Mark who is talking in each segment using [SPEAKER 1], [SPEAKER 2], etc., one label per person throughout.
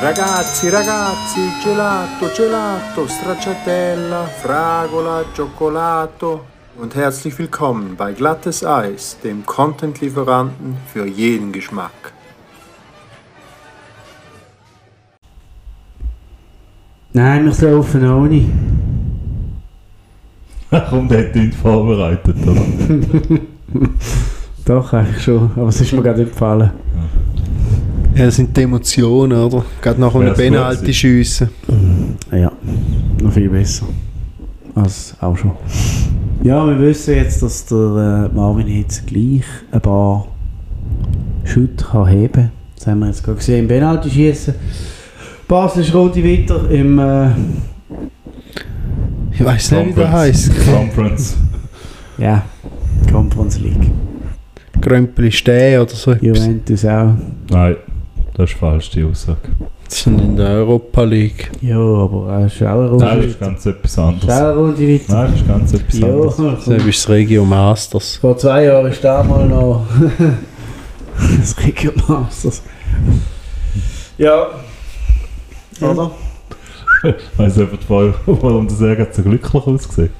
[SPEAKER 1] Ragazzi, ragazzi, gelato, gelato, stracciatella, fragola, cioccolato. Und herzlich willkommen bei Glattes Eis, dem Content-Lieferanten für jeden Geschmack.
[SPEAKER 2] Nein, wir saufen auch nicht.
[SPEAKER 3] Warum der hat nicht vorbereitet, oder?
[SPEAKER 2] Doch, eigentlich schon. Aber es ist mir gerade empfallen.
[SPEAKER 4] Ja, das sind die Emotionen, oder? Gerade nach einem
[SPEAKER 3] Wär's gut
[SPEAKER 4] Penalty
[SPEAKER 3] gewesen.
[SPEAKER 4] schiessen.
[SPEAKER 2] Ja, noch viel besser. Als auch schon. Ja, wir wissen jetzt, dass der äh, Marvin jetzt gleich ein paar Schütte kann heben kann. Das haben wir jetzt gerade gesehen im Penalty-Schießen. Basel ist rote weiter im... Äh,
[SPEAKER 4] Ich weiß nicht, wie der
[SPEAKER 3] Conference.
[SPEAKER 4] heisst.
[SPEAKER 3] Conference.
[SPEAKER 2] ja, Conference League.
[SPEAKER 4] Grömpel ist der oder so. etwas.
[SPEAKER 2] Juventus auch.
[SPEAKER 3] Nein, das ist falsch, die Aussage.
[SPEAKER 4] Das sind in der Europa League.
[SPEAKER 2] Ja, aber äh, ist auch eine rote
[SPEAKER 3] Nein, das ist
[SPEAKER 2] weiter.
[SPEAKER 3] ganz etwas
[SPEAKER 2] Ist auch
[SPEAKER 3] anderes.
[SPEAKER 2] eine rote weiter.
[SPEAKER 3] Nein, das ist ganz etwas anderes.
[SPEAKER 2] Ja,
[SPEAKER 4] Deshalb ist das Regio Masters.
[SPEAKER 2] Vor zwei Jahren ist da mal noch das Regio Masters. Ja. Also? Oder?
[SPEAKER 3] Weiss jemand vorher, warum das er gerade so glücklich aussieht?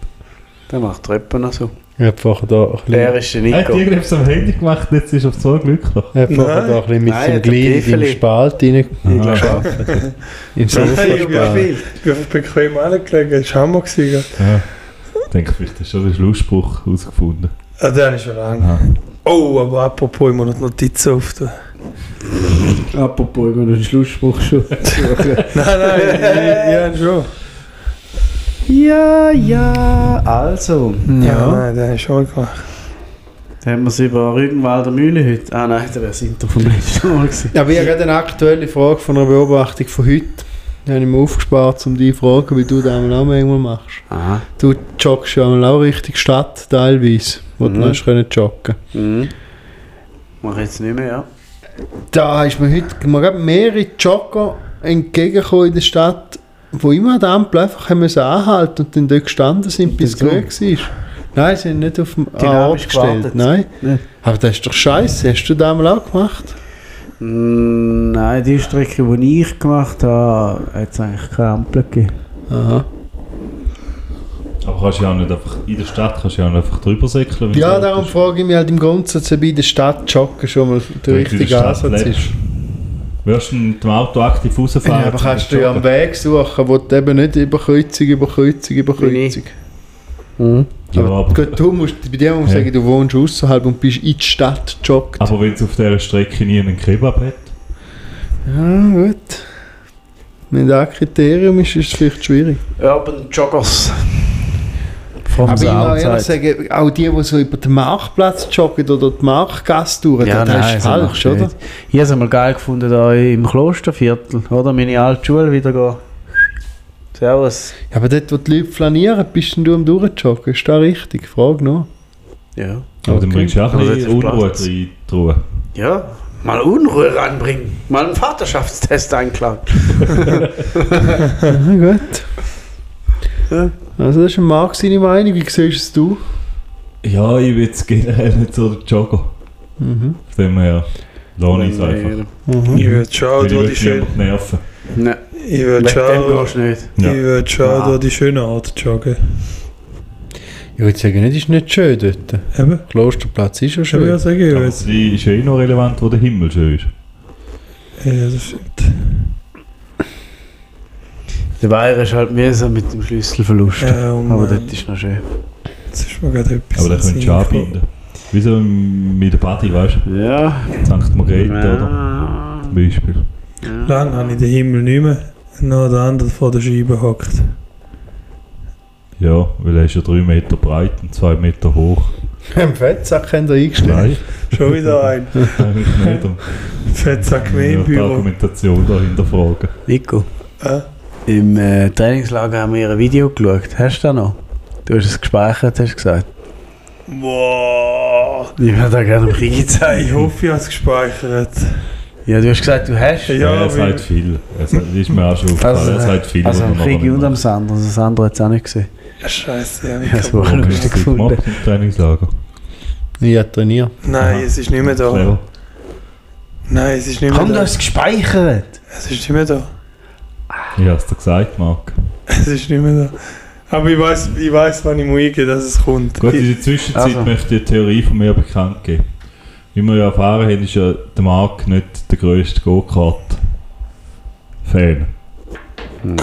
[SPEAKER 2] Der macht Treppen noch so.
[SPEAKER 4] Ich habe vorher da ein
[SPEAKER 2] Der
[SPEAKER 4] bisschen,
[SPEAKER 2] ist der
[SPEAKER 3] Er hat
[SPEAKER 2] Nico.
[SPEAKER 3] irgendwas am Handy gemacht, jetzt ist er so glücklich.
[SPEAKER 4] ich hab vorher da ein bisschen mit
[SPEAKER 2] Nein,
[SPEAKER 4] dem
[SPEAKER 2] der
[SPEAKER 4] Glied im
[SPEAKER 2] Tiefeli.
[SPEAKER 4] Spalt rein.
[SPEAKER 3] Aha.
[SPEAKER 4] Im Sofa
[SPEAKER 5] Ich habe bequem angelegt, das war Hammer. Gewesen.
[SPEAKER 3] Ja. Ich denke, vielleicht hast du den Schlussspruch herausgefunden.
[SPEAKER 5] Ah, der ist schon lang.
[SPEAKER 3] Aha.
[SPEAKER 5] Oh, aber apropos, ich muss noch die Notizen auf den.
[SPEAKER 2] Apropos, ich muss den Schlussspruch schon.
[SPEAKER 5] Nein, nein, ja, schon.
[SPEAKER 2] ja, ja, also.
[SPEAKER 5] Ja, Ah, nein, der ist schon gemacht.
[SPEAKER 2] Haben wir es über Rügenwalder Mühle heute? Ah nein, der wäre Sinter vom letzten Mal gewesen.
[SPEAKER 4] Ja, wir haben gerade eine aktuelle Frage von einer Beobachtung von heute. Die habe ich mir aufgespart, um dich zu fragen, wie du das einmal auch manchmal machst.
[SPEAKER 2] Aha.
[SPEAKER 4] Du joggst ja einmal auch richtig Stadt, teilweise, wo
[SPEAKER 2] Mhm.
[SPEAKER 4] du noch hast können joggen
[SPEAKER 2] Mhm. Mach ich jetzt nicht mehr, ja.
[SPEAKER 4] Da ist mir heute mir gerade mehrere Jogger entgegengekommen in der Stadt, wo immer an Ampel einfach haben müssen anhalten und dann dort gestanden sind, bis es
[SPEAKER 2] Dort
[SPEAKER 4] grün war. Nein, sie sind nicht auf dem
[SPEAKER 2] Die haben
[SPEAKER 4] Ort
[SPEAKER 2] nicht
[SPEAKER 4] gestellt.
[SPEAKER 2] gewartet.
[SPEAKER 4] Nein.
[SPEAKER 2] Nein.
[SPEAKER 4] Aber das ist doch scheiße. Hast du das einmal auch gemacht?
[SPEAKER 2] Mm, Nein, die Strecke, die ich gemacht habe, hat es eigentlich keine Ampel gegeben.
[SPEAKER 4] Aha.
[SPEAKER 3] Aber kannst du ja auch nicht einfach, in der Stadt kannst du ja auch nicht einfach drüber säckeln. wenn
[SPEAKER 4] Ja,
[SPEAKER 3] du
[SPEAKER 4] darum
[SPEAKER 3] bist.
[SPEAKER 4] frage ich mich halt im Grundsatz, ob in der Stadt joggen schon mal der
[SPEAKER 3] Wenn du in
[SPEAKER 4] richtige
[SPEAKER 3] Stadt
[SPEAKER 4] Ansatz
[SPEAKER 3] lebst.
[SPEAKER 4] ist.
[SPEAKER 3] Wirst du mit dem Auto aktiv rausfahren?
[SPEAKER 4] Ja, aber
[SPEAKER 3] zum
[SPEAKER 4] kannst du ja am
[SPEAKER 3] Joggen?
[SPEAKER 4] Weg suchen, wo du eben nicht über Kreuzung, über Kreuzung, über
[SPEAKER 2] Bin ich.
[SPEAKER 4] Kreuzung.
[SPEAKER 2] Mhm.
[SPEAKER 3] Ja,
[SPEAKER 4] aber
[SPEAKER 3] aber,
[SPEAKER 4] gut, du musst, bei dir muss man
[SPEAKER 3] Ja.
[SPEAKER 4] sagen, du wohnst außerhalb und bist in die Stadt gejoggt.
[SPEAKER 3] aber wenn es auf dieser Strecke nie einen Kebab hat,
[SPEAKER 4] Ja, gut. Wenn das ein Kriterium ist, ist es vielleicht schwierig.
[SPEAKER 2] Urban Joggers. Vom
[SPEAKER 4] Aber ich muss ehrlich
[SPEAKER 2] Saal.
[SPEAKER 4] sagen, auch die, die so über den Marktplatz joggen oder die Marktgasse durch,
[SPEAKER 2] Ja,
[SPEAKER 4] ja, das
[SPEAKER 2] nein,
[SPEAKER 4] ist
[SPEAKER 2] so
[SPEAKER 4] falsch,
[SPEAKER 2] machst du
[SPEAKER 4] oder?
[SPEAKER 2] nicht. Ich habe es mal geil gefunden, da im Klosterviertel, oder? Meine alte Schule wieder gehen. Servus.
[SPEAKER 4] Ja, aber dort, wo die Leute flanieren, bist denn du am Durchjoggen? Ist das richtig? Frage noch.
[SPEAKER 2] Ja.
[SPEAKER 3] aber dann
[SPEAKER 4] Okay.
[SPEAKER 3] bringst du auch ein
[SPEAKER 2] Also
[SPEAKER 3] bisschen
[SPEAKER 2] jetzt
[SPEAKER 3] Unruhe
[SPEAKER 2] platzt.
[SPEAKER 3] rein, die Ruhe.
[SPEAKER 2] Ja. Mal Unruhe reinbringen. Mal einen Vaterschaftstest einklagen.
[SPEAKER 4] Ja, gut.
[SPEAKER 2] Ja.
[SPEAKER 4] Also das ist ein Marc seine Meinung. Wie siehst du
[SPEAKER 3] Ja, ich bin jetzt generell nicht so der Jogger.
[SPEAKER 4] es? Mhm.
[SPEAKER 3] Von dem her, lohne ich es einfach.
[SPEAKER 4] Mhm.
[SPEAKER 5] Ich würde schon
[SPEAKER 3] Weil ich
[SPEAKER 5] durch Oh, die
[SPEAKER 3] möchte
[SPEAKER 5] schönen.
[SPEAKER 3] niemanden nerven.
[SPEAKER 2] Nein,
[SPEAKER 5] Ich
[SPEAKER 2] wegen
[SPEAKER 5] würde
[SPEAKER 2] dem
[SPEAKER 5] schon.
[SPEAKER 2] gehst du nicht.
[SPEAKER 5] Ich
[SPEAKER 3] Ja.
[SPEAKER 5] würde schon
[SPEAKER 2] Ah.
[SPEAKER 5] durch die schöne Art joggen.
[SPEAKER 4] Ich würde sagen, nicht, ist nicht schön dort.
[SPEAKER 5] Eben,
[SPEAKER 4] Klosterplatz ist ja
[SPEAKER 5] ich würde
[SPEAKER 4] schön.
[SPEAKER 5] sagen, ich
[SPEAKER 3] Aber
[SPEAKER 5] würde.
[SPEAKER 3] es ist ja eh noch relevant, wo der Himmel schön ist.
[SPEAKER 5] Ja, das stimmt.
[SPEAKER 2] Der Weiher ist halt mühsam mit dem Schlüsselverlust.
[SPEAKER 5] Ja, und
[SPEAKER 2] Aber
[SPEAKER 5] Aber
[SPEAKER 2] das ist noch schön.
[SPEAKER 5] das Ähm, ist mir gerade etwas.
[SPEAKER 3] Aber da
[SPEAKER 5] in den
[SPEAKER 3] könntest
[SPEAKER 5] Sinn
[SPEAKER 3] du
[SPEAKER 5] gekommen.
[SPEAKER 3] anbinden. Wieso mit der Party, weißt
[SPEAKER 2] Ja.
[SPEAKER 3] du? St. Margrethe, oder? Zum Beispiel.
[SPEAKER 5] Lang habe ich den Himmel nicht mehr. Noch der andere vor der Scheibe hockt.
[SPEAKER 3] Ja, weil er ist ja 3 Meter breit und 2 Meter hoch.
[SPEAKER 4] Im Fettsack haben da eingestellt.
[SPEAKER 3] Nein,
[SPEAKER 5] Schon wieder ein
[SPEAKER 3] eigentlich nicht. Um
[SPEAKER 5] Fettsack mehr im
[SPEAKER 3] die
[SPEAKER 5] Büro.
[SPEAKER 3] Argumentation dahinter fragen.
[SPEAKER 2] Nico,
[SPEAKER 5] Äh?
[SPEAKER 2] im äh, Trainingslager haben wir ein Video geschaut. Hast du das noch? Du hast es gespeichert, hast du gesagt.
[SPEAKER 5] Wow.
[SPEAKER 2] Ich hätte da gerne Krieg gezeigt.
[SPEAKER 5] Ich hoffe, ich habe es gespeichert.
[SPEAKER 2] Ja, du hast gesagt, du hast.
[SPEAKER 5] Ja,
[SPEAKER 3] er
[SPEAKER 5] weil-
[SPEAKER 3] sagt
[SPEAKER 4] halt-
[SPEAKER 3] viel. Er sagt, das ist mir auch schon aufgefallen.
[SPEAKER 2] Also,
[SPEAKER 3] er sagt viel,
[SPEAKER 2] Also
[SPEAKER 3] was
[SPEAKER 2] am
[SPEAKER 3] man nachher
[SPEAKER 2] Krieg
[SPEAKER 3] nicht
[SPEAKER 2] und am
[SPEAKER 3] macht.
[SPEAKER 2] Sandro. Also, Das andere hat es auch nicht gesehen.
[SPEAKER 5] Scheiße, ja,
[SPEAKER 2] Ja, das war auch
[SPEAKER 3] Warum hast du
[SPEAKER 2] lustig
[SPEAKER 3] das
[SPEAKER 2] gefunden.
[SPEAKER 3] gemacht im Trainingslager?
[SPEAKER 4] Ich habe trainiert.
[SPEAKER 5] Nein,
[SPEAKER 3] Aha.
[SPEAKER 5] es ist nicht mehr da.
[SPEAKER 3] Clever.
[SPEAKER 5] Nein, es ist nicht mehr
[SPEAKER 2] Komm, du
[SPEAKER 5] da.
[SPEAKER 2] hast es gespeichert.
[SPEAKER 5] Es ist nicht mehr da.
[SPEAKER 3] Ich hab's dir gesagt, Marc.
[SPEAKER 5] Es ist nicht mehr da. Aber ich weiß, ich weiß, wann ich muss eingehen, dass es kommt.
[SPEAKER 3] Gut, in
[SPEAKER 5] ich,
[SPEAKER 3] der Zwischenzeit
[SPEAKER 6] Also.
[SPEAKER 3] möchte ich die Theorie von mir bekannt geben. Wie wir ja erfahren haben, ist ja der Marc nicht der grösste Go-Kart-Fan.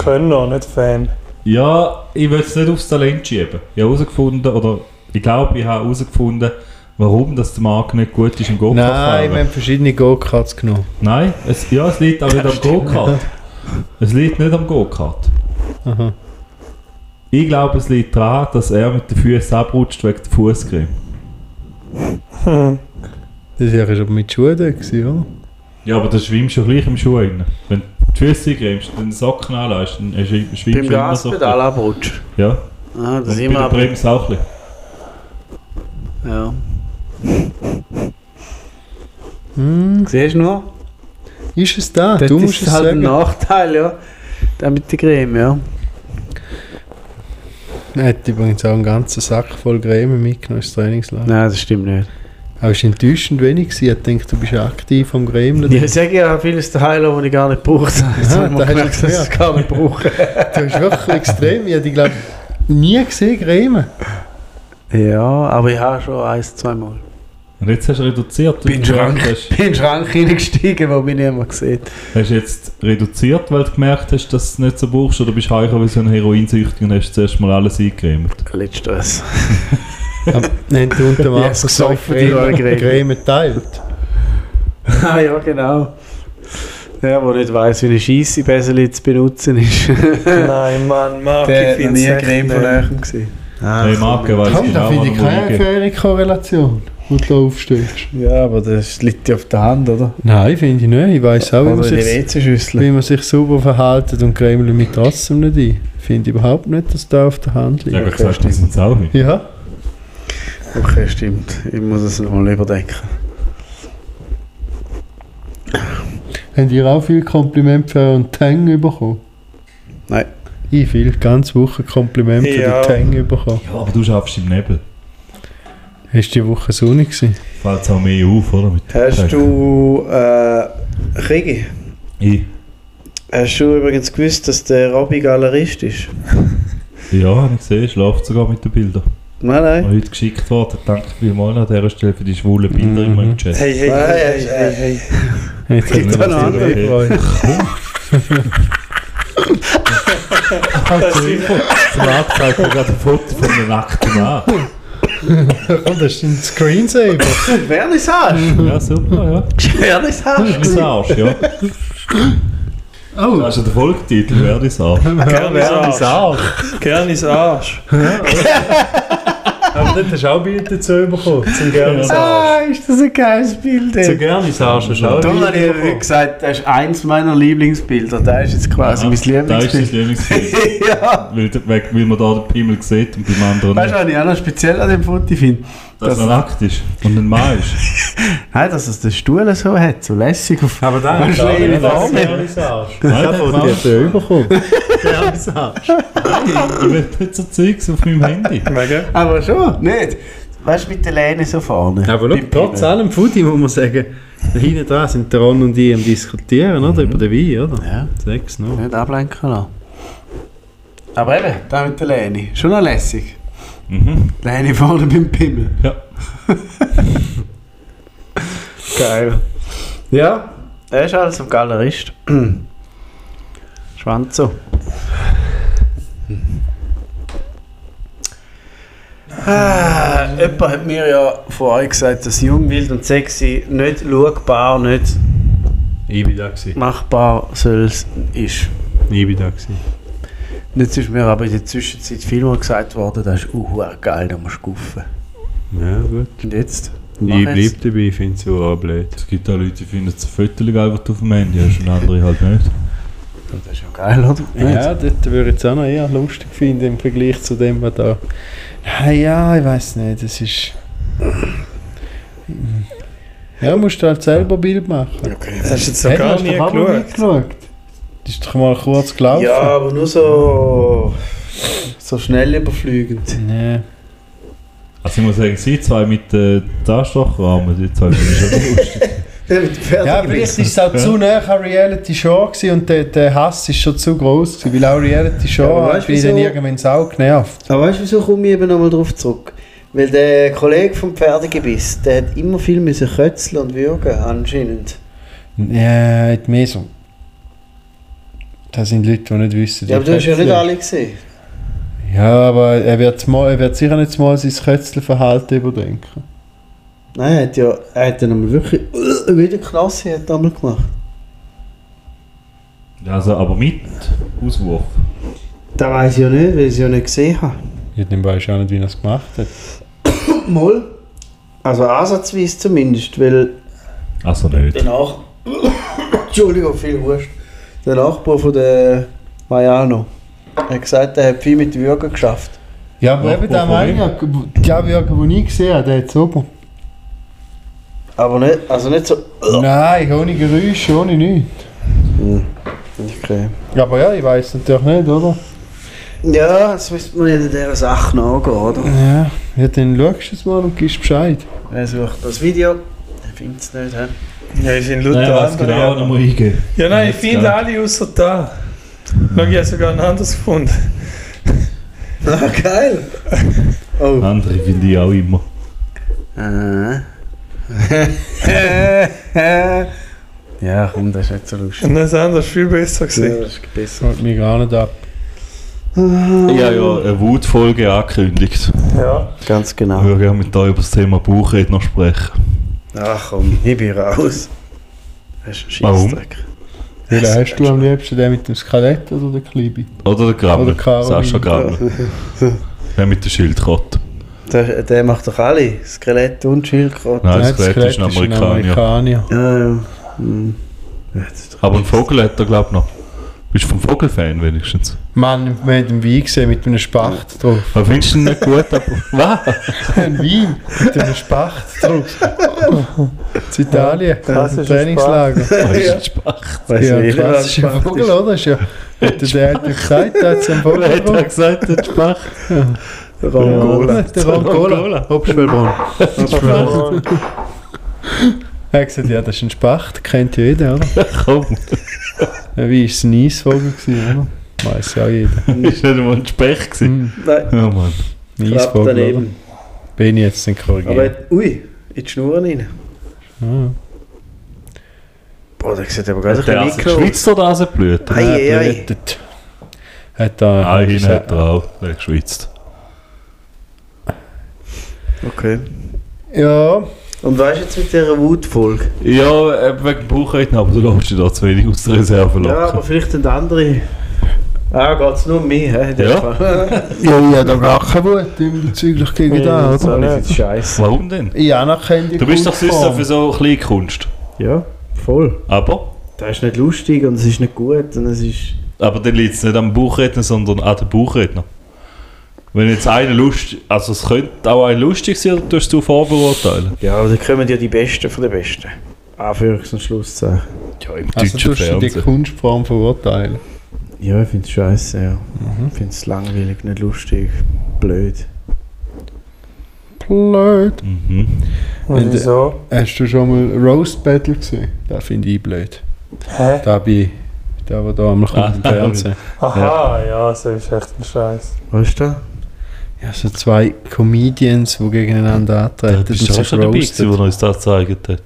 [SPEAKER 5] Könner, nicht Fan.
[SPEAKER 3] Ja, ich will es nicht aufs Talent schieben. Ich habe herausgefunden, oder ich glaube, ich habe herausgefunden, warum das der Marc nicht gut ist im
[SPEAKER 4] Nein,
[SPEAKER 3] Go-Kart
[SPEAKER 4] wir
[SPEAKER 3] fahren.
[SPEAKER 4] haben verschiedene Go-Karts genommen.
[SPEAKER 3] Nein, es, ja, es liegt auch nicht am Go-Kart. Es liegt nicht am Go-Kart.
[SPEAKER 4] Aha.
[SPEAKER 3] Ich glaube, es liegt daran, dass er mit den Füßen abrutscht wegen der Fußcreme.
[SPEAKER 4] Das war ja schon mit Schuhen da, gewesen, oder?
[SPEAKER 3] Ja, aber das schwimmst du ja gleich im Schuh rein. Wenn du die Füße eingrämst, den Socken anlässt, dann schwimm- schwimmst du
[SPEAKER 2] Beim
[SPEAKER 3] immer so.
[SPEAKER 2] Gaspedal abrutscht.
[SPEAKER 3] Ja,
[SPEAKER 2] Ah,
[SPEAKER 3] und
[SPEAKER 2] das
[SPEAKER 3] bei
[SPEAKER 2] immer
[SPEAKER 3] der
[SPEAKER 2] ab.
[SPEAKER 3] Bremse auch ein bisschen.
[SPEAKER 2] Ja.
[SPEAKER 4] Hm,
[SPEAKER 2] Siehst du nur?
[SPEAKER 4] ist es da?
[SPEAKER 2] Das
[SPEAKER 4] du musst
[SPEAKER 2] ist
[SPEAKER 4] es
[SPEAKER 2] halt ein
[SPEAKER 4] sagen.
[SPEAKER 2] Nachteil, ja. Da mit der Creme, ja.
[SPEAKER 4] Er hat übrigens auch einen ganzen Sack voll Creme mitgenommen ins Trainingslager.
[SPEAKER 2] Nein, das stimmt nicht.
[SPEAKER 4] Aber es war enttäuschend wenig. gewesen. Ich denke, du bist aktiv am Cremeln.
[SPEAKER 2] Ich sage ja, vieles der Heiler, die ich gar nicht gebraucht habe. Jetzt
[SPEAKER 4] Ah,
[SPEAKER 2] habe ich
[SPEAKER 4] da
[SPEAKER 2] mal
[SPEAKER 4] hast du
[SPEAKER 2] gemerkt, dass ich es
[SPEAKER 4] gehört.
[SPEAKER 2] gar nicht brauche.
[SPEAKER 4] Du bist wirklich extrem. Ich habe glaube nie gesehen Creme.
[SPEAKER 2] Ja, aber ich habe schon ein, zweimal.
[SPEAKER 3] Und jetzt hast du reduziert.
[SPEAKER 2] Bin
[SPEAKER 3] weil du
[SPEAKER 2] schrank.
[SPEAKER 3] gemerkt Hast,
[SPEAKER 2] Ich bin in den Schrank reingestiegen, wo mich niemand sieht.
[SPEAKER 3] hast du jetzt reduziert, weil du gemerkt hast, dass du es nicht so brauchst? Oder bist du heimgekommen wie so ein Heroinsüchtiger und hast zuerst mal alles eingecremt?
[SPEAKER 2] Letztes.
[SPEAKER 4] Nein, du und der Marco
[SPEAKER 2] es
[SPEAKER 4] gesagt,
[SPEAKER 2] gesoffen, die waren Creme.
[SPEAKER 4] Creme teilt.
[SPEAKER 2] ah, ja, genau. Der, der nicht weiss, wie eine scheisse Beseli zu benutzen ist.
[SPEAKER 5] Nein, Mann, Marc, ich finde es
[SPEAKER 2] Nähem gesehen. Ah,
[SPEAKER 3] Hey, Marc, weiss
[SPEAKER 4] Komm, da
[SPEAKER 3] genau,
[SPEAKER 4] finde ich
[SPEAKER 3] wann er
[SPEAKER 4] keine
[SPEAKER 3] liegen.
[SPEAKER 4] faire Korrelation, wo du da aufstehst.
[SPEAKER 2] Ja, aber das liegt ja auf der Hand, oder?
[SPEAKER 4] Nein, finde ich nicht. Ich weiß auch, wie man,
[SPEAKER 2] Oder in der
[SPEAKER 4] sich,
[SPEAKER 2] WC-Schüssel.
[SPEAKER 4] wie man sich sauber verhält und Cremeln mit trotzdem nicht ein. Finde ich überhaupt nicht, dass da auf der Hand
[SPEAKER 3] Ja,
[SPEAKER 4] liegt.
[SPEAKER 3] gut gesagt, das sind es auch nicht.
[SPEAKER 4] Ja,
[SPEAKER 2] Okay, stimmt. Ich muss es nochmal überdenken.
[SPEAKER 4] habt ihr auch viel Kompliment für euren Tang bekommen?
[SPEAKER 2] Nein.
[SPEAKER 4] Ich viel, ganze Woche Kompliment für
[SPEAKER 5] Ja.
[SPEAKER 4] den Tang bekommen.
[SPEAKER 3] Ja, aber du schaffst im Nebel.
[SPEAKER 4] Hast du die Woche Sonne gesehen?
[SPEAKER 3] Fällt es auch mehr auf, oder? Mit
[SPEAKER 2] Hast
[SPEAKER 5] Oh,
[SPEAKER 2] du. Äh, Kriege?
[SPEAKER 3] Ich,
[SPEAKER 2] Hast du übrigens gewusst, dass der Robby Galerist ist?
[SPEAKER 3] ja, habe ich gesehen, schlaft sogar mit den Bildern.
[SPEAKER 2] Nein,
[SPEAKER 3] Die
[SPEAKER 2] nein.
[SPEAKER 3] Heute geschickt worden. Danke vielmals an dieser Stelle für die schwulen Bilder
[SPEAKER 4] Mhm.
[SPEAKER 3] immer im Chat.
[SPEAKER 5] Hey, hey,
[SPEAKER 2] Nein,
[SPEAKER 5] hey, hey, hey.
[SPEAKER 4] Jetzt
[SPEAKER 3] Gibt
[SPEAKER 4] hat
[SPEAKER 3] da
[SPEAKER 4] er
[SPEAKER 2] noch
[SPEAKER 4] was
[SPEAKER 2] andere?
[SPEAKER 4] übergebracht.
[SPEAKER 3] Das ist Zum Abzeig mir gerade ein Foto von einem nackten Mann.
[SPEAKER 4] Oh, das ist ein Screensaver.
[SPEAKER 2] Vernissage!
[SPEAKER 3] Ja, super, ja.
[SPEAKER 2] Vernissage!
[SPEAKER 3] Das Arsch, ja.
[SPEAKER 4] Oh,
[SPEAKER 3] Das ist ja der Folgetitel, wer das Arsch.
[SPEAKER 5] Gern ist Arsch.
[SPEAKER 4] Arsch.
[SPEAKER 5] Gern ist Arsch.
[SPEAKER 1] Aber dort hast du auch Bild dazu bekommen, zum gerne Arsch.
[SPEAKER 2] Ah, ist das ein geiles Bild,
[SPEAKER 1] Zum
[SPEAKER 2] ey.
[SPEAKER 1] gerne Arsch hast du auch
[SPEAKER 2] Darum
[SPEAKER 1] Bild
[SPEAKER 2] habe ich ja
[SPEAKER 1] bekommen.
[SPEAKER 2] gesagt, das ist eins meiner Lieblingsbilder. Das ist jetzt quasi mein
[SPEAKER 3] Das ist das
[SPEAKER 2] Lieblingsbild.
[SPEAKER 3] Lieblingsbild.
[SPEAKER 2] ja.
[SPEAKER 3] Weil, weil weil man da den Pimmel sieht und beim anderen
[SPEAKER 2] Weißt du,
[SPEAKER 3] nicht.
[SPEAKER 2] was ich auch noch speziell an dem Foto finde?
[SPEAKER 3] Dass er nackt ist und ein Mann ist.
[SPEAKER 2] Nein, dass es den Stuhl so hat, so lässig auf
[SPEAKER 1] Aber dann
[SPEAKER 2] Weißt du,
[SPEAKER 1] dann-
[SPEAKER 2] ich
[SPEAKER 1] dann-
[SPEAKER 2] weiß nicht.
[SPEAKER 1] gerne Arsch.
[SPEAKER 3] Nein, der Mann.
[SPEAKER 4] Hast du bekommen?
[SPEAKER 1] Gerne Arsch.
[SPEAKER 3] Ich will nicht so Zeugs auf meinem Handy.
[SPEAKER 5] Mega.
[SPEAKER 2] Aber schon, nicht? Weißt du, mit der Lehne so vorne.
[SPEAKER 1] Aber schau, trotz allem Foodie muss man sagen, da hinten dran sind der Ron und ich am Diskutieren, oder? Über den Wein, oder?
[SPEAKER 2] Ja,
[SPEAKER 1] Sechs noch.
[SPEAKER 2] nicht ablenken lassen. Aber eben, da mit der Lehne. Schon noch lässig.
[SPEAKER 3] Mhm.
[SPEAKER 2] Lehne vorne beim Pimmel.
[SPEAKER 3] Ja.
[SPEAKER 2] Geil. Ja, er ist also ein Galerist. Schwanzo. Ah, jemand hat mir ja vor euch gesagt, dass jung, wild und sexy nicht schaubar, nicht
[SPEAKER 1] Ich bin da. Gewesen.
[SPEAKER 2] machbar solls ist.
[SPEAKER 1] Ich bin da. Gewesen.
[SPEAKER 2] Und Jetzt ist mir aber in der Zwischenzeit vielmal gesagt worden, das ist uh, geil, da musst du guffen.
[SPEAKER 1] Ja, gut.
[SPEAKER 2] Und jetzt? Mach
[SPEAKER 1] Ich
[SPEAKER 2] jetzt.
[SPEAKER 1] bleib dabei, ich finde es auch blöd.
[SPEAKER 3] Es gibt auch Leute, die finden es ein Foto geil, was du auf dem Handy hast und andere halt nicht.
[SPEAKER 2] Das ist ja geil, oder?
[SPEAKER 4] Ja, das würde ich jetzt auch noch eher lustig finden im Vergleich zu dem, was da. Ah, ja, ich weiß nicht, das ist. Ja, musst du halt selber Bild machen.
[SPEAKER 2] Okay.
[SPEAKER 5] Das hast du jetzt
[SPEAKER 4] Hey,
[SPEAKER 5] noch gar
[SPEAKER 4] hast
[SPEAKER 5] nie
[SPEAKER 4] doch auch mal
[SPEAKER 5] geschaut.
[SPEAKER 4] mitgeschaut. Das ist doch mal kurz gelaufen.
[SPEAKER 2] Ja, aber nur so, so schnell überfliegend.
[SPEAKER 4] Nee.
[SPEAKER 3] Also ich muss sagen, sie zwei mit den Taschenrahmen, die zwei sind schon lustig.
[SPEAKER 2] Also
[SPEAKER 4] Ja, vielleicht war es auch zu nah an Reality Show gewesen und der, der Hass ist schon zu groß gewesen, weil auch Reality Show
[SPEAKER 2] aber weißt
[SPEAKER 4] hat
[SPEAKER 2] du,
[SPEAKER 4] mich dann
[SPEAKER 2] wieso?
[SPEAKER 4] irgendwann sau genervt.
[SPEAKER 2] Aber weißt du, wieso komme ich eben nochmal drauf zurück? Weil der Kollege vom Pferdegebiss, der hat immer viel müssen kötzeln und würgen, anscheinend.
[SPEAKER 4] Ja, hat mehr so. Das sind Leute, die nicht wissen.
[SPEAKER 2] Ja, aber du hast ja nicht
[SPEAKER 4] Kötzle.
[SPEAKER 2] alle gesehen.
[SPEAKER 4] Ja, aber er wird, mal, er wird sicher nicht mal sein Kötzelverhalten überdenken.
[SPEAKER 2] Nein, er hat ja, er hat dann einmal wirklich äh, wieder Klasse hat er einmal gemacht.
[SPEAKER 3] Also, aber mit Auswurf.
[SPEAKER 2] Das weiß ich ja nicht, weil ich es ja nicht gesehen habe.
[SPEAKER 4] Ja, dann weiß ich auch nicht, wie er es gemacht hat.
[SPEAKER 2] Mal. Also ansatzweise zumindest, weil
[SPEAKER 3] Also nicht.
[SPEAKER 2] der Nach... Entschuldigung, viel Wurst. Der Nachbar von der Mariano hat gesagt, er hat viel mit Würgen geschafft.
[SPEAKER 4] Ja, aber
[SPEAKER 3] Ja,
[SPEAKER 4] eben
[SPEAKER 3] von-
[SPEAKER 4] der
[SPEAKER 3] von
[SPEAKER 4] meine ich, ja, der Würger, den ich gesehen habe, der hat super.
[SPEAKER 2] Aber nicht, also nicht so...
[SPEAKER 4] Nein, ohne Geräusche, ohne nichts.
[SPEAKER 2] Okay.
[SPEAKER 4] Aber ja, ich weiß natürlich nicht, oder?
[SPEAKER 2] Ja, jetzt müsste man ja in dieser Sache nachgehen, oder?
[SPEAKER 4] Ja, ja dann schaust du es mal und gibst Bescheid.
[SPEAKER 2] Wer sucht das Video? Der findet es nicht, hä?
[SPEAKER 5] Ja, ich sind
[SPEAKER 3] Nein,
[SPEAKER 5] Luther
[SPEAKER 3] was genau nochmal eingeben.
[SPEAKER 5] Ja, nein, ich
[SPEAKER 3] Ja,
[SPEAKER 5] finde
[SPEAKER 3] klar.
[SPEAKER 5] alle außer da. Schau, ich habe sogar einen anders gefunden.
[SPEAKER 2] Ah, geil! Oh.
[SPEAKER 3] Andere finde ich auch immer.
[SPEAKER 2] Ah. ja, komm, das ist nicht so lustig.
[SPEAKER 5] Und das andere ist viel besser
[SPEAKER 2] Ja,
[SPEAKER 5] gewesen.
[SPEAKER 2] das ist besser.
[SPEAKER 4] Holt mich gar nicht ab.
[SPEAKER 2] Ah.
[SPEAKER 3] Ich habe ja eine Wutfolge angekündigt.
[SPEAKER 5] Ja.
[SPEAKER 2] Ganz
[SPEAKER 3] Ich
[SPEAKER 2] genau.
[SPEAKER 3] würde gerne mit dir über das Thema Bauchredner sprechen.
[SPEAKER 2] Ach komm, ich bin raus. Das ist ein
[SPEAKER 3] Warum?
[SPEAKER 2] Scheissdreck.
[SPEAKER 4] Welchen hast du am liebsten, den mit dem Skelett oder den Klebi?
[SPEAKER 3] Oder der Grammel.
[SPEAKER 4] Oder Caroline.
[SPEAKER 3] Sascha Grammel. Der mit der Schildkröte.
[SPEAKER 2] Der, der macht doch alle. Skelett und Schildkröte.
[SPEAKER 3] Nein, das Skelett ist ein Amerikaner.
[SPEAKER 4] Amerikaner.
[SPEAKER 2] Ja, ja. Hm. Ja, das ist doch-
[SPEAKER 3] Aber ein Vogel hat er, glaube ich, noch. Bist du vom Vogelfan wenigstens?
[SPEAKER 4] Mann, wir haben einen Wein gesehen mit einem Spacht drauf.
[SPEAKER 3] Was findest du denn nicht gut? Aber, was?
[SPEAKER 4] Ein Wein mit einem Spacht drauf. Zu Italien, im Trainingslager.
[SPEAKER 3] Das ist ein Spacht.
[SPEAKER 2] Weiss
[SPEAKER 4] Ja,
[SPEAKER 2] nicht,
[SPEAKER 4] krass,
[SPEAKER 2] was
[SPEAKER 4] ist ein Vogel, oder? Ist ja, hat der- der hat ja gesagt, der hat so einen
[SPEAKER 3] Wer
[SPEAKER 4] Vogel
[SPEAKER 3] hat er
[SPEAKER 4] drauf.
[SPEAKER 3] gesagt, ein Spacht?
[SPEAKER 4] Rongola. Der Rongola. Hopschwellbrunn.
[SPEAKER 2] Spacht.
[SPEAKER 4] Er hat gesagt, ja, das ist ein Spacht, kennt ja jeder, oder?
[SPEAKER 3] Komm,
[SPEAKER 4] Ja, Wie ist es ein Eisvogel gewesen, oder? Weiß ja auch jeder.
[SPEAKER 3] ist nicht einmal ein Specht gewesen.
[SPEAKER 4] Hm,
[SPEAKER 2] Nein,
[SPEAKER 3] Ja, Mann.
[SPEAKER 4] ein
[SPEAKER 2] klappt
[SPEAKER 4] Eisvogel, oder?
[SPEAKER 2] daneben.
[SPEAKER 4] Bin ich jetzt denn
[SPEAKER 2] Aber,
[SPEAKER 4] korrigiert?
[SPEAKER 2] ui, in die Schnur rein.
[SPEAKER 4] Ah.
[SPEAKER 2] Boah, der sieht aber ganz
[SPEAKER 3] Hat der Asen geschwitzt oder Asenblüte?
[SPEAKER 2] Ei, ei, ei.
[SPEAKER 4] Blättet. Hat da...
[SPEAKER 3] Nein, hinten hat er auch. Der hat geschwitzt.
[SPEAKER 2] Okay.
[SPEAKER 4] Ja,
[SPEAKER 2] Und was ist jetzt mit dieser Wutfolge?
[SPEAKER 3] Ja, äh, wegen dem Bauchredner, aber du lässt dich da zu wenig aus der Reserve
[SPEAKER 2] Ja,
[SPEAKER 3] locken.
[SPEAKER 2] aber vielleicht ein andere. Ah, geht es nur um mich, hä? in dem
[SPEAKER 3] Ja.
[SPEAKER 2] Fall.
[SPEAKER 4] ja ich habe da gar keine Wut bezüglich gegen da,
[SPEAKER 2] das
[SPEAKER 4] oder?
[SPEAKER 2] auch
[SPEAKER 6] Das
[SPEAKER 2] nicht.
[SPEAKER 6] ist scheiße.
[SPEAKER 3] Warum denn?
[SPEAKER 4] Ich anerkenne die
[SPEAKER 3] Du bist doch sonst
[SPEAKER 4] Kunstform.
[SPEAKER 3] für so Kleinkunst.
[SPEAKER 2] Ja, voll.
[SPEAKER 3] Aber?
[SPEAKER 2] Das ist nicht lustig und es ist nicht gut und es ist...
[SPEAKER 3] Aber dann liegt es nicht am Bauchredner, sondern an dem Bauchredner. Wenn jetzt einer Lust... Also es könnte auch ein lustig sein, oder tust du vorbeurteilen?
[SPEAKER 2] Ja, aber da kommen ja die Besten von den Besten. Anführungs- und Schlusszeichen.
[SPEAKER 3] Ja, im
[SPEAKER 4] Also
[SPEAKER 3] deutschen
[SPEAKER 4] tust du die
[SPEAKER 3] Fernsehen.
[SPEAKER 4] Kunstform verurteilen.
[SPEAKER 2] Ja, ich finde es scheiße, ja. Ich finde es langweilig, nicht lustig, blöd.
[SPEAKER 4] Blöd.
[SPEAKER 3] Mhm.
[SPEAKER 4] Und äh,
[SPEAKER 5] Und wieso?
[SPEAKER 4] Hast du schon mal Roast Battle gesehen? Das finde ich blöd.
[SPEAKER 5] Hä?
[SPEAKER 4] Da bin ich... Der, der da am kommt im
[SPEAKER 3] Ah,
[SPEAKER 4] Fernsehen.
[SPEAKER 5] Aha, ja, so ist echt ein Scheiß.
[SPEAKER 2] Was ist das?
[SPEAKER 4] Ja, so zwei Comedians, die gegeneinander
[SPEAKER 3] Da
[SPEAKER 4] antreten
[SPEAKER 3] bist du auch schon dabei gewesen, wo er uns das gezeigt hat.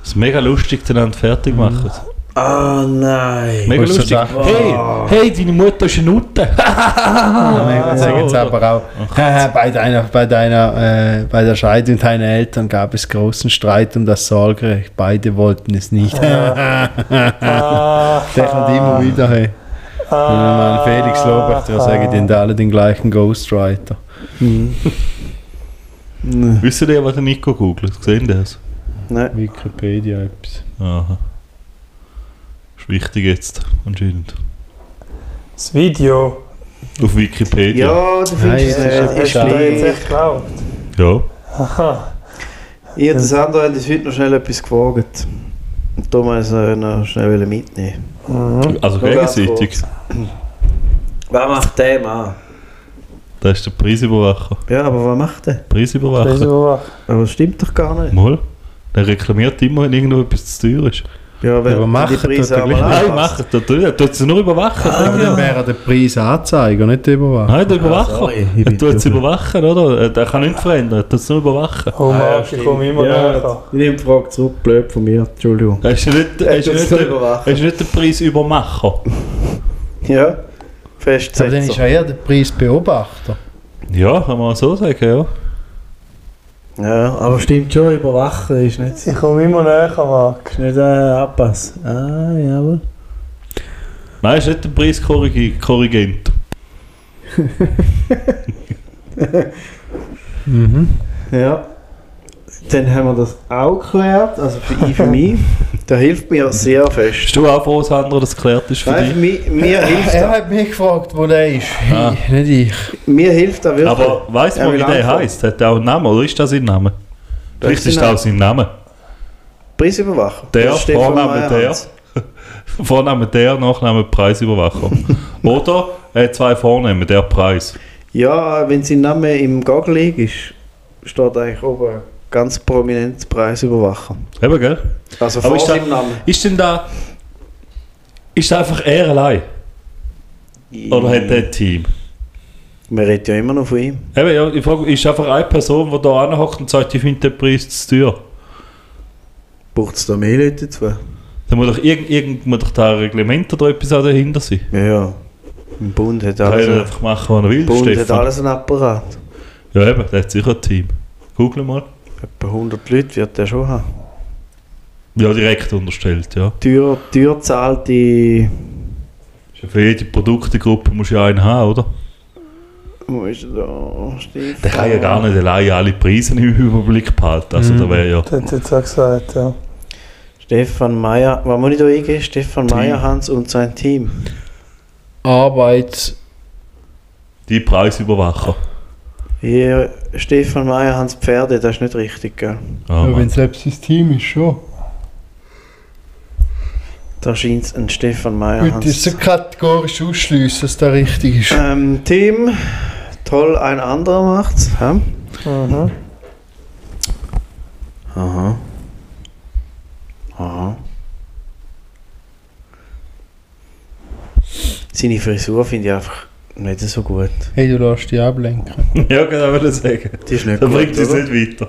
[SPEAKER 3] Das ist mega lustig, den einen fertig machen.
[SPEAKER 2] Ah, nein. Ah.
[SPEAKER 3] Mega
[SPEAKER 4] Hast du so
[SPEAKER 3] lustig.
[SPEAKER 4] Sachen-
[SPEAKER 3] Hey, hey, deine Mutter ist eine Nutte.
[SPEAKER 4] Ah, sagen jetzt aber auch, haha, bei deiner, bei deiner, äh, bei der Scheidung deiner Eltern gab es großen Streit um das Sorgerecht. Beide wollten es nicht.
[SPEAKER 5] Ah,
[SPEAKER 4] Der kommt immer wieder. Hey. Wenn wir mal an Felix Lobrecht, der sagen
[SPEAKER 5] Ah,
[SPEAKER 4] denen alle den gleichen Ghostwriter.
[SPEAKER 2] Nein.
[SPEAKER 3] Wisst ihr, was der Nico googelt? Sehen das?
[SPEAKER 2] Nein.
[SPEAKER 4] Wikipedia etwas.
[SPEAKER 3] Aha. Ist wichtig jetzt, anscheinend.
[SPEAKER 5] Das Video.
[SPEAKER 3] Auf Wikipedia.
[SPEAKER 2] Ja, du
[SPEAKER 4] Nein,
[SPEAKER 2] findest
[SPEAKER 4] das
[SPEAKER 2] es nicht.
[SPEAKER 4] ist
[SPEAKER 2] Ist
[SPEAKER 5] Hast du da jetzt
[SPEAKER 2] schlecht.
[SPEAKER 5] echt geglaubt?
[SPEAKER 3] Ja.
[SPEAKER 5] Aha.
[SPEAKER 2] Ich und das andere haben uns heute noch schnell etwas gefragt. Und da wollen wir es noch- noch schnell wollen mitnehmen.
[SPEAKER 5] Mhm.
[SPEAKER 3] Also
[SPEAKER 2] Nur ganz
[SPEAKER 3] gegenseitig.
[SPEAKER 2] Wer macht den Mann?
[SPEAKER 3] Das ist der Preisüberwacher.
[SPEAKER 6] Ja, aber was macht der?
[SPEAKER 2] Das ist
[SPEAKER 3] Preisüberwacher.
[SPEAKER 2] so wach.
[SPEAKER 6] Aber das stimmt doch gar nicht.
[SPEAKER 3] Mal. Der reklamiert immer, wenn irgendetwas zu teuer ist.
[SPEAKER 6] Ja, wenn
[SPEAKER 4] aber
[SPEAKER 6] wenn
[SPEAKER 4] macht
[SPEAKER 6] die
[SPEAKER 4] er
[SPEAKER 6] Preise
[SPEAKER 4] doch
[SPEAKER 6] einmal
[SPEAKER 5] Ah,
[SPEAKER 4] gleich.
[SPEAKER 3] Nein,
[SPEAKER 6] anpassen.
[SPEAKER 3] macht er nicht. Er tut sie nur überwachen.
[SPEAKER 4] Aber dann wäre der Preis Anzeiger, nicht überwacht.
[SPEAKER 3] Nein, der Überwacher.
[SPEAKER 6] sorry, ich
[SPEAKER 3] er
[SPEAKER 6] bin
[SPEAKER 3] tut es
[SPEAKER 6] dumm.
[SPEAKER 3] überwachen, oder? Er- Er kann nichts verändern, er tut es nur überwachen.
[SPEAKER 2] Ah,
[SPEAKER 5] Oh Marc, ich komme immer näher.
[SPEAKER 6] Ja, ich nehme die Frage zurück, blöd von mir, Entschuldigung.
[SPEAKER 3] Er ist ja nicht, er ist ja
[SPEAKER 2] tut's
[SPEAKER 3] nicht,
[SPEAKER 2] nur
[SPEAKER 3] der-
[SPEAKER 2] überwachen.
[SPEAKER 3] er ist nicht der Preisübermacher.
[SPEAKER 2] Ja,
[SPEAKER 4] Aber dann ist
[SPEAKER 2] Festsetzer.
[SPEAKER 4] ja eher der Preisbeobachter.
[SPEAKER 3] Ja, kann man so sagen, ja.
[SPEAKER 6] Ja, aber stimmt schon, überwachen ist nicht,
[SPEAKER 5] Ich komme immer näher, Marc.
[SPEAKER 6] ist nicht äh, Abpass. Ah, jawohl.
[SPEAKER 3] Nein, ist nicht der Preiskorrigent.
[SPEAKER 4] Mhm.
[SPEAKER 6] Ja. Dann haben wir das auch geklärt, also für, ich, für mich.
[SPEAKER 2] Der hilft mir sehr fest.
[SPEAKER 3] Bist du auch froh, Sandra, dass es geklärt ist für
[SPEAKER 2] Nein,
[SPEAKER 3] dich?
[SPEAKER 2] mir, mir hilft
[SPEAKER 4] Er
[SPEAKER 2] er.
[SPEAKER 4] hat mich gefragt, wo der ist.
[SPEAKER 3] Ah.
[SPEAKER 4] Ich, nicht ich.
[SPEAKER 2] Mir hilft er wirklich.
[SPEAKER 3] Aber weißt
[SPEAKER 2] Ja,
[SPEAKER 3] du, wie
[SPEAKER 2] wie
[SPEAKER 3] der
[SPEAKER 2] lang-
[SPEAKER 3] heißt? Hat er auch einen Namen oder ist das sein Name?
[SPEAKER 2] Das
[SPEAKER 3] Vielleicht
[SPEAKER 2] ist
[SPEAKER 3] ist
[SPEAKER 2] sein
[SPEAKER 3] das auch sein Name.
[SPEAKER 2] Preisüberwacher.
[SPEAKER 3] Der,
[SPEAKER 2] Das ist Stefan
[SPEAKER 3] Vorname der.
[SPEAKER 2] Meyerhans.
[SPEAKER 3] Vorname der, Nachname Preisüberwacher. oder er hat zwei Vornamen, der Preis.
[SPEAKER 2] Ja, wenn sein Name im Goggle ist, steht eigentlich oben ganz prominent Preisüberwacher.
[SPEAKER 3] Eben, gell?
[SPEAKER 2] Also
[SPEAKER 3] Aber
[SPEAKER 2] vor
[SPEAKER 3] ist
[SPEAKER 2] seinem Namen.
[SPEAKER 3] Ist denn da. Ist da einfach er allein? Oder hat er ein Team?
[SPEAKER 2] Man redet ja immer noch von ihm.
[SPEAKER 3] Eben, ja, ich frage, ist einfach eine Person, die da anhockt und sagt, ich finde den Preis zu teuer?
[SPEAKER 2] Braucht es da mehr Leute dazu?
[SPEAKER 3] Da muss doch irgend, irgend muss doch da ein Reglement oder etwas auch dahinter sein.
[SPEAKER 2] Ja, ja. Im Bund hat
[SPEAKER 3] Da kann
[SPEAKER 2] alles,
[SPEAKER 3] er
[SPEAKER 2] ein,
[SPEAKER 3] einfach machen, was er will,
[SPEAKER 2] also Bund hat
[SPEAKER 3] Stefan.
[SPEAKER 2] alles ein Apparat.
[SPEAKER 3] Ja, eben, der hat sicher ein Team. Google mal.
[SPEAKER 2] Etwa 100 Leute wird der schon haben.
[SPEAKER 3] Ja, direkt unterstellt, ja.
[SPEAKER 2] Tür, Tür zahlt die.
[SPEAKER 3] Ist ja Für jede Produktegruppe musst du ja einen haben, oder?
[SPEAKER 2] Wo ist er da? Stefan.
[SPEAKER 3] Der kann ja gar nicht allein alle Preise im Überblick behalten. Also,
[SPEAKER 2] Mhm.
[SPEAKER 3] da wäre ja.
[SPEAKER 5] Das hat jetzt auch gesagt, ja.
[SPEAKER 2] Stefan Meier. Was muss ich da eingeben? Stefan
[SPEAKER 3] Team.
[SPEAKER 2] Meier, Hans und sein Team.
[SPEAKER 4] Arbeits...
[SPEAKER 3] Die Preisüberwacher.
[SPEAKER 2] Hier, Stefan Meier, Hans Pferde, das ist nicht richtig, gell?
[SPEAKER 3] Ah, Mann.
[SPEAKER 4] selbst sein Team ist, schon.
[SPEAKER 2] Da scheint es ein Stefan Meier,
[SPEAKER 4] Heute ist
[SPEAKER 2] Hans.
[SPEAKER 4] so kategorisch ausschliessen, dass der richtig ist.
[SPEAKER 2] Ähm, Team. Toll, ein anderer macht's. Hä?
[SPEAKER 5] Mhm.
[SPEAKER 2] Aha. Aha. Seine Frisur finde ich einfach nicht so gut.
[SPEAKER 4] Hey, du lässt dich ablenken.
[SPEAKER 3] ja, genau, würde ich sagen.
[SPEAKER 2] Die ist nicht
[SPEAKER 3] Da
[SPEAKER 2] gut,
[SPEAKER 3] bringt es
[SPEAKER 2] oder?
[SPEAKER 3] nicht weiter.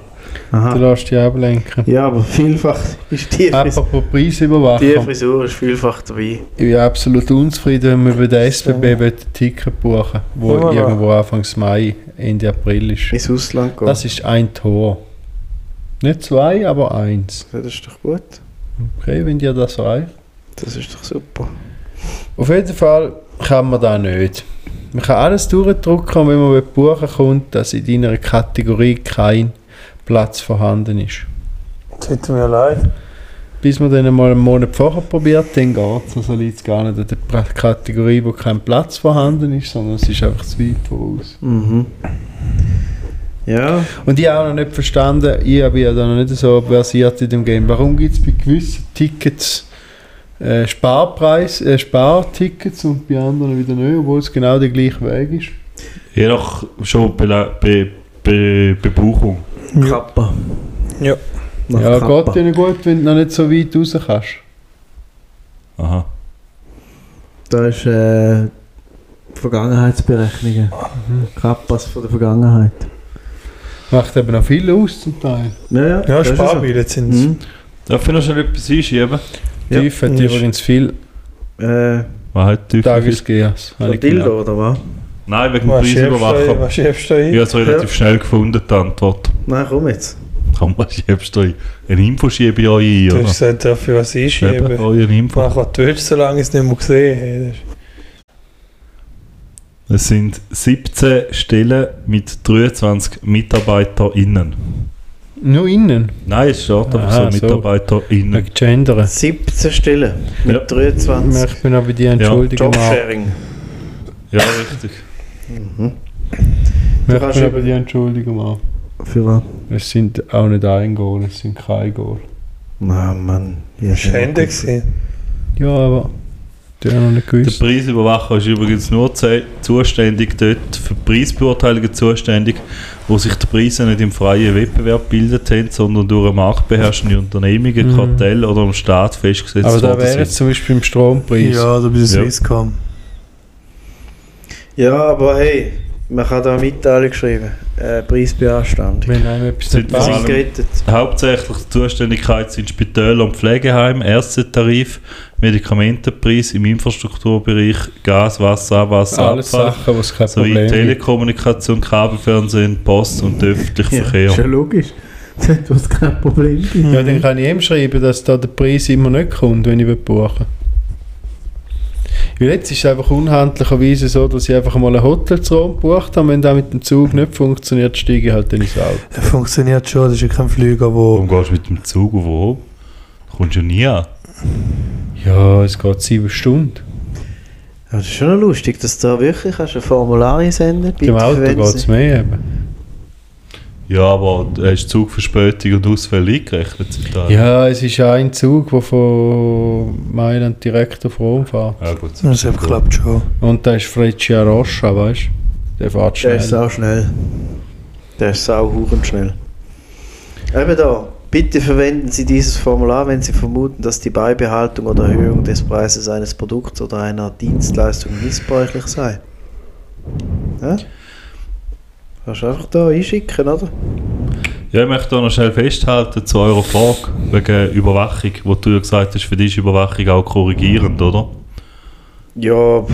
[SPEAKER 4] Du
[SPEAKER 2] Aha. Ah,
[SPEAKER 4] lässt dich ablenken.
[SPEAKER 2] Ja, aber vielfach ist die Frisur,
[SPEAKER 4] Apropos
[SPEAKER 2] die
[SPEAKER 4] Preisüberwachung.
[SPEAKER 2] Frisur ist vielfach dabei.
[SPEAKER 4] Ich bin absolut unzufrieden, wenn wir bei der SBB wollen ein Ticket buchen wo
[SPEAKER 5] Wunderbar.
[SPEAKER 4] irgendwo Anfang Mai, Ende April ist.
[SPEAKER 2] Ins Ausland gehen. Das,
[SPEAKER 4] Das ist ein Tor. Nicht zwei, aber eins.
[SPEAKER 2] ist doch gut.
[SPEAKER 4] Okay, wenn dir das reicht.
[SPEAKER 2] Das ist doch super.
[SPEAKER 4] Auf jeden Fall kann man das nicht. Man kann alles durchdrücken und wenn man buchen will, kommt, dass in deiner Kategorie kein Platz vorhanden ist.
[SPEAKER 5] Tut mir leid.
[SPEAKER 4] Bis man dann mal einen Monat vorher probiert, dann geht es. Also liegt es gar nicht an der Pra- Kategorie, wo kein Platz vorhanden ist, sondern es ist einfach zu weit voraus.
[SPEAKER 2] Mhm. Ja,
[SPEAKER 4] Und ich auch noch nicht verstanden, ich bin ja da noch nicht so versiert in dem Game. Warum gibt es bei gewissen Tickets äh, Sparpreis, äh, Spartickets und bei anderen wieder nicht, obwohl es genau der gleiche Weg ist?
[SPEAKER 3] Je nach schon Bela- Be Be Bebuchung.
[SPEAKER 6] Kappa.
[SPEAKER 5] Ja.
[SPEAKER 6] Nach
[SPEAKER 4] ja,
[SPEAKER 6] Kappa.
[SPEAKER 4] geht dir nicht gut, wenn du noch nicht so weit raus kannst.
[SPEAKER 3] Aha.
[SPEAKER 6] Da ist äh, Vergangenheitsberechnungen. Mhm. Kappas von der Vergangenheit.
[SPEAKER 4] Macht eben noch viel aus zum Teil.
[SPEAKER 6] Ja, ja.
[SPEAKER 5] Ja,
[SPEAKER 6] das ist so.
[SPEAKER 5] Sparbilder sind es.
[SPEAKER 6] Mhm.
[SPEAKER 3] Darf ich noch schnell etwas einschieben?
[SPEAKER 2] Ja,
[SPEAKER 4] Tief hat
[SPEAKER 5] ist-
[SPEAKER 4] übrigens viel
[SPEAKER 2] äh,
[SPEAKER 3] Was hat die
[SPEAKER 4] Tagesgeas.
[SPEAKER 2] der Dildo oder was?
[SPEAKER 3] Nein, wegen dem
[SPEAKER 5] Was schiebst du ein?
[SPEAKER 3] Preisüberwacher.
[SPEAKER 5] Was schiebst du ein?
[SPEAKER 3] Ich habe es relativ schnell gefunden, die Antwort.
[SPEAKER 2] Nein, komm jetzt.
[SPEAKER 3] Komm, was schiebst du ein? Eine Info schiebe ich euch
[SPEAKER 5] Du
[SPEAKER 3] ein,
[SPEAKER 5] hast
[SPEAKER 3] oder?
[SPEAKER 5] gesagt, darf ich was
[SPEAKER 3] Eben,
[SPEAKER 5] einschieben?
[SPEAKER 3] euch eine Info.
[SPEAKER 5] Mach was du willst, solange ich es nicht mehr gesehen habe.
[SPEAKER 3] Es sind 17 Stellen mit 23 MitarbeiterInnen.
[SPEAKER 4] Nur innen.
[SPEAKER 3] Nein, es steht aber
[SPEAKER 4] Aha,
[SPEAKER 3] so
[SPEAKER 4] so.
[SPEAKER 3] MitarbeiterInnen.
[SPEAKER 4] Wegen Gendern.
[SPEAKER 2] 17 Stellen mit
[SPEAKER 3] Ja.
[SPEAKER 2] 23.
[SPEAKER 4] Ich bin auch bei dir entschuldigen. Ja.
[SPEAKER 2] Jobsharing.
[SPEAKER 3] Ja, richtig.
[SPEAKER 4] Ich
[SPEAKER 2] Du kannst
[SPEAKER 4] bin auch bei
[SPEAKER 2] eben-
[SPEAKER 4] dir entschuldigen. Mann.
[SPEAKER 6] Für was?
[SPEAKER 4] Es sind auch nicht ein Goal, es sind kein Goal.
[SPEAKER 2] Na Mann.
[SPEAKER 6] genau.
[SPEAKER 5] Das war Hände. gewesen.
[SPEAKER 4] Ja, aber Ja, noch nicht
[SPEAKER 3] Der
[SPEAKER 4] gewusst.
[SPEAKER 3] Preisüberwacher ist übrigens nur zu- zuständig dort für Preisbeurteilungen zuständig, wo sich die Preise nicht im freien Wettbewerb gebildet haben, sondern durch eine marktbeherrschende Unternehmungen,
[SPEAKER 4] Mhm.
[SPEAKER 3] Kartell oder im Staat festgesetzt
[SPEAKER 4] Aber da
[SPEAKER 3] worden
[SPEAKER 4] wäre
[SPEAKER 3] sind.
[SPEAKER 4] jetzt zum Beispiel im Strompreis.
[SPEAKER 5] Ja, oder bei der
[SPEAKER 3] Ja.
[SPEAKER 5] Swisscom.
[SPEAKER 2] Ja, aber hey, man kann da eine Mitteilung schreiben. Äh, Preis bei Anstand.
[SPEAKER 4] Wenn einem etwas
[SPEAKER 3] Sind
[SPEAKER 4] nicht
[SPEAKER 2] Wir
[SPEAKER 3] vor
[SPEAKER 2] sind
[SPEAKER 3] allem-
[SPEAKER 2] gerettet.
[SPEAKER 3] Hauptsächlich die Zuständigkeit sind Spitäler und Pflegeheim, Ärztetarif, Medikamentenpreis im Infrastrukturbereich, Gas, Wasser,
[SPEAKER 4] passt,
[SPEAKER 3] Abwasser,
[SPEAKER 4] alles Sachen, was kein
[SPEAKER 3] sowie
[SPEAKER 4] Problem gibt.
[SPEAKER 3] Telekommunikation, Kabelfernsehen, Post und
[SPEAKER 4] Mhm.
[SPEAKER 3] öffentlicher Verkehr.
[SPEAKER 6] Ist ja logisch. Das hat was kein Problem. gibt.
[SPEAKER 4] Ja, dann kann ich ihm schreiben, dass da der Preis immer nicht kommt, wenn ich will buchen will. Weil jetzt ist es einfach unhandlicherweise so, dass ich einfach mal ein Hotel zu Rom gebucht habe. Wenn das mit dem Zug nicht funktioniert, steige ich halt dann ins Auto.
[SPEAKER 5] Das funktioniert schon, das ist ja kein Flüger, wo...
[SPEAKER 3] Warum gehst du mit dem Zug und wo? Du kommst ja nie an.
[SPEAKER 4] Ja, es geht sieben Stunden.
[SPEAKER 2] Ja, das ist schon noch lustig, dass du da wirklich hast ein Formular einsenden kannst.
[SPEAKER 4] Dem Auto geht es mehr eben.
[SPEAKER 3] Ja, aber du hast Zugverspätung und Ausfälle eingerechnet zum Teil.
[SPEAKER 4] Ja, es ist ein Zug, der von Mailand direkt auf Rom fährt.
[SPEAKER 3] Ja, gut.
[SPEAKER 2] Oh.
[SPEAKER 5] Das hat geklappt schon.
[SPEAKER 4] Und da ist Freccia Rocha, weißt du? Der fährt
[SPEAKER 2] Der ist
[SPEAKER 4] schnell.
[SPEAKER 2] sau schnell. Der ist sau huchend schnell. Eben da. Bitte verwenden Sie dieses Formular, wenn Sie vermuten, dass die Beibehaltung oder Erhöhung des Preises eines Produkts oder einer Dienstleistung missbräuchlich sei. Ja? Kannst du einfach da einschicken, oder?
[SPEAKER 3] Ja, ich möchte auch noch schnell festhalten zu eurer Frage wegen Überwachung, wo du ja gesagt hast, für dich ist Überwachung auch korrigierend, oder?
[SPEAKER 2] Ja, pff,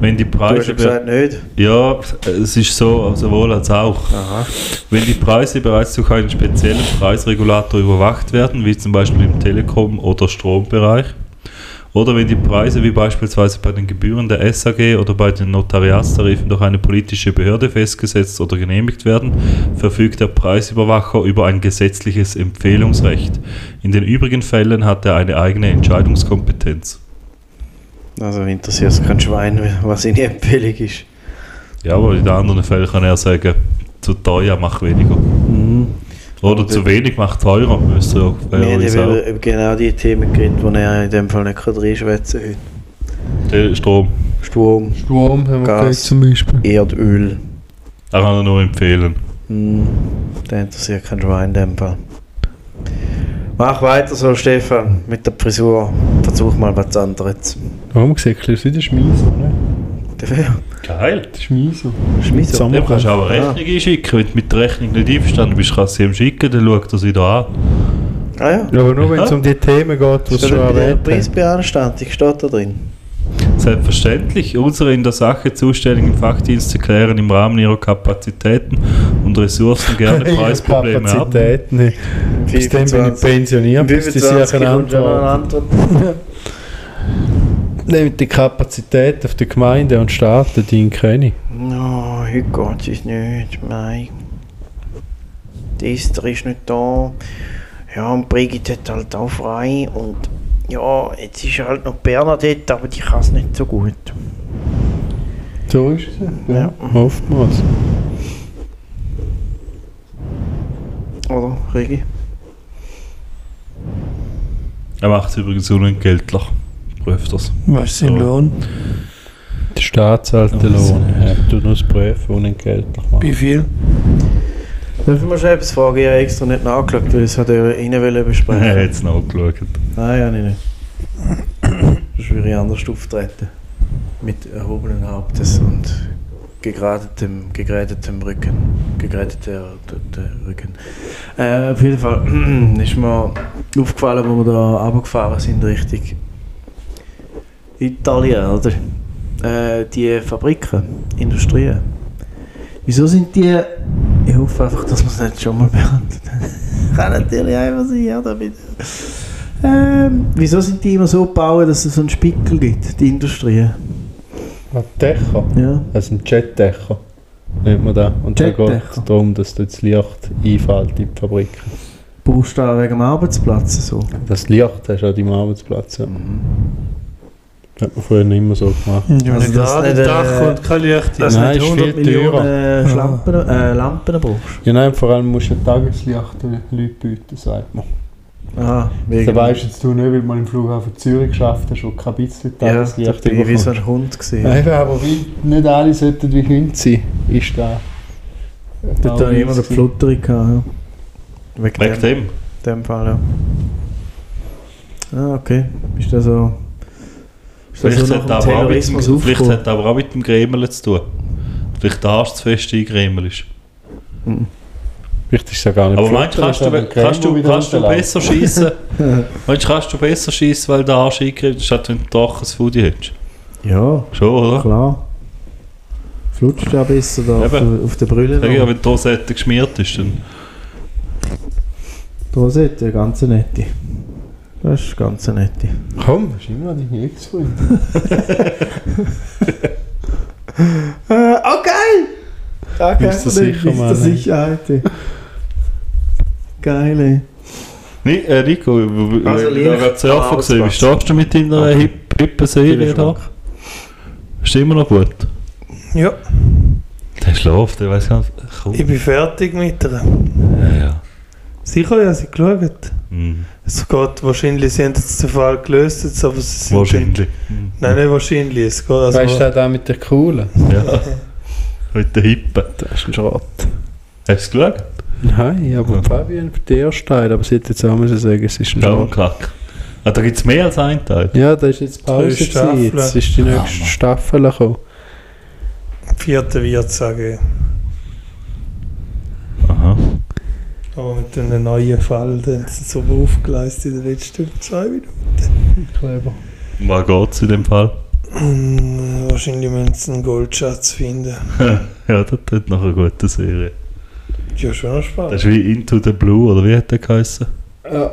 [SPEAKER 3] Wenn die
[SPEAKER 2] du hast
[SPEAKER 3] Preise...
[SPEAKER 2] ja gesagt nicht.
[SPEAKER 3] Ja, es ist so, sowohl als auch.
[SPEAKER 2] Aha.
[SPEAKER 3] Wenn die Preise bereits durch einen speziellen Preisregulator überwacht werden, wie zum Beispiel im Telekom- oder Strombereich, oder wenn die Preise wie beispielsweise bei den Gebühren der SAG oder bei den Notariatstarifen durch eine politische Behörde festgesetzt oder genehmigt werden, verfügt der Preisüberwacher über ein gesetzliches Empfehlungsrecht. In den übrigen Fällen hat er eine eigene Entscheidungskompetenz.
[SPEAKER 2] Also interessiert es kein Schwein, was seine Empfehlung ist.
[SPEAKER 3] Ja, aber in den anderen Fällen kann er sagen, zu teuer mach weniger.
[SPEAKER 6] Mhm.
[SPEAKER 3] Oder zu wenig macht teurer, müsste ja
[SPEAKER 2] Wir haben
[SPEAKER 3] fairerweise
[SPEAKER 2] eben
[SPEAKER 3] auch.
[SPEAKER 2] über, über genau die Themen geredet, die er in dem Fall nicht reinschwätzen kann. heute.
[SPEAKER 3] Der Strom.
[SPEAKER 2] Strom,
[SPEAKER 4] Strom haben wir
[SPEAKER 2] Gas.
[SPEAKER 4] gleich zum Beispiel.
[SPEAKER 2] Erdöl.
[SPEAKER 3] Da kann er nur empfehlen.
[SPEAKER 2] Hm, der interessiert kein Schwein in dem Fall. Mach weiter so, Stefan, mit der Frisur. Versuch mal was anderes.
[SPEAKER 4] Warum sieht es wie der Schmieser, ne?
[SPEAKER 2] Der
[SPEAKER 3] Geil.
[SPEAKER 4] Der Schmieser.
[SPEAKER 2] Schmieser.
[SPEAKER 3] Dem kannst du auch eine Rechnung einschicken. Wenn du mit der Rechnung nicht einverstanden bist, kannst du sie ihm schicken, dann schaut er sie da an.
[SPEAKER 2] Ah ja.
[SPEAKER 4] Aber nur wenn es um die Themen geht, die
[SPEAKER 2] Das
[SPEAKER 4] es
[SPEAKER 2] ist
[SPEAKER 4] schon
[SPEAKER 2] bei der
[SPEAKER 4] erwähnt haben.
[SPEAKER 2] Preisbeanstandung steht da drin.
[SPEAKER 3] Selbstverständlich, unsere in der Sache zuständigen Fachdienste klären im Rahmen ihrer Kapazitäten und Ressourcen gerne
[SPEAKER 4] Ihre
[SPEAKER 3] Preisprobleme ab.
[SPEAKER 4] Kapazitäten. nicht. Bis dann bin ich
[SPEAKER 2] 25.
[SPEAKER 4] pensioniert, bis die
[SPEAKER 2] 25
[SPEAKER 4] Sachen
[SPEAKER 2] kommt schon noch eine
[SPEAKER 4] antworten.
[SPEAKER 2] Antwort.
[SPEAKER 4] Nehmt die Kapazität auf die Gemeinde und Staaten, die ihn kenne
[SPEAKER 2] No, heute geht es nicht, nein. Die Esther ist nicht da. Ja, und Brigitte hat halt auch frei. Und ja, jetzt ist halt noch Bernadette, aber die kann es nicht so gut.
[SPEAKER 4] ich. So ist es.
[SPEAKER 2] Ja.
[SPEAKER 4] Oftmals.
[SPEAKER 2] Oder, Regi?
[SPEAKER 3] Er macht es übrigens unentgeltlich. Prüft das.
[SPEAKER 5] Was ist im
[SPEAKER 3] So.
[SPEAKER 5] Lohn?
[SPEAKER 4] Der Staat zahlt den
[SPEAKER 3] Also.
[SPEAKER 4] Lohn. Ja, du nur das Prüfen unentgeltlich
[SPEAKER 5] Wie
[SPEAKER 4] machen.
[SPEAKER 5] viel?
[SPEAKER 2] Dürfen wir schon etwas fragen? Ich habe extra nicht nachgeschaut, weil ich es hat Ihnen wollen
[SPEAKER 3] Er
[SPEAKER 2] besprechen
[SPEAKER 3] hat es nachgeschaut.
[SPEAKER 2] Nein, habe ich nicht. Sonst würde ich anders auftreten. Mit erhobenen Hauptes und gegrätetem, gegrätetem Rücken. Gegräteter der Rücken. Äh, auf jeden Fall ist mir aufgefallen, wo wir da runtergefahren sind, Richtung Italien, oder? Äh, die Fabriken, Industrien. Wieso sind die... Ich hoffe einfach, dass wir es nicht schon mal behandelt haben. Kann natürlich einfach sein, ja, damit... Ähm, wieso sind die immer so gebaut, dass es so einen Spickel gibt, die Industrie?
[SPEAKER 4] Ein Dächer.
[SPEAKER 2] Ja.
[SPEAKER 4] Also ein Jetdächer. Nennt man das. Und da geht
[SPEAKER 2] Jetdächer.
[SPEAKER 4] es darum, dass da das Licht einfällt in die Fabrik.
[SPEAKER 2] Brauchst du auch wegen dem Arbeitsplatz so?
[SPEAKER 4] Das Licht hast du an deinem Arbeitsplatz. Ja. Hat man früher nicht immer so gemacht.
[SPEAKER 5] Ja,
[SPEAKER 2] Also
[SPEAKER 5] also
[SPEAKER 2] das
[SPEAKER 5] das
[SPEAKER 2] nicht, äh,
[SPEAKER 5] Dach und kein Licht.
[SPEAKER 4] das- Nein, ist viel
[SPEAKER 2] Millionen Schlampen, äh, Lampen brauchst.
[SPEAKER 4] Ja, nein, vor allem musst du ein Tageslicht den Leuten bieten, sagt man.
[SPEAKER 2] Ah,
[SPEAKER 4] Da
[SPEAKER 2] wegen
[SPEAKER 4] weißt jetzt du nicht, weil man im Flughafen Zürich geschafft hast, wo kein bisschen
[SPEAKER 2] ja,
[SPEAKER 4] Tageslicht
[SPEAKER 2] da bin ich wie so
[SPEAKER 4] bekommt.
[SPEAKER 2] ein Hund gesehen.
[SPEAKER 4] Eben, aber wie nicht alle sollten wie Hunde sein, ist da.
[SPEAKER 6] Da
[SPEAKER 4] auch
[SPEAKER 6] hatte ich immer eine
[SPEAKER 4] gewesen.
[SPEAKER 6] Flutterung. gehabt,
[SPEAKER 2] Wegen
[SPEAKER 3] Wegen
[SPEAKER 2] dem,
[SPEAKER 3] dem.
[SPEAKER 2] dem Fall, ja. Ah, okay. Ist das so. Ist das
[SPEAKER 3] Vielleicht,
[SPEAKER 2] so nach
[SPEAKER 3] hat
[SPEAKER 2] dem
[SPEAKER 3] er aber auch mit dem,
[SPEAKER 2] Terrorismus
[SPEAKER 3] vielleicht
[SPEAKER 2] aufgekommen?
[SPEAKER 3] hat er aber auch mit dem Gremel zu tun. Vielleicht der Arsch zu fest eingremel ist.
[SPEAKER 4] Vielleicht ist ja gar nicht
[SPEAKER 3] Aber meinst du, kannst du, kannst du, kannst du besser schießen? meinst du, kannst du besser schießen, weil der Arsch eingreift, statt wenn du doch ein Foodie hättest?
[SPEAKER 6] Ja,
[SPEAKER 3] Schon, oder?
[SPEAKER 6] klar. Flutscht ja besser da auf,
[SPEAKER 3] Eben.
[SPEAKER 6] der- auf der Brille.
[SPEAKER 3] Sag ich, ja, wenn die Rosette geschmiert ist, dann.
[SPEAKER 6] Da seht ihr, eine ganz nette. Das ist ganz eine nette.
[SPEAKER 4] Komm, das ist immer deine Ex-Freundin.
[SPEAKER 6] Äh, oh geil! Danke,
[SPEAKER 4] Bist du sicher, Mann, ey?
[SPEAKER 6] Sicherheit. ey. Geil, ey.
[SPEAKER 3] Ni, äh, Nico, äh, ich
[SPEAKER 2] Also
[SPEAKER 3] habe
[SPEAKER 2] leicht
[SPEAKER 3] gerade surfen
[SPEAKER 2] am
[SPEAKER 3] gesehen. Wie
[SPEAKER 2] Auswachsen.
[SPEAKER 3] stehst du mit deiner
[SPEAKER 2] Okay.
[SPEAKER 3] hip- hippen Serie da? Ist immer noch gut?
[SPEAKER 5] Ja,
[SPEAKER 3] Der schläft, der weiß gar nicht. Komm.
[SPEAKER 5] ich bin fertig mit ihr.
[SPEAKER 3] Ja, ja.
[SPEAKER 5] Sicher, ja, sie geschaut.
[SPEAKER 3] Mhm.
[SPEAKER 5] Es geht wahrscheinlich, sie haben jetzt den Fall gelöst, jetzt, aber sie sind
[SPEAKER 3] Wahrscheinlich. Mhm.
[SPEAKER 5] Nein, nicht wahrscheinlich. Es geht also
[SPEAKER 4] Weißt du, da mit der Kuhle?
[SPEAKER 3] Ja. Mit der Hippe.
[SPEAKER 1] Das ist ein Schrott.
[SPEAKER 3] Hast du es geschaut?
[SPEAKER 1] Nein, aber
[SPEAKER 3] Ja.
[SPEAKER 1] Fabian Derstein, aber sie hätte jetzt auch müssen sagen, es ist ein Schrott.
[SPEAKER 3] Daumenklack. Ah, da gibt es mehr als einen Teil.
[SPEAKER 1] Ja, da ist jetzt Pause
[SPEAKER 5] Drei
[SPEAKER 1] gewesen.
[SPEAKER 5] Staffeln.
[SPEAKER 1] Jetzt ist die
[SPEAKER 3] Ja,
[SPEAKER 1] nächste
[SPEAKER 3] Mann.
[SPEAKER 1] Staffel gekommen.
[SPEAKER 5] vierte wird, sage ich.
[SPEAKER 3] Aha.
[SPEAKER 5] Aber mit einem neuen Fall, den haben sie so aufgeleistet in den letzten zwei Minuten.
[SPEAKER 4] Kleber.
[SPEAKER 3] Um Was geht es in dem Fall?
[SPEAKER 5] Und, äh, wahrscheinlich müssen sie einen Goldschatz finden.
[SPEAKER 3] Ja, das tut nach einer guten Serie.
[SPEAKER 5] Ja, schon noch spannend.
[SPEAKER 3] Das ist wie Into the Blue, oder wie hat der geheißen?
[SPEAKER 4] Ja,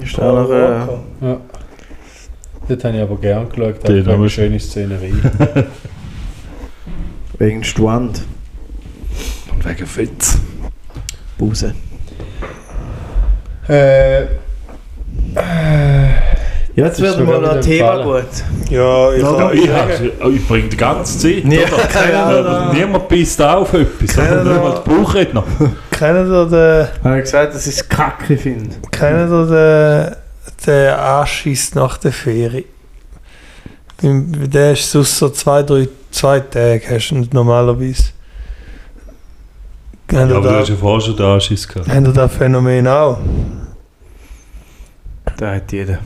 [SPEAKER 2] Ist da noch, äh,
[SPEAKER 4] ja. Das habe ich aber gern geschaut.
[SPEAKER 3] Den
[SPEAKER 4] Das war
[SPEAKER 3] haben wir-
[SPEAKER 4] eine schöne Szenerie.
[SPEAKER 2] wegen Stuand.
[SPEAKER 3] Und wegen Fitz.
[SPEAKER 2] Buse.
[SPEAKER 4] äh,
[SPEAKER 2] Ja, jetzt
[SPEAKER 4] Das ist
[SPEAKER 2] wird mal
[SPEAKER 4] sogar
[SPEAKER 2] noch ein
[SPEAKER 4] wieder
[SPEAKER 2] Thema
[SPEAKER 4] gefallen.
[SPEAKER 2] gut.
[SPEAKER 5] Ja, ich
[SPEAKER 2] Noch-
[SPEAKER 5] kann,
[SPEAKER 3] ich, hab's- oh, ich bringe die ganze Zeit.
[SPEAKER 2] Ja,
[SPEAKER 3] oder?
[SPEAKER 2] keine Ahnung.
[SPEAKER 3] Äh, Niemand pisst auf etwas.
[SPEAKER 2] Keine
[SPEAKER 3] Oder nicht mal die Bauchredner.
[SPEAKER 5] kennen Sie den,
[SPEAKER 2] Habe ich gesagt, dass ich es kacke finde.
[SPEAKER 5] kennen Sie den, den Anschiss nach der Ferie? Beim- Der ist sonst so zwei, drei, zwei Tage, hast du nicht normalerweise. Haben
[SPEAKER 3] Ja,
[SPEAKER 5] Sie
[SPEAKER 3] aber du
[SPEAKER 5] da-
[SPEAKER 3] hast ja vorher schon den Anschiss gehabt.
[SPEAKER 5] haben Sie das Phänomen auch?
[SPEAKER 2] Da hat jeder.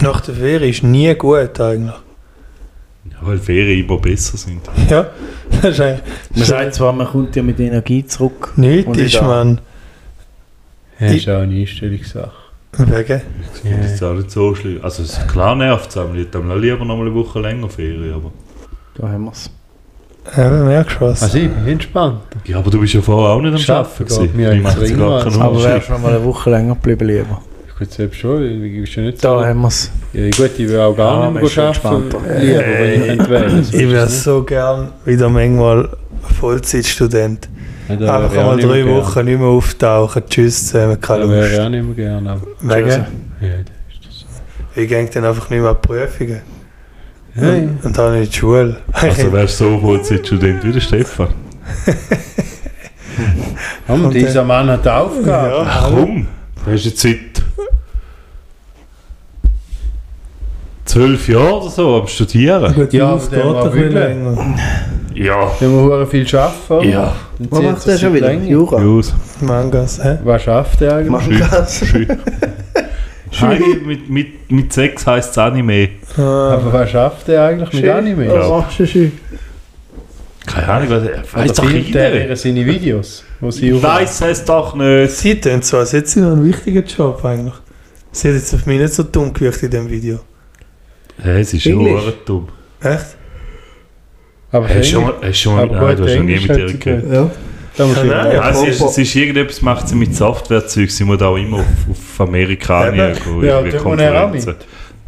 [SPEAKER 5] Nach der Ferie ist nie gut eigentlich.
[SPEAKER 3] Ja, weil Ferien immer besser sind.
[SPEAKER 5] Ja, das ist eigentlich
[SPEAKER 2] Man sagt zwar, man kommt ja mit Energie zurück. Und
[SPEAKER 5] nichts,
[SPEAKER 2] ich
[SPEAKER 5] ist,
[SPEAKER 2] auch.
[SPEAKER 5] man.
[SPEAKER 4] das
[SPEAKER 5] Ich-
[SPEAKER 4] ist auch eine Einstellungssache.
[SPEAKER 5] Wegen.
[SPEAKER 3] Ich finde das auch nicht so schlimm. Also es klar nervt es einem. Ich hätte noch lieber noch mal eine Woche länger Ferien. Aber.
[SPEAKER 2] Da haben wir es.
[SPEAKER 5] Eben, merkst du was?
[SPEAKER 4] Also ich bin entspannt.
[SPEAKER 3] Ja, aber du bist ja vorher auch nicht am
[SPEAKER 4] Schaffen
[SPEAKER 3] Arbeiten.
[SPEAKER 4] geht
[SPEAKER 3] gewesen.
[SPEAKER 4] mir
[SPEAKER 3] Ich
[SPEAKER 4] eigentlich
[SPEAKER 3] mache jetzt
[SPEAKER 4] zu
[SPEAKER 3] gar
[SPEAKER 4] eng,
[SPEAKER 3] keinen
[SPEAKER 2] Aber wärst
[SPEAKER 3] Unterschied.
[SPEAKER 2] du noch mal eine Woche länger geblieben lieber.
[SPEAKER 4] Gut, selbst schon, ich bin schon nicht
[SPEAKER 2] Da
[SPEAKER 4] so.
[SPEAKER 2] haben wir es.
[SPEAKER 4] Ja, gut, ich will auch gar
[SPEAKER 2] Ja,
[SPEAKER 4] nicht
[SPEAKER 2] man
[SPEAKER 4] mehr
[SPEAKER 2] ist schon
[SPEAKER 4] arbeiten.
[SPEAKER 2] entspannter.
[SPEAKER 4] Lieber, wenn ich könnte wählen
[SPEAKER 5] ich wäre so gern wieder manchmal Vollzeitstudent.
[SPEAKER 4] Ja, da wäre
[SPEAKER 5] Einfach
[SPEAKER 4] ich auch
[SPEAKER 5] mal
[SPEAKER 4] nicht mehr
[SPEAKER 5] drei
[SPEAKER 4] gern.
[SPEAKER 5] Wochen nicht mehr auftauchen. Tschüss zusammen, keine
[SPEAKER 4] Da wäre ich
[SPEAKER 5] Lust.
[SPEAKER 4] auch nicht mehr gern. Aber
[SPEAKER 5] Wegen,
[SPEAKER 4] ja,
[SPEAKER 5] ich gehe dann einfach nicht mehr an die Prüfungen.
[SPEAKER 4] Hey.
[SPEAKER 5] Und, und dann in die Schule.
[SPEAKER 3] Also wärst du so Vollzeitstudent wie der Stefan.
[SPEAKER 4] Aber
[SPEAKER 5] Und
[SPEAKER 4] dieser Mann hat Aufgaben.
[SPEAKER 5] ja.
[SPEAKER 3] Ach komm, du hast jetzt seit zwölf Jahren oder so am Studieren.
[SPEAKER 5] Gut,
[SPEAKER 4] Ja,
[SPEAKER 5] ja, es
[SPEAKER 4] aber der
[SPEAKER 5] geht
[SPEAKER 4] war
[SPEAKER 5] ein bisschen
[SPEAKER 4] Wille.
[SPEAKER 5] länger.
[SPEAKER 3] Ja.
[SPEAKER 4] Wenn wir hure viel arbeiten, oder?
[SPEAKER 3] Ja.
[SPEAKER 4] Dann
[SPEAKER 2] Was
[SPEAKER 4] zieht
[SPEAKER 2] macht
[SPEAKER 4] er
[SPEAKER 2] der schon
[SPEAKER 4] sich
[SPEAKER 2] wieder?
[SPEAKER 4] länger.
[SPEAKER 2] Jura.
[SPEAKER 3] Jus.
[SPEAKER 5] Mangas, hä?
[SPEAKER 4] Was schafft er eigentlich?
[SPEAKER 3] Oh
[SPEAKER 2] Mangas.
[SPEAKER 3] Nein, mit, mit, mit sechs heisst es Anime.
[SPEAKER 5] Ah,
[SPEAKER 4] Aber was schafft er eigentlich mit Anime?
[SPEAKER 3] Ja.
[SPEAKER 2] Orangenschü.
[SPEAKER 3] Keine Ahnung, was er weiß
[SPEAKER 4] Oder
[SPEAKER 3] doch
[SPEAKER 4] Also filmt er
[SPEAKER 3] jeder.
[SPEAKER 4] ihre seine Videos, wo sie
[SPEAKER 3] Ich weiß es doch nicht.
[SPEAKER 5] Sie tun zwar, sie hat sie noch einen wichtigen Job eigentlich. Sie hat jetzt auf mich nicht so dumm gewirkt in dem Video.
[SPEAKER 3] Hey, es ist
[SPEAKER 4] Englisch?
[SPEAKER 3] schon dumm.
[SPEAKER 5] Echt?
[SPEAKER 4] Aber
[SPEAKER 3] Hast du schon
[SPEAKER 4] Englisch,
[SPEAKER 3] mal, hast du schon mal
[SPEAKER 4] Aber
[SPEAKER 3] nein,
[SPEAKER 4] gut,
[SPEAKER 3] du hast noch nie
[SPEAKER 4] Englisch
[SPEAKER 3] mit
[SPEAKER 4] hat
[SPEAKER 3] ihr
[SPEAKER 4] sie
[SPEAKER 3] geredet.
[SPEAKER 1] Ja.
[SPEAKER 4] da muss ich
[SPEAKER 5] Nein,
[SPEAKER 4] mal-
[SPEAKER 3] Ja, es ist,
[SPEAKER 2] Apropos-
[SPEAKER 3] es ist irgendetwas, macht sie mit Softwarezeug. Sie muss auch immer auf, auf Amerikaner
[SPEAKER 4] Eben.
[SPEAKER 3] gehen.
[SPEAKER 4] Ja,
[SPEAKER 3] irgendwie
[SPEAKER 4] tut man ja auch
[SPEAKER 3] Konferenzen.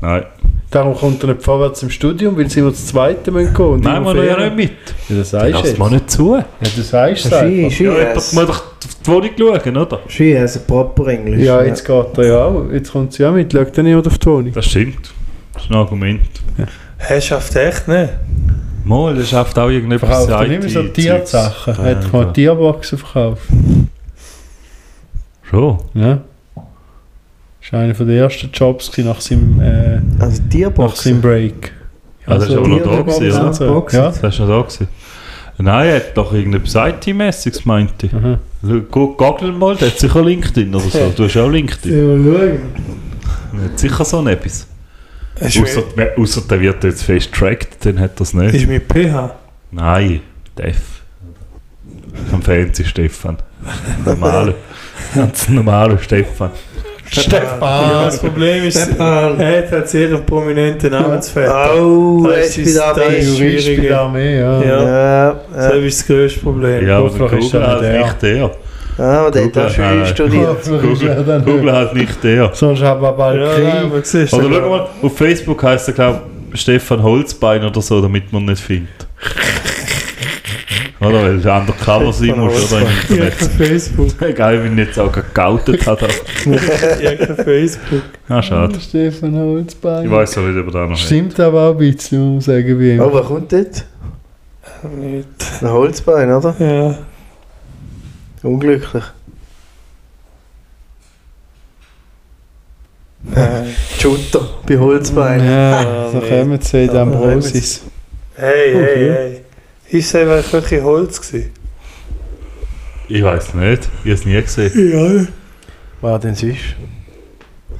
[SPEAKER 3] Nein,
[SPEAKER 4] Darum kommt er nicht vorwärts im Studium, weil sie immer zu zweiten müssen gehen. Und
[SPEAKER 3] nein,
[SPEAKER 4] immer
[SPEAKER 3] man will ja
[SPEAKER 4] Ferien.
[SPEAKER 3] nicht mit.
[SPEAKER 4] Ja,
[SPEAKER 3] Lass
[SPEAKER 4] das sagst du
[SPEAKER 3] es
[SPEAKER 4] jetzt.
[SPEAKER 3] mal
[SPEAKER 4] Ja,
[SPEAKER 3] nicht zu.
[SPEAKER 4] das sagst du
[SPEAKER 2] Ski,
[SPEAKER 4] einfach.
[SPEAKER 2] Ski.
[SPEAKER 3] Ja, jemand muss
[SPEAKER 2] has-
[SPEAKER 3] doch auf die Wohnung schauen, oder?
[SPEAKER 2] Ski has a proper Englisch.
[SPEAKER 4] Ja, jetzt geht er ja auch. Jetzt kommt sie ja mit. Schaut dann jemand auf die Toni.
[SPEAKER 3] Das stimmt. Das ist ein Argument.
[SPEAKER 5] Hä, schafft echt, ne?
[SPEAKER 3] Mal, das schafft auch irgendetwas
[SPEAKER 4] Verkauft er nicht mehr so
[SPEAKER 3] IT-Zeugs.
[SPEAKER 4] Tiersachen. Er
[SPEAKER 3] Ja,
[SPEAKER 4] hat mal
[SPEAKER 3] klar.
[SPEAKER 4] Tierboxen verkauft.
[SPEAKER 3] Schon.
[SPEAKER 4] Ja. Das ist einer von den ersten Jobs gewesen nach seinem, äh,
[SPEAKER 2] Also
[SPEAKER 4] nach
[SPEAKER 2] Tierboxen.
[SPEAKER 4] seinem Break.
[SPEAKER 3] Ja,
[SPEAKER 4] Also
[SPEAKER 3] das ist aber noch da gewesen, oder?
[SPEAKER 4] Boxen.
[SPEAKER 2] Boxen.
[SPEAKER 4] Ja.
[SPEAKER 3] Das hast du noch da gewesen. Nein, er hat doch irgendetwas IT-mäßiges gemeint.
[SPEAKER 4] Aha.
[SPEAKER 3] Google mal, der hat sicher LinkedIn oder so. Du hast auch LinkedIn. Der hat sicher so etwas.
[SPEAKER 5] Ist,
[SPEAKER 3] Außer,
[SPEAKER 5] mit,
[SPEAKER 3] außer der wird jetzt fest tracked, dann hat er es nicht.
[SPEAKER 5] ist mit PH.
[SPEAKER 3] Nein, Def. Am Fernsehen Stefan. Normale. Ganz normale Stefan.
[SPEAKER 5] Ja, das Problem ist,
[SPEAKER 2] Stefan.
[SPEAKER 5] er hat halt sehr einen prominenten Namensvetter.
[SPEAKER 2] Oh,
[SPEAKER 5] Das
[SPEAKER 2] er
[SPEAKER 5] ist
[SPEAKER 2] ist bei der
[SPEAKER 5] das
[SPEAKER 2] Armee.
[SPEAKER 5] Juri-
[SPEAKER 4] Jurist bei der Armee, ja.
[SPEAKER 5] Ah, Ja. Das
[SPEAKER 2] Ja, ja.
[SPEAKER 5] ist das größte Problem.
[SPEAKER 3] Ja, aber
[SPEAKER 4] Hoffentlich
[SPEAKER 3] Google
[SPEAKER 4] ist er
[SPEAKER 3] hat
[SPEAKER 4] nicht der.
[SPEAKER 3] nicht der.
[SPEAKER 2] Ah, und er hat
[SPEAKER 3] Google-
[SPEAKER 2] auch schön
[SPEAKER 3] Ah.
[SPEAKER 2] studiert.
[SPEAKER 4] ja
[SPEAKER 3] Google,
[SPEAKER 4] dann
[SPEAKER 3] Google hat nicht der.
[SPEAKER 4] Sonst haben wir bald
[SPEAKER 5] Ja,
[SPEAKER 4] Krieg.
[SPEAKER 5] nein, aber siehst du,
[SPEAKER 3] Oder schau mal, auf Facebook heißt er, glaube ich, Stefan Holzbein oder so, damit man ihn nicht findet. Oder weil du undercover sein musst, oder? Im
[SPEAKER 5] Irgendein
[SPEAKER 3] Internet.
[SPEAKER 5] Facebook.
[SPEAKER 3] Egal, wenn ich jetzt auch gerade geoutet habe.
[SPEAKER 5] Irgendein Facebook.
[SPEAKER 3] Ah, schade.
[SPEAKER 4] Stefan Holzbein.
[SPEAKER 3] Ich weiß auch nicht, ob er da noch hat.
[SPEAKER 4] Stimmt aber auch ein bisschen, muss man sagen, wie
[SPEAKER 2] Oh, wer kommt dort? Äh,
[SPEAKER 5] Nicht.
[SPEAKER 2] Ein Holzbein, oder?
[SPEAKER 5] Ja.
[SPEAKER 2] Unglücklich. Äh, Shooter bei Holzbein.
[SPEAKER 4] Ja, so kommen sie in
[SPEAKER 5] Ja,
[SPEAKER 4] Ambrosis.
[SPEAKER 5] Hey, hey,
[SPEAKER 4] Okay.
[SPEAKER 5] hey. Ist es einfach wirklich Holz gewesen?
[SPEAKER 3] Ich weiß nicht. Ich habe es nie gesehen.
[SPEAKER 5] Ja.
[SPEAKER 2] War denn sonst?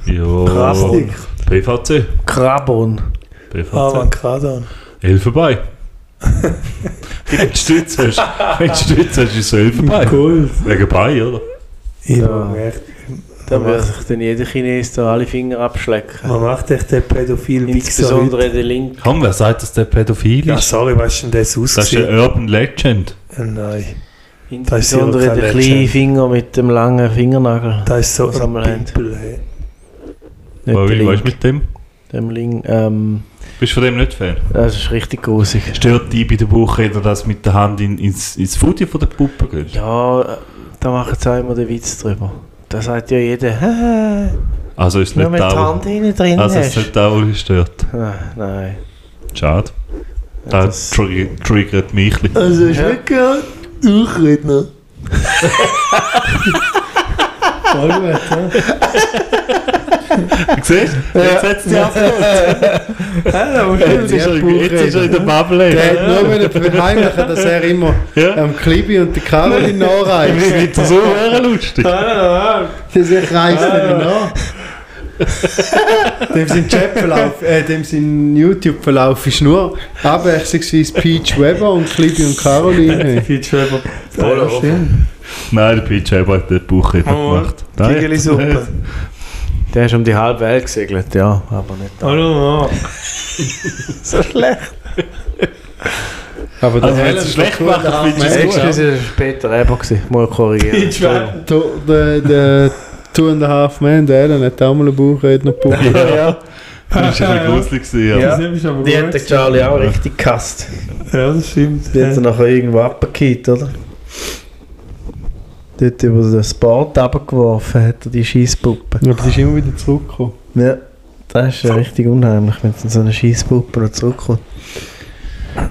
[SPEAKER 3] Jo.
[SPEAKER 5] Plastik.
[SPEAKER 3] PVC.
[SPEAKER 2] Krabon.
[SPEAKER 5] Ah,
[SPEAKER 3] PVC.
[SPEAKER 5] man Kradan.
[SPEAKER 3] Hilfe bei. Wenn du Stütze hast, wenn du Stütze hast, ist es Hilfe
[SPEAKER 5] Ah,
[SPEAKER 3] bei.
[SPEAKER 5] Gold.
[SPEAKER 3] Wegen bei, oder?
[SPEAKER 5] Ich
[SPEAKER 2] Ja.
[SPEAKER 5] hab gemerkt,
[SPEAKER 2] Da
[SPEAKER 5] Man
[SPEAKER 2] würde sich dann jeder Chines da alle Finger abschlecken.
[SPEAKER 5] man macht echt den pädophil Wichser heute.
[SPEAKER 2] Insbesondere der Link.
[SPEAKER 3] Komm, wer sagt, dass der pädophil
[SPEAKER 5] Ja,
[SPEAKER 3] ist?
[SPEAKER 5] sorry, was ist denn
[SPEAKER 3] Das
[SPEAKER 5] das
[SPEAKER 3] ist eine
[SPEAKER 5] ausgesehen? Oh,
[SPEAKER 3] Urban Legend.
[SPEAKER 5] Nein, ist ja
[SPEAKER 2] Insbesondere
[SPEAKER 5] kein
[SPEAKER 2] der kleine
[SPEAKER 5] Legend.
[SPEAKER 2] Finger mit dem langen Fingernagel.
[SPEAKER 5] das ist so
[SPEAKER 2] Was haben wir
[SPEAKER 5] ein
[SPEAKER 2] denn?
[SPEAKER 5] Pimpel. hey.
[SPEAKER 2] Nicht
[SPEAKER 3] Aber
[SPEAKER 2] der
[SPEAKER 3] wie
[SPEAKER 2] Link.
[SPEAKER 3] weißt du mit dem?
[SPEAKER 2] Dem Link. Ähm,
[SPEAKER 3] Bist du von dem nicht Fan?
[SPEAKER 2] das ist richtig grusig.
[SPEAKER 3] Stört dich bei der Buchredner, dass sie mit der Hand in, ins, ins Foodie von der Puppe geht?
[SPEAKER 2] Ja, äh, da machen sie auch immer den Witz drüber. Da sagt ja jeder, «Hä, hä,
[SPEAKER 3] Also ist
[SPEAKER 2] nur
[SPEAKER 3] nicht
[SPEAKER 2] mit der
[SPEAKER 3] da,
[SPEAKER 2] Hand innen drin
[SPEAKER 3] also ist
[SPEAKER 2] hast.
[SPEAKER 3] nicht da, wo gestört.
[SPEAKER 2] Ah, nein.
[SPEAKER 3] Schade.
[SPEAKER 2] Das-
[SPEAKER 3] Das tri triggert mich. ein bisschen.
[SPEAKER 5] Also ist wirklich ein Durchredner.
[SPEAKER 4] Voll gut, ja.
[SPEAKER 3] Siehst du? Jetzt hat es dich abgeholt. Jetzt ist er- jetzt ist er in der Bubble.
[SPEAKER 4] Der hat nur wieder verheimlichen, dass er immer
[SPEAKER 3] Ja.
[SPEAKER 4] am Klibi und der Caroline
[SPEAKER 3] Ich
[SPEAKER 4] nachreißt.
[SPEAKER 3] finde das so sehr lustig.
[SPEAKER 4] Das ich reißt ihn nach. dem sein Chatverlauf, äh, dem sein YouTube-Verlauf ist nur abwechslungsweise Peach Weber und Klibi und Caroline.
[SPEAKER 5] Feature
[SPEAKER 4] Ja, stimmt.
[SPEAKER 3] Nein, der Peach Weber hat den Buch nicht
[SPEAKER 5] Oh,
[SPEAKER 3] gemacht. Nein,
[SPEAKER 5] Kigeli-Suppe.
[SPEAKER 2] Der ist um die halbe Welt gesegelt, ja, aber nicht da.
[SPEAKER 5] Hallo,
[SPEAKER 2] So schlecht.
[SPEAKER 4] Aber der
[SPEAKER 3] Also, wenn
[SPEAKER 4] Helen
[SPEAKER 3] es schlecht
[SPEAKER 4] Verkuhl,
[SPEAKER 3] macht,
[SPEAKER 4] der
[SPEAKER 3] findest du
[SPEAKER 4] hat
[SPEAKER 3] es
[SPEAKER 4] mir
[SPEAKER 3] gut,
[SPEAKER 4] gesagt,
[SPEAKER 2] Das war später Eber, gewesen. muss ich korrigieren.
[SPEAKER 5] Feature.
[SPEAKER 4] eh, To- Der der Two and a Half Man, der Alan hat auch mal einen Buchrednerbuch.
[SPEAKER 3] Ja, ja. Das war ein bisschen gruselig. gewesen,
[SPEAKER 5] Ja,
[SPEAKER 3] Ja.
[SPEAKER 5] das ist aber
[SPEAKER 2] Die hat
[SPEAKER 5] gut.
[SPEAKER 2] der Charlie auch richtig gehasst.
[SPEAKER 5] Ja, das stimmt.
[SPEAKER 2] Die hat er nachher irgendwo abgekippt, oder? Dort über das Board abgeworfen hat er die Schießpuppe.
[SPEAKER 4] Aber die ist immer wieder zurückgekommen.
[SPEAKER 2] Ja. Das ist ja richtig unheimlich, wenn so eine Schießpuppe noch zurückkommt.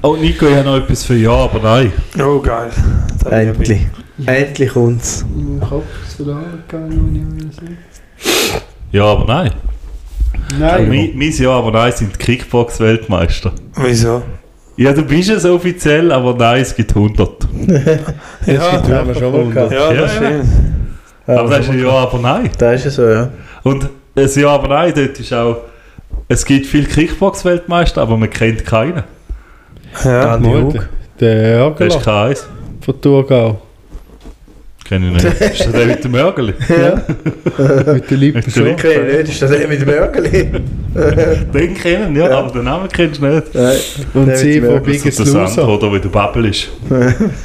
[SPEAKER 3] Oh, Nico, ich habe noch etwas für Ja, aber nein.
[SPEAKER 5] Oh, geil. Da bin ich
[SPEAKER 2] Endlich. Endlich kommt's.
[SPEAKER 4] Im Kopf so da gegangen, wenn ich
[SPEAKER 3] Ja, aber nein.
[SPEAKER 4] Nein,
[SPEAKER 3] Mein, mein Ja, aber nein sind die Kickbox-Weltmeister.
[SPEAKER 5] Wieso?
[SPEAKER 3] Ja, du bist es offiziell, aber nein, es gibt 100.
[SPEAKER 5] Ja,
[SPEAKER 4] das haben wir schon mal gehabt.
[SPEAKER 5] ja, das
[SPEAKER 3] Ja, ja.
[SPEAKER 5] stimmt.
[SPEAKER 3] Aber das ist ein Ja, aber nein.
[SPEAKER 2] Da ist es so, ja.
[SPEAKER 3] Und ein Ja, aber nein, dort ist auch... Es gibt viele Kickbox-Weltmeister, aber man kennt keinen.
[SPEAKER 5] Ja.
[SPEAKER 2] Andi Hug.
[SPEAKER 4] Mutter. Der
[SPEAKER 3] Das
[SPEAKER 4] Ärgerler
[SPEAKER 3] ist kein Eis.
[SPEAKER 4] von Thurgau.
[SPEAKER 3] Kenne ich nicht. Ist das der mit dem Ärgerli?
[SPEAKER 2] Ja.
[SPEAKER 4] Mit den Lippen
[SPEAKER 3] Mit den
[SPEAKER 4] schon.
[SPEAKER 3] Lippen.
[SPEAKER 2] Okay, nicht, ist das der mit dem Mörgeli?
[SPEAKER 3] Den kennen, ja,
[SPEAKER 2] Ja.
[SPEAKER 3] aber den Namen kennst du nicht.
[SPEAKER 4] Und
[SPEAKER 2] Der
[SPEAKER 4] sie
[SPEAKER 2] mit
[SPEAKER 4] von
[SPEAKER 2] den
[SPEAKER 4] Biggest
[SPEAKER 3] das andere,
[SPEAKER 4] Loser.
[SPEAKER 3] oder? Weil der Bubble ist.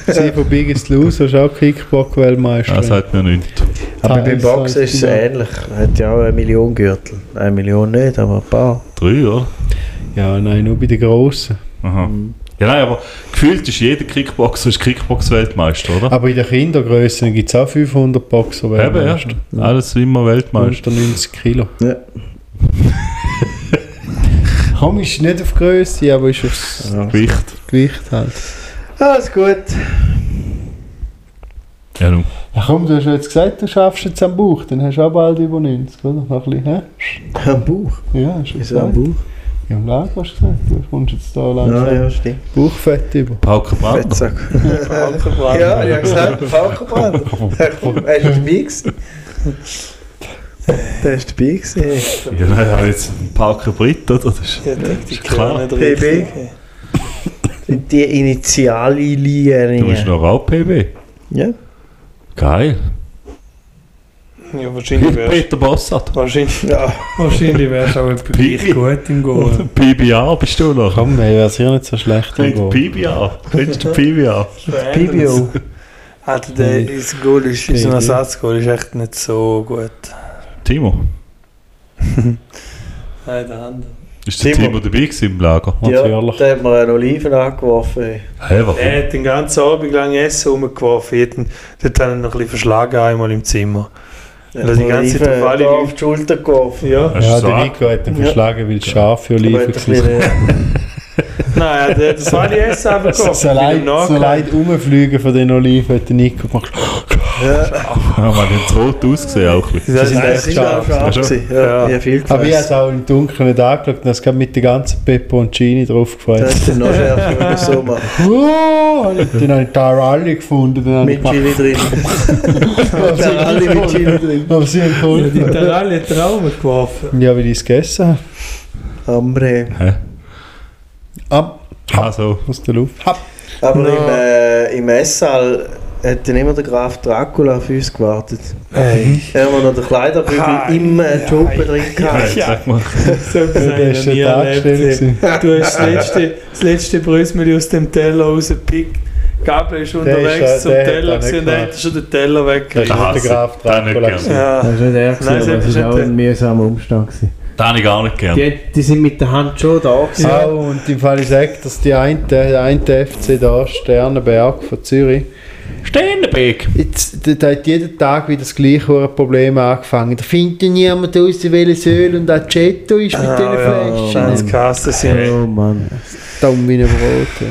[SPEAKER 4] Sie von Biggest Loser ist auch
[SPEAKER 3] Das
[SPEAKER 4] Kickbock-Weltmeister.
[SPEAKER 3] sagt mir nichts.
[SPEAKER 2] Aber beim
[SPEAKER 4] Teils,
[SPEAKER 2] Boxen
[SPEAKER 4] teils,
[SPEAKER 2] ist es ähnlich. Er hat ja auch eine Million Gürtel. Eine Million nicht, aber ein paar.
[SPEAKER 3] Drei, oder?
[SPEAKER 4] Ja, nein, nur bei den Grossen.
[SPEAKER 3] Aha. Ja, nein, aber gefühlt ist jeder Kickboxer ist Kickbox-Weltmeister, oder?
[SPEAKER 4] Aber in der Kindergröße gibt es auch 500 Boxer
[SPEAKER 3] Eben, ja.
[SPEAKER 4] Weltmeister.
[SPEAKER 3] Alles immer Weltmeister.
[SPEAKER 4] Unter 90 Kilo.
[SPEAKER 2] Ja.
[SPEAKER 4] Komm, ist nicht auf Größe, aber ist aufs
[SPEAKER 3] Gewicht.
[SPEAKER 4] Gewicht halt.
[SPEAKER 2] Alles gut.
[SPEAKER 3] Ja, nun.
[SPEAKER 7] Ja komm, du hast ja jetzt gesagt, du schaffst jetzt am Buch, dann hast du auch bald über 90, oder? Noch ein bisschen, hä?
[SPEAKER 8] Am Buch.
[SPEAKER 7] Ja, hast du
[SPEAKER 8] Ist er
[SPEAKER 7] gesagt.
[SPEAKER 8] am Buch?
[SPEAKER 7] Ja, am Lager hast du gesagt, du kommst jetzt da
[SPEAKER 4] Ah,
[SPEAKER 7] langsam
[SPEAKER 8] Ja, ja, stimmt.
[SPEAKER 7] Bauchfett über.
[SPEAKER 3] Pauker Brandner.
[SPEAKER 8] Fettsack. ja, ich habe gesagt, Falkenbrand. Er war dabei. gewesen. Der war dabei. gewesen.
[SPEAKER 3] Ja, nein, aber jetzt Pauker Britt, oder? Das ist,
[SPEAKER 5] Ja, die- die
[SPEAKER 3] ist klar.
[SPEAKER 5] Krone drin.
[SPEAKER 8] PB. Die
[SPEAKER 3] du bist
[SPEAKER 8] Initiallinie.
[SPEAKER 3] noch auch PB.
[SPEAKER 8] Ja.
[SPEAKER 3] Geil.
[SPEAKER 5] Ja, wahrscheinlich wärst
[SPEAKER 3] Peter Bossart.
[SPEAKER 5] Wahrscheinlich,
[SPEAKER 8] ja.
[SPEAKER 5] wahrscheinlich wärst du auch etwa gleich gut im Goal.
[SPEAKER 3] PBA bist du noch.
[SPEAKER 4] Komm, ey, wäre sicher nicht so schlecht.
[SPEAKER 3] Kennst du PBA? Kennst du PBA?
[SPEAKER 5] PBO.
[SPEAKER 2] oh.
[SPEAKER 5] Alter, Ah, der ist Goal ist, ist ein
[SPEAKER 4] PBO.
[SPEAKER 5] Ersatzgoal ist echt nicht so gut.
[SPEAKER 3] Timo.
[SPEAKER 5] Nein, der andere.
[SPEAKER 3] Ist der Timo,
[SPEAKER 8] Timo
[SPEAKER 3] dabei gewesen im Lager?
[SPEAKER 4] Natürlich.
[SPEAKER 8] da hat mir einen Oliven angeworfen. ey.
[SPEAKER 3] Hä, warum?
[SPEAKER 5] Er hat den ganzen Abend lang Essen rumgeworfen. Jeden, dort haben ihn noch ein bisschen verschlagen, einmal im Zimmer.
[SPEAKER 8] Der
[SPEAKER 5] Also die ganze
[SPEAKER 8] Oliven
[SPEAKER 5] Zeit auf alle
[SPEAKER 8] da
[SPEAKER 5] Leute.
[SPEAKER 8] auf die Schulter geworfen.
[SPEAKER 5] Ja.
[SPEAKER 3] Hast du
[SPEAKER 4] Ja,
[SPEAKER 3] so
[SPEAKER 4] der
[SPEAKER 3] an-
[SPEAKER 4] Rico hat ihn
[SPEAKER 8] Ja.
[SPEAKER 4] verschlagen, weil es scharf für
[SPEAKER 8] Aber
[SPEAKER 4] Oliven
[SPEAKER 8] hat ein
[SPEAKER 4] gewesen ist.
[SPEAKER 8] bisschen, äh,
[SPEAKER 5] Nein, er hat das alle Essen einfach
[SPEAKER 4] So, so leid, so leid rumfliegen von den Oliven hat der Nico gemacht.
[SPEAKER 8] ja,
[SPEAKER 3] Ja, man hat rot ausgesehen auch ein bisschen.
[SPEAKER 5] Sie
[SPEAKER 4] sind
[SPEAKER 5] sind
[SPEAKER 4] echt
[SPEAKER 8] Das
[SPEAKER 5] echt
[SPEAKER 8] ist
[SPEAKER 4] scharf.
[SPEAKER 8] auch schon
[SPEAKER 3] Ja, schon.
[SPEAKER 8] abgesehen.
[SPEAKER 2] äh,
[SPEAKER 8] Ja,
[SPEAKER 5] Ja.
[SPEAKER 8] ich hab viel
[SPEAKER 4] Aber ich habe es
[SPEAKER 8] gefressen.
[SPEAKER 4] auch im Dunkeln nicht angeschaut, und es gerade mit der ganzen Peperoncini drauf
[SPEAKER 8] Das
[SPEAKER 4] gefreut.
[SPEAKER 8] ist dann noch schärfer, wenn man so macht.
[SPEAKER 4] Oh, hab ich- den habe ich da alle gefunden. Den habe ich
[SPEAKER 8] Mit
[SPEAKER 4] gemacht.
[SPEAKER 8] Chili drin. Taralli mit Chili drin.
[SPEAKER 4] Aber sie haben
[SPEAKER 5] Die
[SPEAKER 4] geholfen.
[SPEAKER 5] Terralle hat er geworfen.
[SPEAKER 4] Ja, weil ich es gegessen habe.
[SPEAKER 8] Amre.
[SPEAKER 3] Hä?
[SPEAKER 4] Ab,
[SPEAKER 3] Ah, so.
[SPEAKER 4] aus der Luft. Ab.
[SPEAKER 8] Aber
[SPEAKER 5] No.
[SPEAKER 8] im, äh, im Esssaal hat dann immer der Graf Dracula auf uns gewartet.
[SPEAKER 5] Ey,
[SPEAKER 8] Er hat noch den Kleiderkübel
[SPEAKER 5] Hi.
[SPEAKER 8] im äh, Job drin
[SPEAKER 3] Nein,
[SPEAKER 8] gehabt.
[SPEAKER 3] sag mal.
[SPEAKER 5] so etwas
[SPEAKER 4] Der
[SPEAKER 5] habe ich
[SPEAKER 4] ist
[SPEAKER 5] noch
[SPEAKER 4] schon
[SPEAKER 5] nie
[SPEAKER 4] da
[SPEAKER 5] erlebt.
[SPEAKER 4] gestellt gewesen.
[SPEAKER 5] Du hast das letzte, das letzte Brösmeli aus dem Teller rausgepickt. Gabel ist unterwegs
[SPEAKER 4] ist, äh,
[SPEAKER 5] zum
[SPEAKER 4] der hat
[SPEAKER 5] Teller
[SPEAKER 4] das nicht
[SPEAKER 5] gewesen und
[SPEAKER 4] gemacht.
[SPEAKER 5] dann hat er schon den Teller
[SPEAKER 4] Der ist nicht
[SPEAKER 5] weggerissen.
[SPEAKER 4] der
[SPEAKER 3] hasse
[SPEAKER 4] Graf
[SPEAKER 3] den nicht
[SPEAKER 4] Dracula.
[SPEAKER 3] gern.
[SPEAKER 4] gewesen.
[SPEAKER 5] Ja.
[SPEAKER 2] Das war nicht er, gewesen,
[SPEAKER 5] Nein,
[SPEAKER 2] aber
[SPEAKER 5] das
[SPEAKER 2] es
[SPEAKER 5] ist
[SPEAKER 2] war auch
[SPEAKER 5] nicht
[SPEAKER 2] ein mühsamer Umstand. Gewesen.
[SPEAKER 3] Den habe ich gar nicht gern.
[SPEAKER 2] Die, die sind mit der Hand schon da. Gewesen.
[SPEAKER 4] Ah, und im Fall ich sage, dass die eine, der eine FC da, Sternenberg von Zürich,
[SPEAKER 3] Sternenbeck.
[SPEAKER 4] Jetzt, da da hat jeden Tag wieder das gleiche hure Problem angefangen. Da findet ja niemand raus, welches Öl und Aceto ist mit
[SPEAKER 5] Ah,
[SPEAKER 4] diesen
[SPEAKER 5] ja,
[SPEAKER 4] Flaschen.
[SPEAKER 5] scheiß Kasten sind.
[SPEAKER 2] Oh Mann.
[SPEAKER 4] Dumm wie ein Brot.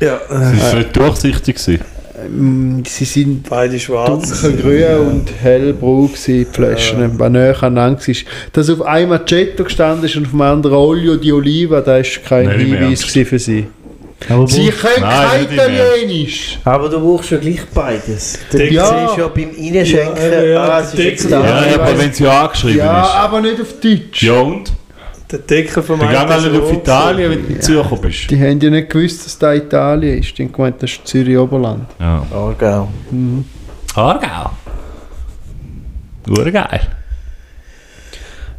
[SPEAKER 5] Ja,
[SPEAKER 3] Das war nicht durchsichtig. gewesen.
[SPEAKER 4] ja. Mm, Sie sind
[SPEAKER 5] beide schwarz.
[SPEAKER 4] dunkelgrün und hellbraun gewesen, die Flaschen, ja. was näher aneinander war. Dass auf einem Aceto gestanden ist und auf dem anderen Olio di Oliva, das ist kein
[SPEAKER 3] Nein, nicht mehr
[SPEAKER 4] Hinweis
[SPEAKER 3] ernst.
[SPEAKER 4] gewesen für sie.
[SPEAKER 2] Aber
[SPEAKER 4] Sie können
[SPEAKER 3] Nein,
[SPEAKER 4] kein
[SPEAKER 3] nicht mehr.
[SPEAKER 4] Italienisch!
[SPEAKER 8] Aber du brauchst ja gleich beides. Du
[SPEAKER 5] Ja.
[SPEAKER 8] siehst ja beim Reinschenken,
[SPEAKER 5] Ja, ja, ja,
[SPEAKER 8] ah, es ist
[SPEAKER 5] der
[SPEAKER 8] jetzt
[SPEAKER 5] Deckel.
[SPEAKER 8] da.
[SPEAKER 3] Ja,
[SPEAKER 4] ich
[SPEAKER 3] aber
[SPEAKER 4] weiß.
[SPEAKER 3] wenn es ja angeschrieben
[SPEAKER 4] Ja,
[SPEAKER 3] ist.
[SPEAKER 4] aber nicht auf Deutsch.
[SPEAKER 3] Ja, und?
[SPEAKER 5] Der Deckel vom
[SPEAKER 3] Dann geh mal
[SPEAKER 5] einen
[SPEAKER 3] nicht auf
[SPEAKER 5] ist rot.
[SPEAKER 3] Italien, wenn du in Zürcher bist.
[SPEAKER 4] Die haben ja nicht gewusst, dass das Italien ist. Die haben gemeint, das ist Zürich-Oberland.
[SPEAKER 3] Ja.
[SPEAKER 8] Aargau.
[SPEAKER 3] Aargau. Gut geil.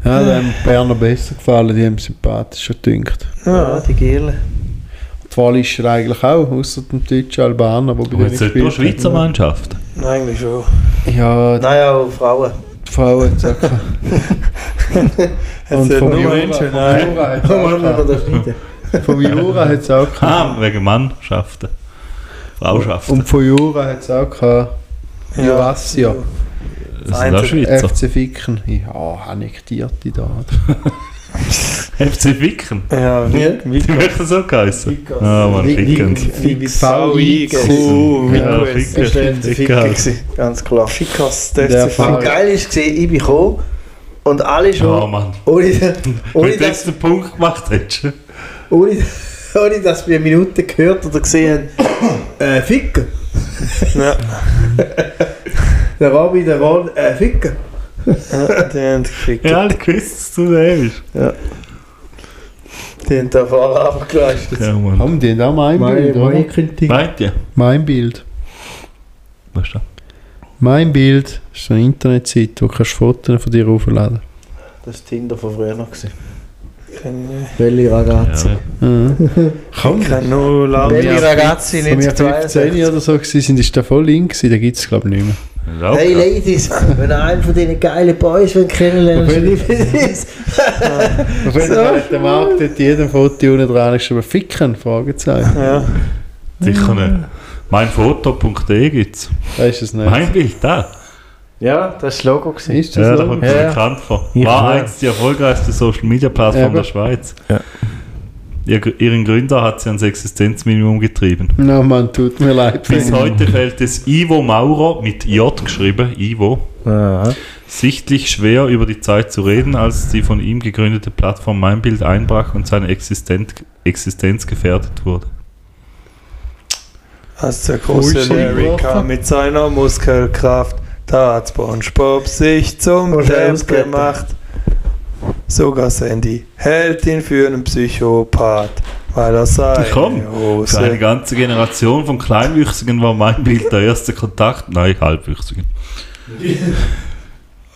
[SPEAKER 4] Ja, die haben die Berner besser gefallen, die haben sympathischer gedünkt.
[SPEAKER 8] Ja, die Girle.
[SPEAKER 4] Die Walliser eigentlich auch, außer dem deutschen Albaner, wo bei
[SPEAKER 3] Und jetzt
[SPEAKER 4] denen
[SPEAKER 3] sollte nur
[SPEAKER 4] gespielt
[SPEAKER 3] Schweizer Mannschaft.
[SPEAKER 5] Nein, Eigentlich schon.
[SPEAKER 4] haben. Ja, die
[SPEAKER 8] Naja, auch Frauen.
[SPEAKER 4] Frauen sagen.
[SPEAKER 5] Jetzt
[SPEAKER 4] Und
[SPEAKER 5] sind
[SPEAKER 4] vom
[SPEAKER 5] nur
[SPEAKER 4] Jura,
[SPEAKER 5] Menschen,
[SPEAKER 4] vom
[SPEAKER 5] nein.
[SPEAKER 4] Jura hat's
[SPEAKER 8] Da wollen wir
[SPEAKER 4] auch
[SPEAKER 8] noch das schneiden.
[SPEAKER 4] gehabt. Vom Jura hat es auch
[SPEAKER 3] Ah,
[SPEAKER 4] gehabt.
[SPEAKER 3] wegen Mannschaften. Frauschaften.
[SPEAKER 4] Und von Jura hat es auch gehabt. Jurasia,
[SPEAKER 3] Das sind auch Schweizer.
[SPEAKER 4] FC Ficken. Ja, annektiert die da.
[SPEAKER 3] FC Ficken.
[SPEAKER 5] Ja,
[SPEAKER 3] Die möchten so geheißen. Ah, man, Ficken.
[SPEAKER 5] wie sau
[SPEAKER 4] Cool,
[SPEAKER 5] cool.
[SPEAKER 3] Ja,
[SPEAKER 5] Ja,
[SPEAKER 3] Ficken.
[SPEAKER 8] Das war der Ficker, gewesen, ganz klar.
[SPEAKER 5] Fikas,
[SPEAKER 4] Der
[SPEAKER 5] der FC
[SPEAKER 4] Fall.
[SPEAKER 5] Fick.
[SPEAKER 8] Und geil war, es, ich bin gekommen und alle schon,
[SPEAKER 3] Oh Mann.
[SPEAKER 8] ohne, ohne,
[SPEAKER 3] Wenn du
[SPEAKER 8] dass,
[SPEAKER 3] jetzt den Punkt gemacht hättest.
[SPEAKER 8] ohne, ohne dass wir eine Minute gehört oder gesehen haben, äh, Ficker.
[SPEAKER 5] Ja,
[SPEAKER 8] Der Robby, der Ron, äh, Ficker.
[SPEAKER 5] ja, die haben gefickt.
[SPEAKER 3] Ja, ich gewusst, dass du der bist.
[SPEAKER 8] Die haben da vorne abgeleistet.
[SPEAKER 3] Ja, Mann.
[SPEAKER 4] Haben die haben auch mein Bild, oder?
[SPEAKER 3] Meint ihr?
[SPEAKER 4] Mein Bild.
[SPEAKER 3] Was ist das?
[SPEAKER 4] Mein Bild ist so eine Internetseite, wo du kannst Fotos von dir aufladen
[SPEAKER 8] Das war Tinder von früher noch. gewesen.
[SPEAKER 2] Welche Ragazzi.
[SPEAKER 3] Ja,
[SPEAKER 4] kannst.
[SPEAKER 5] Ich kann nur
[SPEAKER 4] Belli
[SPEAKER 5] laut.
[SPEAKER 4] Ja.
[SPEAKER 8] Ragazzi,
[SPEAKER 4] Als wir 15 oder so waren, ist der voll in, da gibt es glaube ich nicht mehr.
[SPEAKER 3] ja.
[SPEAKER 8] Hey Ladies, wenn ihr einen von diesen geilen Boys wollt kennenlernen
[SPEAKER 4] Auf jeden-
[SPEAKER 8] wollt, schreibt es.
[SPEAKER 4] Auf jeden Fall hat der Markt dort jedem Foto unten dran geschrieben, ficken, Fragezeichen.
[SPEAKER 5] Ja,
[SPEAKER 3] Sicher nicht. Meinfoto.de gibt es.
[SPEAKER 4] Da ist es nicht.
[SPEAKER 3] Mein Bild, da.
[SPEAKER 2] Ja, das war das Logo. Gewesen.
[SPEAKER 4] Ist das
[SPEAKER 3] Ja, da
[SPEAKER 4] so?
[SPEAKER 3] kommt
[SPEAKER 2] Ja,
[SPEAKER 3] mir
[SPEAKER 2] ja.
[SPEAKER 3] bekannt vor.
[SPEAKER 2] Ich
[SPEAKER 3] War
[SPEAKER 2] weiß.
[SPEAKER 3] eins die erfolgreichste Social Media Plattform
[SPEAKER 4] Eben.
[SPEAKER 3] der Schweiz.
[SPEAKER 2] Ja.
[SPEAKER 3] Ihr, ihren Gründer hat sie ans Existenzminimum getrieben.
[SPEAKER 4] Na Mann, tut mir leid.
[SPEAKER 3] Bis heute fällt es Ivo Maurer mit J geschrieben, Ivo,
[SPEAKER 2] Aha.
[SPEAKER 3] sichtlich schwer über die Zeit zu reden, als die von ihm gegründete Plattform Meinbild einbrach und seine Existenz, Existenz gefährdet wurde.
[SPEAKER 5] Als der große
[SPEAKER 4] Bullshit.
[SPEAKER 5] Larry kam mit seiner Muskelkraft, da hat SpongeBob sich zum
[SPEAKER 9] Und er ist
[SPEAKER 5] Depp
[SPEAKER 9] Depp.
[SPEAKER 5] gemacht. Sogar Sandy hält ihn für einen Psychopath, weil er seine
[SPEAKER 3] Komm, Für eine
[SPEAKER 5] Hose
[SPEAKER 3] ganze Generation von Kleinwüchsigen war Meinbild der erste Kontakt. Nein, Halbwüchsigen.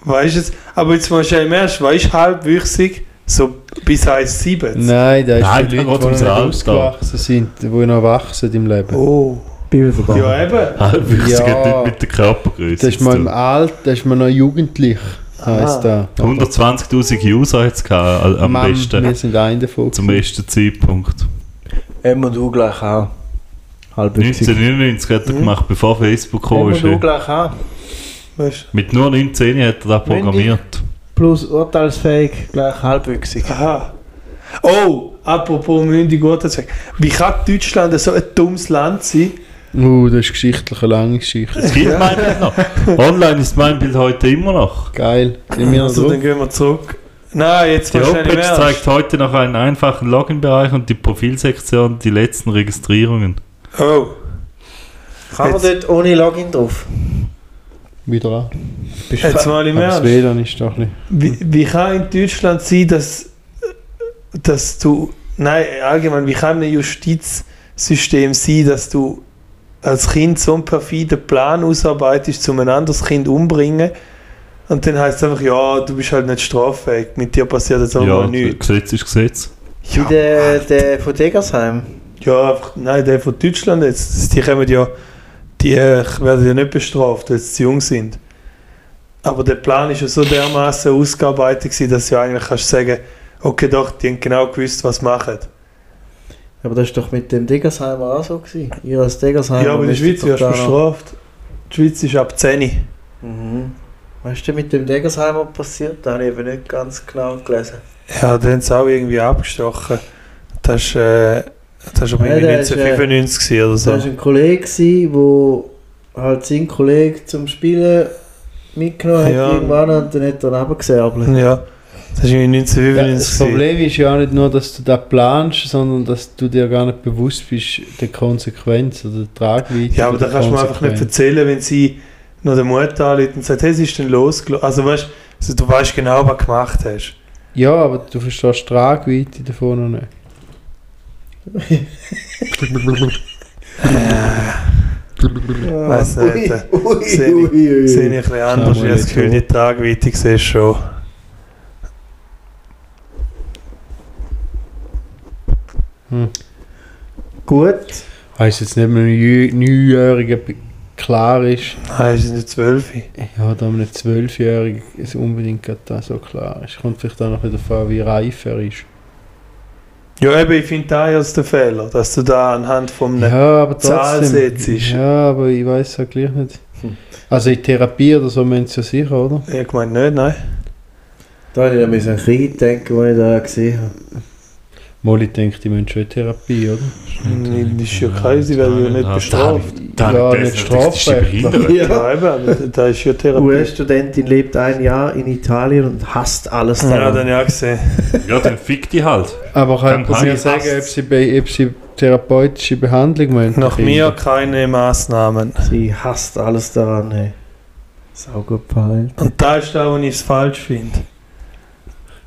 [SPEAKER 5] Weißt du, es? aber jetzt mal schnell merkst, weißt du, halbwüchsig, so bis 1,70.
[SPEAKER 4] Nein, da ist
[SPEAKER 3] Nein,
[SPEAKER 4] für
[SPEAKER 3] die
[SPEAKER 4] Leute,
[SPEAKER 3] geht ums
[SPEAKER 4] die noch
[SPEAKER 3] Alter.
[SPEAKER 4] nicht ausgewachsen sind, die noch wachsen im Leben.
[SPEAKER 5] Oh,
[SPEAKER 10] Bin wieder da.
[SPEAKER 5] ja eben.
[SPEAKER 3] Halbwüchsige
[SPEAKER 4] Ja.
[SPEAKER 3] hat nicht mit der Körpergröße.
[SPEAKER 4] Das ist
[SPEAKER 3] zu
[SPEAKER 4] man im
[SPEAKER 3] tun.
[SPEAKER 4] Alter, das ist man noch jugendlich, heisst
[SPEAKER 5] Ah.
[SPEAKER 4] da.
[SPEAKER 3] 120.000 User hat es gehabt, al- am
[SPEAKER 4] Mann, wir
[SPEAKER 3] besten,
[SPEAKER 4] sind einer davon.
[SPEAKER 3] zum besten Zeitpunkt.
[SPEAKER 2] M und U gleich auch. Halb
[SPEAKER 3] 1999 hat er
[SPEAKER 4] Mhm.
[SPEAKER 3] gemacht, bevor Facebook
[SPEAKER 2] M
[SPEAKER 3] gekommen
[SPEAKER 2] und U
[SPEAKER 3] ist.
[SPEAKER 2] gleich auch.
[SPEAKER 5] Weißt
[SPEAKER 3] Mit nur 19 hat er das
[SPEAKER 2] Wenn die-
[SPEAKER 3] programmiert.
[SPEAKER 2] Plus urteilsfähig gleich halbwüchsig.
[SPEAKER 5] du? Aha. Oh, apropos mündig Urteilsweg. Wie kann Deutschland so ein dummes Land sein?
[SPEAKER 4] Uh, das ist geschichtlich eine lange Geschichte.
[SPEAKER 3] Es gibt Meinbild noch. Online ist Meinbild heute immer noch.
[SPEAKER 4] Geil. Sind wir noch
[SPEAKER 5] Also, dann
[SPEAKER 4] drauf?
[SPEAKER 5] gehen wir zurück. Nein, jetzt
[SPEAKER 3] Die
[SPEAKER 5] wahrscheinlich
[SPEAKER 3] Homepage
[SPEAKER 5] mehr.
[SPEAKER 3] zeigt heute noch einen einfachen Login-Bereich und die Profilsektion die letzten Registrierungen.
[SPEAKER 5] Oh,
[SPEAKER 2] Kann man dort ohne Login drauf?
[SPEAKER 4] Wieder an.
[SPEAKER 5] jetzt mal im
[SPEAKER 4] Aber das
[SPEAKER 5] Ernst.
[SPEAKER 4] WLAN ist doch ein
[SPEAKER 5] Wie, wie kann in Deutschland sein, dass, dass du. Nein, allgemein, wie kann ein Justizsystem sein, dass du als Kind so einen perfiden Plan ausarbeitest, um ein anderes Kind umbringen? Und dann heißt es einfach, ja, du bist halt nicht straffähig, mit dir passiert jetzt aber
[SPEAKER 3] ja,
[SPEAKER 5] mal nichts.
[SPEAKER 3] Gesetz ist Gesetz.
[SPEAKER 2] Wie der, der von Degersheim.
[SPEAKER 5] Ja, einfach, nein, der von Deutschland jetzt, die kommen ja, die äh, werden ja nicht bestraft, weil sie zu jung sind. Aber der Plan ist ja so dermaßen ausgearbeitet gewesen, dass du ja eigentlich kannst sagen, okay, doch, die haben genau gewusst, was sie machen.
[SPEAKER 2] Aber das ist doch mit dem Degersheimer auch so gewesen. Ihr als Degersheimer.
[SPEAKER 5] ja, aber in der
[SPEAKER 2] müsstet
[SPEAKER 5] Schweiz
[SPEAKER 2] doch
[SPEAKER 5] wirst du
[SPEAKER 2] da noch-
[SPEAKER 5] bestraft. Die Schweiz ist ab 10.
[SPEAKER 2] Mhm. Was ist denn mit dem Degersheimer passiert? Da habe ich eben nicht ganz genau gelesen.
[SPEAKER 5] Ja, dann haben sie auch irgendwie abgestochen. Das ist, äh, das ist aber
[SPEAKER 2] Ja,
[SPEAKER 5] irgendwie
[SPEAKER 2] der ist, äh,
[SPEAKER 5] 1995 gewesen oder
[SPEAKER 2] Das war
[SPEAKER 5] so.
[SPEAKER 2] ein Kollege, gewesen, wo halt seinen Kollegen zum Spielen mitgenommen hat
[SPEAKER 5] Ja.
[SPEAKER 2] irgendwann und dann hat er daneben gesäbelt.
[SPEAKER 5] Ja, das ist irgendwie
[SPEAKER 4] Ja, das
[SPEAKER 5] 1995 gewesen.
[SPEAKER 4] Problem ist ja nicht nur, dass du das planst, sondern dass du dir gar nicht bewusst bist der Konsequenz oder der Tragweite.
[SPEAKER 5] Ja, aber da
[SPEAKER 4] der
[SPEAKER 5] kannst du mir einfach nicht
[SPEAKER 4] Konsequenz.
[SPEAKER 5] erzählen, wenn sie noch den Mut anruft und sagt, hey, was ist denn los? Also weißt also, du weißt genau, was du gemacht hast.
[SPEAKER 4] Ja, aber du verstehst die Tragweite davon noch nicht.
[SPEAKER 5] Weiss nicht, äh, sehe ich- Sehe ich ein bisschen anders, ich habe das Gefühl, die Tragweite sehe schon.
[SPEAKER 2] Gut.
[SPEAKER 4] Heißt jetzt nicht, wenn ein Jü- Neunjähriger be- klar ist.
[SPEAKER 5] Nein, es sind nicht zwölf.
[SPEAKER 4] Ja, da einem Zwölfjährigen es unbedingt gerade das so klar ist. Kommt vielleicht auch noch wieder vor, wie reif er ist.
[SPEAKER 5] Ja, eben, ich finde da ja der Fehler, dass du da anhand vom...
[SPEAKER 4] Ja, aber
[SPEAKER 5] Zahl
[SPEAKER 4] trotzdem.
[SPEAKER 5] setzt Hm. ist-
[SPEAKER 4] Ja, aber ich weiß ja gleich nicht. Also in Therapie oder so müssen sie ja sicher, oder?
[SPEAKER 5] Ich meine nicht, nein.
[SPEAKER 2] Da habe ich an meinen Krieg denken, den ich da gesehen habe.
[SPEAKER 4] Molly denkt, die müssen schon in Therapie, oder?
[SPEAKER 5] Das ist ja crazy, weil du ja nicht bestraft.
[SPEAKER 4] Ja,
[SPEAKER 3] David
[SPEAKER 4] nicht
[SPEAKER 3] Bessner, das ist die
[SPEAKER 4] strafrechtlich.
[SPEAKER 3] Behinderung.
[SPEAKER 5] Ja, eben, aber da ist ja Therapie.
[SPEAKER 2] US-Studentin lebt ein Jahr in Italien und hasst alles
[SPEAKER 5] Ja,
[SPEAKER 2] daran.
[SPEAKER 5] dann ja gesehen.
[SPEAKER 3] Ja, dann fick die halt.
[SPEAKER 4] Aber
[SPEAKER 3] Dann
[SPEAKER 4] kann man
[SPEAKER 3] kann
[SPEAKER 4] mir
[SPEAKER 3] ich
[SPEAKER 4] sagen,
[SPEAKER 3] fast-
[SPEAKER 4] ob sie, bei, ob sie therapeutische Behandlung müssen?
[SPEAKER 5] Nach mir keine Maßnahmen.
[SPEAKER 2] Sie hasst alles daran. Hey. Sau gut verhalten.
[SPEAKER 5] Und da ist da, wo ich es falsch finde.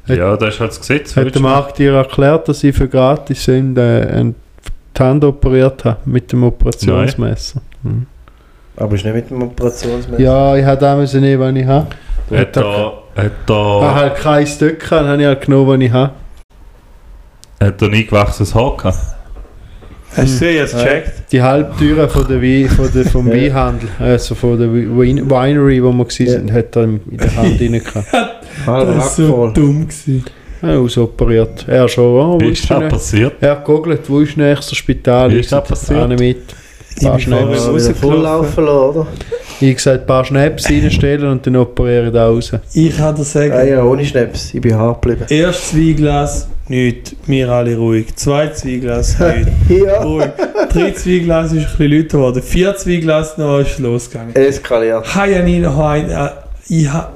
[SPEAKER 3] Ja, das ist halt das Gesetz.
[SPEAKER 4] Hat der Marc dir erklärt, dass ich für gratis sind, äh, ein, die Hand operiert habe mit dem Operationsmesser?
[SPEAKER 2] Aber ist nicht mit dem Operationsmesser.
[SPEAKER 4] Ja, ich habe damals nicht, was ich habe.
[SPEAKER 3] Hat da, hat
[SPEAKER 4] Ich habe
[SPEAKER 3] da,
[SPEAKER 4] halt kein Stück, gehabt, dann habe ich halt genommen, was ich habe.
[SPEAKER 3] hat da nie gewachsenes Haar gehabt.
[SPEAKER 5] Hast du jetzt gecheckt?
[SPEAKER 4] Die Halbtüre von der Wein, von der, vom
[SPEAKER 2] Ja.
[SPEAKER 4] Weinhandel, also von der Wein, Winery, wo wir gesehen
[SPEAKER 2] Ja.
[SPEAKER 4] sind, hat er in in der Hand rein gehabt.
[SPEAKER 2] Halb Hackvoll.
[SPEAKER 5] dumm gewesen.
[SPEAKER 4] Er ausoperiert. Er schon, oh, wo
[SPEAKER 3] Wie
[SPEAKER 4] ist
[SPEAKER 3] ist das
[SPEAKER 4] denn?
[SPEAKER 3] passiert?
[SPEAKER 4] Er hat gegoogelt, wo ist nächstes Spital?
[SPEAKER 3] Wie ist das
[SPEAKER 4] Ah,
[SPEAKER 3] passiert?
[SPEAKER 4] nicht mit.
[SPEAKER 5] Die
[SPEAKER 4] Fahr schnell.
[SPEAKER 5] Bevor wir
[SPEAKER 2] Ja, wieder
[SPEAKER 5] rausgelaufen.
[SPEAKER 2] volllaufen lassen, oder?
[SPEAKER 4] Ich gesagt, ein paar Schnaps reinstellen und dann operiere ich da raus.
[SPEAKER 5] Ich kann dir sagen,
[SPEAKER 8] Ah ja, ohne Schnaps, ich bin hart geblieben.
[SPEAKER 5] erst zwei Glas, nichts, wir alle ruhig. Zwei, zwei Glas, nichts,
[SPEAKER 8] Ja,
[SPEAKER 5] ruhig. Drei, zwei Glas ist ein bisschen lauter geworden. Vier, zwei Glas, noch ist es losgegangen.
[SPEAKER 8] eskaliert.
[SPEAKER 5] Habe ja nie noch ein... äh, Ich habe...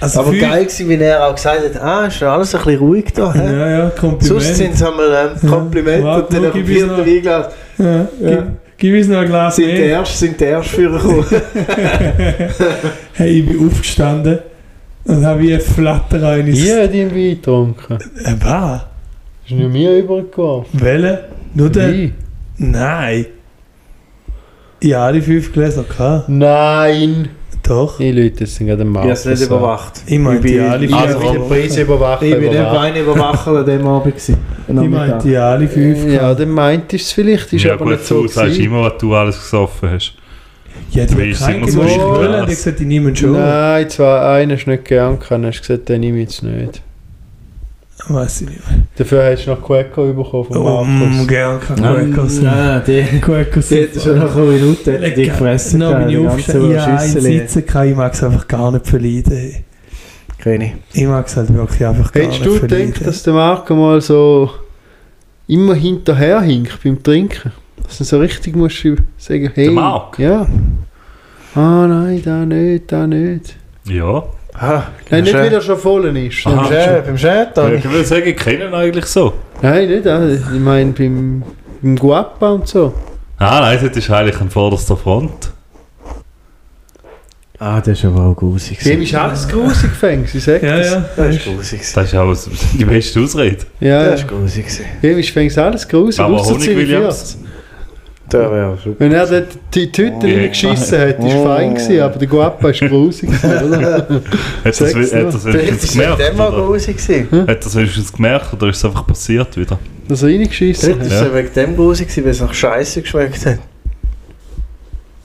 [SPEAKER 5] Also
[SPEAKER 11] Aber
[SPEAKER 5] fünf-
[SPEAKER 11] geil gewesen, wie er auch gesagt hat, ah, ist ja alles ein bisschen ruhig da. hä?
[SPEAKER 5] Ja, ja, Kompliment.
[SPEAKER 11] Sonst sind es einmal ähm, Komplimente
[SPEAKER 5] Ja,
[SPEAKER 11] und dann
[SPEAKER 5] warte,
[SPEAKER 11] am
[SPEAKER 5] gib uns
[SPEAKER 11] vierten
[SPEAKER 5] noch-
[SPEAKER 11] Weinglas
[SPEAKER 5] ja,
[SPEAKER 11] Ja.
[SPEAKER 5] Gib, gib uns noch ein Glas
[SPEAKER 11] sind die
[SPEAKER 5] mehr.
[SPEAKER 11] Ersten, sind die Ersten für gekommen.
[SPEAKER 5] hey, ich bin aufgestanden und habe wie ein Flatter rein ins...
[SPEAKER 4] Ich habe den Wein getrunken.
[SPEAKER 5] Äh, was?
[SPEAKER 4] Ist nicht mir übergeworfen.
[SPEAKER 5] Welche? Nur der...
[SPEAKER 4] Wein?
[SPEAKER 5] Nein. Ja, die fünf Gläser, klar.
[SPEAKER 4] Nein!
[SPEAKER 5] Doch.
[SPEAKER 4] Die Leute sind gerade am
[SPEAKER 8] Ich habe es nicht überwacht.
[SPEAKER 5] Ich meine, die alle
[SPEAKER 8] äh, ich
[SPEAKER 5] fünf.
[SPEAKER 4] Also, mit dem Preis überwachen.
[SPEAKER 11] Ich bin der
[SPEAKER 4] überwachen.
[SPEAKER 11] Wein überwachen an dem Abend. gewesen.
[SPEAKER 2] Genau,
[SPEAKER 11] Am
[SPEAKER 5] Ich meine,
[SPEAKER 11] Nachmittag.
[SPEAKER 5] die alle fünf.
[SPEAKER 4] Ja, dann meint ich es vielleicht, ist
[SPEAKER 3] ja,
[SPEAKER 4] aber
[SPEAKER 3] gut,
[SPEAKER 4] nicht so
[SPEAKER 3] du sagst
[SPEAKER 4] gewesen.
[SPEAKER 3] immer, was du alles gesoffen hast.
[SPEAKER 5] Ja,
[SPEAKER 3] Du
[SPEAKER 5] die
[SPEAKER 3] bist
[SPEAKER 5] haben keinen
[SPEAKER 3] immer so
[SPEAKER 5] Genuss
[SPEAKER 4] schlimm,
[SPEAKER 5] wollen.
[SPEAKER 3] was?
[SPEAKER 5] Die gesagt, die nehmen schon.
[SPEAKER 4] Nein, zwar einen ist nicht gern kann, hast du gesagt, den nehme ich jetzt nicht.
[SPEAKER 5] Weiß ich nicht.
[SPEAKER 4] Dafür hast du noch Quäcker bekommen von
[SPEAKER 5] Oh, mm,
[SPEAKER 4] Markus.
[SPEAKER 5] gern kann
[SPEAKER 2] Nein,
[SPEAKER 5] Quäkers.
[SPEAKER 2] nein, die,
[SPEAKER 5] Quäkers.
[SPEAKER 2] die hätte schon nach einer Minute die
[SPEAKER 5] Lecker.
[SPEAKER 2] gefressen.
[SPEAKER 5] Dann bin
[SPEAKER 2] die
[SPEAKER 5] ich
[SPEAKER 2] ganze
[SPEAKER 5] aufgestanden. Ja, ein
[SPEAKER 2] Schüssel.
[SPEAKER 5] Sitzen kann ich mag es einfach gar nicht verleiden. ey.
[SPEAKER 8] Keine.
[SPEAKER 5] Ich mag es halt wirklich einfach gar
[SPEAKER 4] Hättest
[SPEAKER 5] nicht
[SPEAKER 4] du
[SPEAKER 5] verleiden.
[SPEAKER 4] gedacht, dass der Marco mal so immer hinterher hinkt beim Trinken? Dass du so richtig musst du sagen, hey.
[SPEAKER 3] Marc?
[SPEAKER 4] Ja. Ah nein, da nicht, da nicht.
[SPEAKER 3] Ja.
[SPEAKER 8] Ah,
[SPEAKER 4] Nein, nicht wieder schon vollen ist.
[SPEAKER 3] Aha.
[SPEAKER 8] Beim Chef, beim Chef,
[SPEAKER 3] Ja,
[SPEAKER 8] dann.
[SPEAKER 3] ich würde sagen, kennen eigentlich so.
[SPEAKER 4] Nein, nicht. ah, Ich meine, beim, beim Guapa und so.
[SPEAKER 3] Ah, nein, das ist eigentlich an vorderster Front.
[SPEAKER 2] Ah, das ist aber auch grusig.
[SPEAKER 4] Dem ist alles grusig gefängt, sie sagt
[SPEAKER 5] Ja,
[SPEAKER 4] das.
[SPEAKER 5] ja.
[SPEAKER 8] Das ist grusig. gewesen.
[SPEAKER 3] Das ist auch was- die beste Ausrede.
[SPEAKER 4] Ja,
[SPEAKER 8] Das
[SPEAKER 4] ja.
[SPEAKER 8] ist grusig. gewesen.
[SPEAKER 4] Dem ist fängt alles grusig,
[SPEAKER 3] Aber
[SPEAKER 4] ausser
[SPEAKER 3] Honig
[SPEAKER 4] seine
[SPEAKER 3] Williams?
[SPEAKER 4] Füße.
[SPEAKER 8] Der wäre super. Oh.
[SPEAKER 4] Wenn er dort die Tüte
[SPEAKER 3] Ja.
[SPEAKER 4] reingeschissen hat, ist fein gewesen, aber der Guapa ist grusig gewesen, oder?
[SPEAKER 3] Hat das
[SPEAKER 4] Sag's
[SPEAKER 3] wen- hat das
[SPEAKER 4] noch.
[SPEAKER 8] Das
[SPEAKER 3] wenigstens
[SPEAKER 8] ist ja
[SPEAKER 3] gemerkt?
[SPEAKER 8] dem mal
[SPEAKER 3] Oder?
[SPEAKER 8] grusig. gewesen.
[SPEAKER 3] Hat das wenigstens gemerkt oder ist es einfach passiert wieder?
[SPEAKER 4] Dass er reingeschissen
[SPEAKER 8] Dort ist
[SPEAKER 4] hat.
[SPEAKER 3] Ja.
[SPEAKER 8] es wegen dem grusig, gewesen, weil es nach Scheiße geschmeckt hat.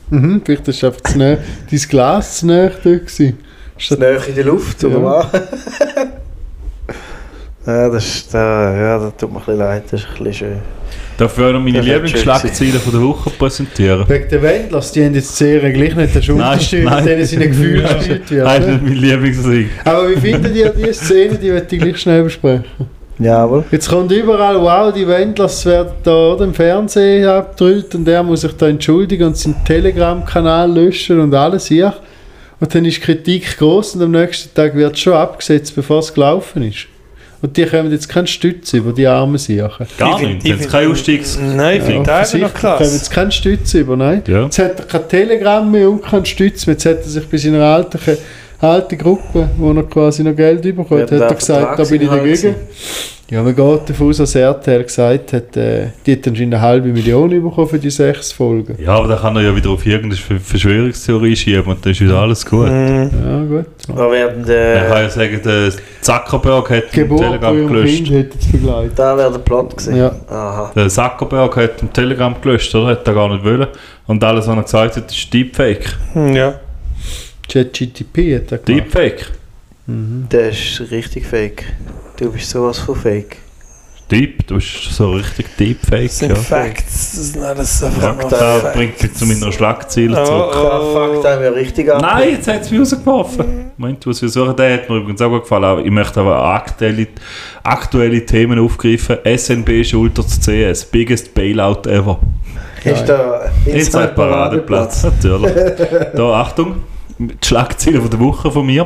[SPEAKER 4] Mhm, vielleicht ist einfach zu nah, dein Glas zu nah dort gewesen.
[SPEAKER 8] Ist das näher in der Luft, oder
[SPEAKER 4] Ja.
[SPEAKER 8] was? ja, das ist, äh, ja, das tut mir ein bisschen leid, das ist ein bisschen schön.
[SPEAKER 3] Darf ich auch noch meine
[SPEAKER 8] Das hat
[SPEAKER 3] Lieblingsschlagzeilen von der Woche präsentieren?
[SPEAKER 4] Wegen den Wendlers, die haben jetzt die Serie gleich nicht den
[SPEAKER 3] Nein,
[SPEAKER 4] Unterschied,
[SPEAKER 3] nein.
[SPEAKER 4] mit denen seine Gefühle
[SPEAKER 3] Ja.
[SPEAKER 4] gespielt
[SPEAKER 3] Nein,
[SPEAKER 4] wird.
[SPEAKER 3] das ist
[SPEAKER 4] ne?
[SPEAKER 3] nicht mein Lieblingsring.
[SPEAKER 4] Aber wie findet ihr die Szene? Die möchte ich gleich schnell besprechen.
[SPEAKER 8] Jawohl.
[SPEAKER 4] Jetzt kommt überall, wow, die Wendlers werden da oder, im Fernsehen abgedrückt und der muss sich da entschuldigen und seinen Telegram-Kanal löschen und alles hier. Und dann ist die Kritik groß und am nächsten Tag wird es schon abgesetzt, bevor es gelaufen ist. Und die kommen jetzt keinen Stütz über, die armen Siechen.
[SPEAKER 3] Gar
[SPEAKER 5] Ich
[SPEAKER 3] nicht.
[SPEAKER 5] find- ich
[SPEAKER 3] Wenn es
[SPEAKER 5] find-
[SPEAKER 3] kein Ausstiegs...
[SPEAKER 5] Nein, ich finde das
[SPEAKER 4] Offensichtlich
[SPEAKER 5] einfach noch
[SPEAKER 4] kommen
[SPEAKER 5] klasse.
[SPEAKER 4] jetzt keinen Stütz über, nein.
[SPEAKER 3] Ja.
[SPEAKER 4] Jetzt hat er kein Telegram mehr und keinen Stütz mehr. Jetzt hat er sich bei seiner alten, alten Gruppe, wo er quasi noch Geld bekommen hat,
[SPEAKER 8] Ja,
[SPEAKER 4] hat
[SPEAKER 8] der
[SPEAKER 4] er gesagt, da bin ich
[SPEAKER 8] Vertragsinhalt
[SPEAKER 4] dagegen. Ja, man geht davon aus, als RTL gesagt hat, äh, die hat anscheinend eine halbe Million bekommen für die sechs Folgen.
[SPEAKER 3] Ja, aber dann kann er ja wieder auf irgendeine Ver- Verschwörungstheorie schieben und dann ist wieder alles gut.
[SPEAKER 5] Mm,
[SPEAKER 4] Ja, gut.
[SPEAKER 8] Da werden äh,
[SPEAKER 3] Man kann
[SPEAKER 8] der,
[SPEAKER 3] ja sagen, der Zuckerberg hat
[SPEAKER 4] Die
[SPEAKER 3] den
[SPEAKER 4] Geburt von
[SPEAKER 3] Telegram
[SPEAKER 4] ihrem
[SPEAKER 3] gelöscht.
[SPEAKER 4] Kind hätte es begleitet.
[SPEAKER 8] da wäre der Plot gewesen.
[SPEAKER 4] Ja.
[SPEAKER 8] Aha.
[SPEAKER 3] Der Zuckerberg hat den Telegram gelöscht, oder? Hat er gar nicht wollen. Und alles, was er gesagt hat, ist Deepfake.
[SPEAKER 5] ja.
[SPEAKER 4] ChatGTP hat er gemacht.
[SPEAKER 3] Deepfake.
[SPEAKER 8] Der ist richtig fake. Du bist sowas von fake.
[SPEAKER 3] Deep, du bist so richtig
[SPEAKER 5] Das
[SPEAKER 3] Deepfake.
[SPEAKER 5] sind
[SPEAKER 3] Ja.
[SPEAKER 5] Facts. Das sind alles einfach
[SPEAKER 3] Fuck,
[SPEAKER 5] nur
[SPEAKER 3] da
[SPEAKER 5] Facts.
[SPEAKER 3] bringt mich zu meiner Schlagzeile
[SPEAKER 5] Oh,
[SPEAKER 3] zurück.
[SPEAKER 8] Da fuckt einem ja richtig ab.
[SPEAKER 3] Nein, jetzt hat es mich rausgeworfen. Moment, was wir suchen, der hat mir übrigens auch gut gefallen. Aber Ich möchte aber aktuelle, aktuelle Themen aufgreifen. SNB schultert das CS. Biggest Bailout ever.
[SPEAKER 8] Ist da
[SPEAKER 3] Inside Paradeplatz, natürlich. da, Achtung, die Schlagzeile von der Woche von mir.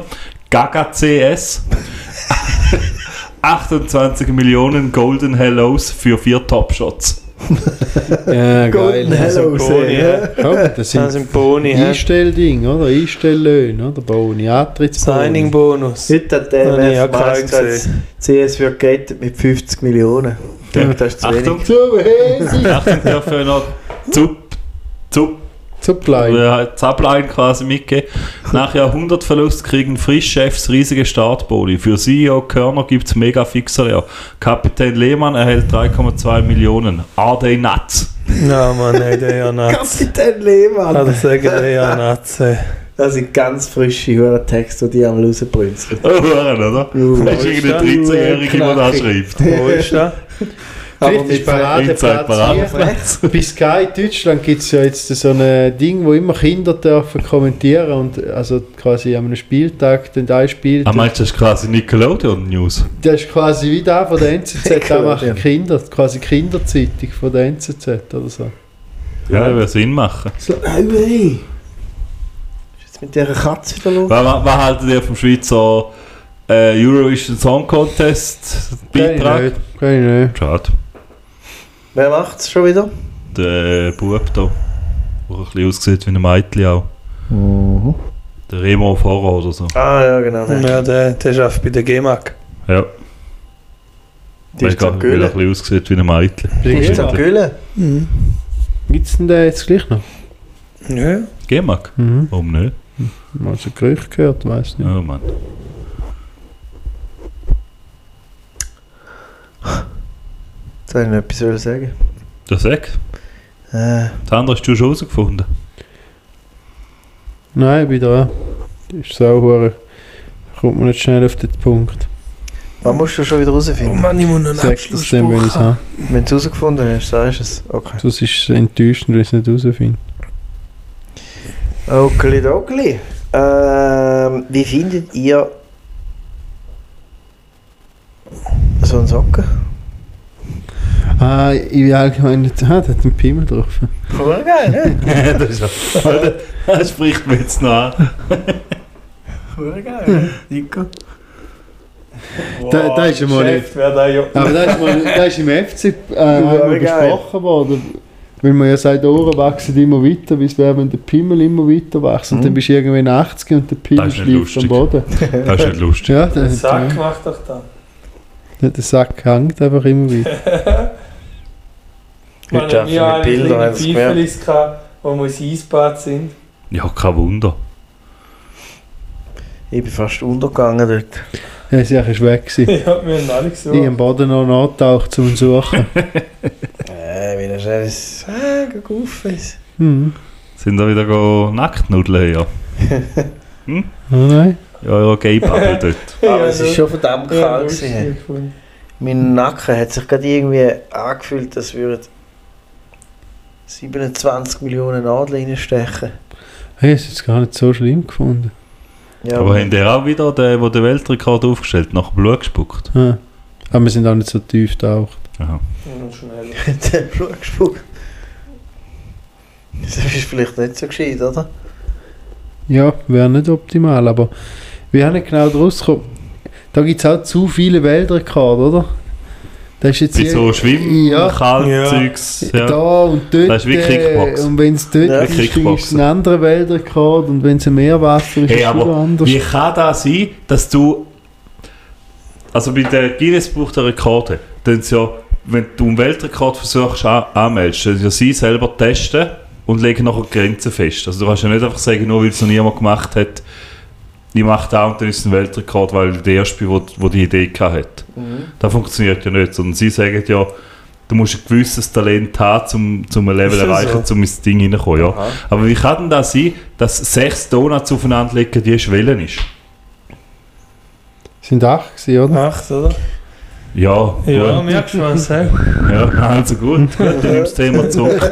[SPEAKER 3] Gaga CS. 28 Millionen Golden Hellos für vier Top-Shots.
[SPEAKER 4] Ja,
[SPEAKER 8] Golden
[SPEAKER 4] geil.
[SPEAKER 8] Hello
[SPEAKER 5] Boni,
[SPEAKER 8] sehen.
[SPEAKER 5] hä?
[SPEAKER 4] Komm, das
[SPEAKER 5] Das
[SPEAKER 4] sind
[SPEAKER 5] sind Boni, hä?
[SPEAKER 4] Einstellding, oder? Einstelllöhne, oder? Boni, Antrittsboni.
[SPEAKER 5] Signing-Bonus.
[SPEAKER 8] Heute hat
[SPEAKER 5] Habe ich
[SPEAKER 8] der
[SPEAKER 5] auch
[SPEAKER 8] MF mal
[SPEAKER 5] keinen
[SPEAKER 8] gesagt, CS wird gated mit 50 Millionen. Ich denke, das ist zu
[SPEAKER 3] Achtung,
[SPEAKER 8] wenig.
[SPEAKER 4] So, hey, sie-
[SPEAKER 3] Achtung, dürfen wir noch Zup, Zup,
[SPEAKER 4] Supply.
[SPEAKER 3] äh, Zapline quasi mitgeben. Nach Jahrhundertverlust kriegen Frischchefs riesige Startboni. Für CEO Körner gibt es mega Fixer. Kapitän Lehmann erhält 3,2 Millionen. Are they nuts?
[SPEAKER 5] Na, Mann, ey, der ja Nazi.
[SPEAKER 8] Kapitän
[SPEAKER 5] Ich
[SPEAKER 8] Lehmann.
[SPEAKER 5] kann sagen, der ja Nazi.
[SPEAKER 8] Das sind ganz frische Hörertexte, die die einmal rausbrünzeln.
[SPEAKER 3] Oh, Huren, oder?
[SPEAKER 8] Uh,
[SPEAKER 3] Das ist irgendein 13-Jähriger, der das schreibt.
[SPEAKER 5] Wo ist der?
[SPEAKER 12] Aber
[SPEAKER 4] Vielleicht
[SPEAKER 12] mit
[SPEAKER 4] ist
[SPEAKER 3] Inside
[SPEAKER 4] Paradeplatz hier.
[SPEAKER 3] Paradeplatz.
[SPEAKER 4] Bei Sky Deutschland gibt es ja jetzt so ein äh, Ding, wo immer Kinder dürfen kommentieren und also quasi an einem Spieltag den ein Spiel.
[SPEAKER 3] Ah, meinst du, das ist quasi Nickelodeon News?
[SPEAKER 4] Das ist quasi wie da von der NZZ, da machen
[SPEAKER 2] Nickelodeon.
[SPEAKER 4] Kinder, quasi Kinderzeitung von der NZZ oder so.
[SPEAKER 3] Ja, das würde Sinn machen.
[SPEAKER 2] So, hey, hey. Ist jetzt mit dieser Katze wieder los?
[SPEAKER 3] Was, was, was haltet ihr vom Schweizer äh, Eurovision Song Contest Beitrag?
[SPEAKER 4] Kann ich nicht.
[SPEAKER 3] Schade.
[SPEAKER 8] Wer macht es schon wieder?
[SPEAKER 3] Der Bub da, der ein bisschen aussieht wie ein Mädchen auch.
[SPEAKER 8] Mhm.
[SPEAKER 3] Der Remo Fahrer oder so.
[SPEAKER 8] Ah, ja, genau.
[SPEAKER 5] Ja, der, der schafft bei der GEMAG.
[SPEAKER 3] Ja,
[SPEAKER 8] Die
[SPEAKER 3] weil
[SPEAKER 8] ist
[SPEAKER 3] er ein
[SPEAKER 8] St. Göllen.
[SPEAKER 3] bisschen aussieht wie ein Mädchen.
[SPEAKER 8] Die ist St. Göllen.
[SPEAKER 4] Gibt es denn den jetzt gleich noch?
[SPEAKER 5] Ja.
[SPEAKER 3] Geh mag.
[SPEAKER 4] Mhm.
[SPEAKER 3] Warum nicht?
[SPEAKER 4] Mal so Gerücht gehört, weiß nicht.
[SPEAKER 3] Oh Mann.
[SPEAKER 8] Jetzt habe ich noch etwas wollen sagen.
[SPEAKER 3] Das weg.
[SPEAKER 8] Äh,
[SPEAKER 3] Das andere hast du schon rausgefunden.
[SPEAKER 4] Nein, ich bin da. Das ist so hure. Kommt man nicht schnell auf den Punkt.
[SPEAKER 8] was musst du schon wieder
[SPEAKER 5] Oh
[SPEAKER 8] herausfinden?
[SPEAKER 5] Mann, ich muss noch einen
[SPEAKER 4] Sag das dem, wenn ich
[SPEAKER 5] Abschlussspruch
[SPEAKER 4] es
[SPEAKER 5] haben.
[SPEAKER 4] habe.
[SPEAKER 8] Wenn du es herausgefunden hast, sagst du es. Okay.
[SPEAKER 4] Sonst ist es enttäuschend, wenn ich es nicht herausfinde.
[SPEAKER 8] Okli dokli. Ähm, wie findet ihr so einen Socken?
[SPEAKER 4] Ah, ich bin allgemein nicht. Ah, der hat einen Pimmel drauf.
[SPEAKER 8] Voll geil, ne?
[SPEAKER 3] das, ist ja- das spricht mir jetzt noch an.
[SPEAKER 8] Voll geil, ne? Nico.
[SPEAKER 4] Da- da ist ja mal Ah,
[SPEAKER 5] Geschäft wäre da ja.
[SPEAKER 4] Aber das ist, mal, das ist im FC äh, einmal
[SPEAKER 8] geil.
[SPEAKER 4] besprochen worden. Weil man ja sagt, die Ohren wachsen immer weiter, bis wäre, wenn der Pimmel immer weiter wächst. Und dann bist du irgendwann 80 und der Pimmel
[SPEAKER 3] Mhm. Das ist nicht lustig.
[SPEAKER 4] schläft am Boden.
[SPEAKER 3] Das ist nicht lustig.
[SPEAKER 4] Ja, der,
[SPEAKER 5] Sack
[SPEAKER 4] der,
[SPEAKER 5] macht doch da.
[SPEAKER 4] der Sack hängt einfach immer weiter.
[SPEAKER 5] Ich meine,
[SPEAKER 8] schaffen
[SPEAKER 5] wir
[SPEAKER 8] wir
[SPEAKER 5] haben
[SPEAKER 8] Bilder,
[SPEAKER 5] kleine
[SPEAKER 8] haben's gemerkt.
[SPEAKER 5] Pfeifelis gehabt, wo wir ins Eisbad sind.
[SPEAKER 3] Ja, kein Wunder.
[SPEAKER 8] Ich bin fast untergegangen dort.
[SPEAKER 4] Ja, das Sache ist weg. Gewesen.
[SPEAKER 5] Ja, wir haben alle
[SPEAKER 4] Ich am
[SPEAKER 5] gesucht.
[SPEAKER 4] Boden noch nachgetaucht zum Suchen.
[SPEAKER 8] Äh, wie ein schönes. Ah, guck auf. es-
[SPEAKER 4] Hm.
[SPEAKER 3] Sind da wieder go Nacktnudeln her?
[SPEAKER 4] Oh nein.
[SPEAKER 3] Ja, ja, Gay-Bubble dort.
[SPEAKER 8] Aber es ist schon verdammt
[SPEAKER 5] Ja,
[SPEAKER 8] kalt.
[SPEAKER 5] lustig
[SPEAKER 8] gewesen.
[SPEAKER 5] gefunden.
[SPEAKER 8] Mein Nacken hat sich gerade irgendwie Äh, angefühlt, als würden 27 Millionen Nadeln reinstechen.
[SPEAKER 4] Hey, es ist Ah, jetzt gar nicht so schlimm gefunden.
[SPEAKER 8] Ja,
[SPEAKER 3] Aber haben die auch wieder den, der den Weltrekord aufgestellt nach Blut gespuckt?
[SPEAKER 4] Ah. Aber wir sind auch nicht so tief getaucht.
[SPEAKER 3] Aha.
[SPEAKER 5] Und schnell.
[SPEAKER 8] den Blut gespuckt. Das ist vielleicht nicht so gescheit, oder?
[SPEAKER 4] Ja, wäre nicht optimal, aber wir haben nicht genau daraus gekommen. Da gibt es auch zu viele Weltrekorde, oder? Das ist jetzt
[SPEAKER 3] Bei so Schwimmen,
[SPEAKER 4] Ja.
[SPEAKER 3] Kaltzeugs.
[SPEAKER 4] hier,
[SPEAKER 3] Ja.
[SPEAKER 4] da und dort.
[SPEAKER 3] Das ist wie
[SPEAKER 4] äh,
[SPEAKER 3] Kickbox.
[SPEAKER 4] Und wenn es dort
[SPEAKER 8] Ja.
[SPEAKER 4] ist,
[SPEAKER 3] Wie
[SPEAKER 4] dann ist es
[SPEAKER 3] Kickboxen.
[SPEAKER 4] ein anderer Weltrekord und wenn es ein Meerwasser ist,
[SPEAKER 3] Hey,
[SPEAKER 4] ist es
[SPEAKER 3] aber
[SPEAKER 4] wieder anders.
[SPEAKER 3] Wie kann das sein, dass du. Also bei der Guinness braucht der Rekorde. Dann ist ja, wenn du einen Weltrekord versuchst an, anmeldest, dann ja sie selber testen und legen nachher die Grenzen fest. Also du kannst ja nicht einfach sagen, nur weil es noch niemand gemacht hat, ich mache da und dann ist es ein Weltrekord, weil der erste, der wo, wo die Idee gehabt hat. Das funktioniert ja nicht, sondern sie sagen ja, du musst ein gewisses Talent haben, um, um ein Level
[SPEAKER 5] Ist das
[SPEAKER 3] erreichen, um ins Ding reinzukommen. Ja.
[SPEAKER 8] Aha.
[SPEAKER 3] Aber wie kann denn das sein, dass sechs Donuts aufeinander liegen, die Schwellen ist?
[SPEAKER 4] Es sind acht gewesen, oder?
[SPEAKER 5] Acht, oder?
[SPEAKER 3] Ja,
[SPEAKER 5] Ja,
[SPEAKER 3] gut.
[SPEAKER 5] merkst du was, hä?
[SPEAKER 3] ja also gut, gut, dann nimmst du das Thema zurück.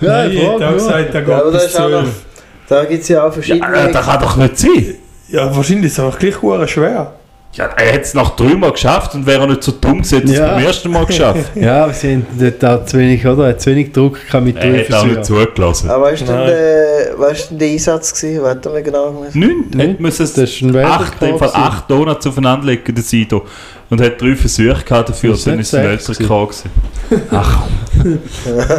[SPEAKER 5] Nein, ich
[SPEAKER 4] frag
[SPEAKER 5] hätte auch
[SPEAKER 4] nur.
[SPEAKER 5] gesagt, da
[SPEAKER 8] Ja, aber
[SPEAKER 5] geht
[SPEAKER 8] das
[SPEAKER 5] bis
[SPEAKER 8] ist auch noch,
[SPEAKER 5] 12.
[SPEAKER 8] da gibt es ja auch
[SPEAKER 3] Ja,
[SPEAKER 8] verschiedene.
[SPEAKER 3] äh, das kann doch nicht sein.
[SPEAKER 5] Ja, wahrscheinlich ist es einfach gleich hure schwer.
[SPEAKER 3] Ja, er hat es nach dreimal geschafft und wäre nicht so dumm gewesen, hätte
[SPEAKER 4] Ja.
[SPEAKER 3] es beim ersten Mal geschafft.
[SPEAKER 4] Ja, wir sind dort auch zu wenig, oder? Hat zu wenig Druck gehabt mit
[SPEAKER 3] Er hätte auch
[SPEAKER 4] Versuchen.
[SPEAKER 3] nicht zugelassen.
[SPEAKER 8] aber was war
[SPEAKER 5] Nein.
[SPEAKER 8] Ah, denn, der- was ist denn der Einsatz? Gewesen? Warte mal genau. gewesen?
[SPEAKER 3] Neun,
[SPEAKER 4] Neun?
[SPEAKER 3] hätte müssen es
[SPEAKER 4] Das ist ein
[SPEAKER 3] acht, in dem Fall
[SPEAKER 4] Weltrekord. gewesen.
[SPEAKER 3] acht Donuts aufeinander legen, der Sido. Und hat drei Versuche gehabt dafür, also
[SPEAKER 4] Das ist
[SPEAKER 3] dann
[SPEAKER 4] nicht
[SPEAKER 3] ist es ein
[SPEAKER 4] sechs
[SPEAKER 3] Weltrekord gewesen. Ach,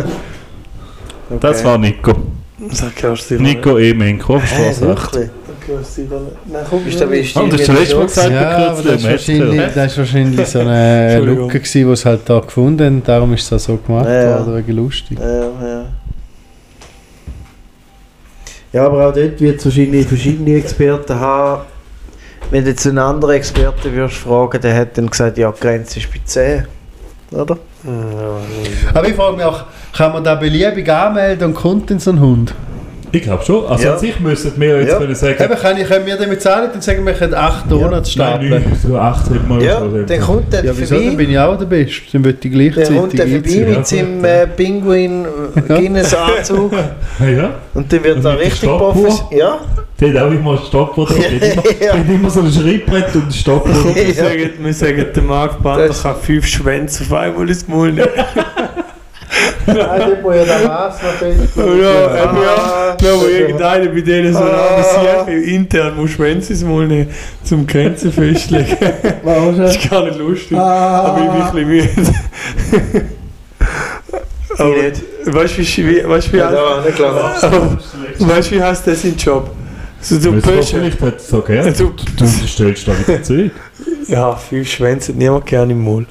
[SPEAKER 8] Okay.
[SPEAKER 3] das war Nico.
[SPEAKER 5] Das kannst du dir nicht.
[SPEAKER 3] Nico E. Menko, auf
[SPEAKER 8] Hä,
[SPEAKER 3] Straße 8.
[SPEAKER 5] Das
[SPEAKER 8] wirklich?
[SPEAKER 5] kannst du dir nicht. Nein, komm,
[SPEAKER 8] Ist der
[SPEAKER 5] ich
[SPEAKER 8] Beste?
[SPEAKER 3] Oh, das ist das letzte Mal gesagt,
[SPEAKER 4] Ja, aber das ist, wahrscheinlich, das ist wahrscheinlich so eine
[SPEAKER 5] Entschuldigung.
[SPEAKER 4] Lücke, gewesen, die sie halt da gefunden haben. Darum ist es auch so gemacht
[SPEAKER 8] Ja, ja.
[SPEAKER 4] worden, wegen lustig.
[SPEAKER 8] Ja, ja.
[SPEAKER 2] Ja, aber auch dort wird es wahrscheinlich verschiedene Experten haben.
[SPEAKER 8] Wenn du jetzt einen anderen Experten würdest fragen, der hätte dann gesagt, ja, die Grenze ist bei 10. Oder?
[SPEAKER 4] Aber ich frage mich auch, kann man da beliebig anmelden und kommt denn so ein Hund?
[SPEAKER 3] Ich glaube schon. Also
[SPEAKER 2] Ja.
[SPEAKER 3] an sich müssten wir jetzt
[SPEAKER 2] Ja.
[SPEAKER 3] können sagen,
[SPEAKER 4] Eben, kann ich, können wir damit zahlen und sagen, wir können 8 Tonnen
[SPEAKER 3] nein,
[SPEAKER 4] stapeln?
[SPEAKER 3] neun, so acht hätten wir
[SPEAKER 2] Ja,
[SPEAKER 3] schon.
[SPEAKER 2] dann kommt der
[SPEAKER 4] Ja, wieso? Dann
[SPEAKER 2] vorbei.
[SPEAKER 4] bin ich auch der Beste. Dann würde ich
[SPEAKER 2] Dann kommt
[SPEAKER 4] gleichzeitig
[SPEAKER 2] der vorbei
[SPEAKER 3] Ja,
[SPEAKER 2] mit seinem äh, Pinguin-Guinness-Anzug
[SPEAKER 3] Ja, ja.
[SPEAKER 2] und dann wird
[SPEAKER 3] Und
[SPEAKER 2] er
[SPEAKER 3] mit der
[SPEAKER 2] richtig
[SPEAKER 3] Stoppuhr?
[SPEAKER 2] professionell. Ja,
[SPEAKER 3] Der hat auch immer ein Stoppuhr. Der hat
[SPEAKER 2] Ja.
[SPEAKER 3] immer- hat immer so ein Schreibbrett und ein Stoppuhr.
[SPEAKER 5] Wir
[SPEAKER 2] Ja.
[SPEAKER 5] sagen, wir sagen der Marc Bander
[SPEAKER 2] Das-
[SPEAKER 5] kann fünf Schwänze auf einmal ins Maul nehmen.
[SPEAKER 4] Nein, dort muss ja der Mass noch
[SPEAKER 5] Ja,
[SPEAKER 4] festmachen.
[SPEAKER 5] ja,
[SPEAKER 2] Ah.
[SPEAKER 5] ja. Da wo irgendeiner bei denen so
[SPEAKER 2] Ah.
[SPEAKER 5] ein bisschen intern muss Schwänze ins Maul nehmen, zum Grenzen festlegen. Das ist gar nicht lustig.
[SPEAKER 4] Ah.
[SPEAKER 5] Aber ich bin ein bisschen müde. Aber
[SPEAKER 2] nicht.
[SPEAKER 5] weißt du, wie, wie, weißt, du, wie,
[SPEAKER 2] da war nicht klar.
[SPEAKER 5] aber, weißt, du, wie heißt das im Job? So, du Böschel.
[SPEAKER 3] Vielleicht hat es so gern.
[SPEAKER 5] Du,
[SPEAKER 3] Du stellst da wieder Zeug.
[SPEAKER 5] ja, fünf Schwänze hat niemand gerne im Maul.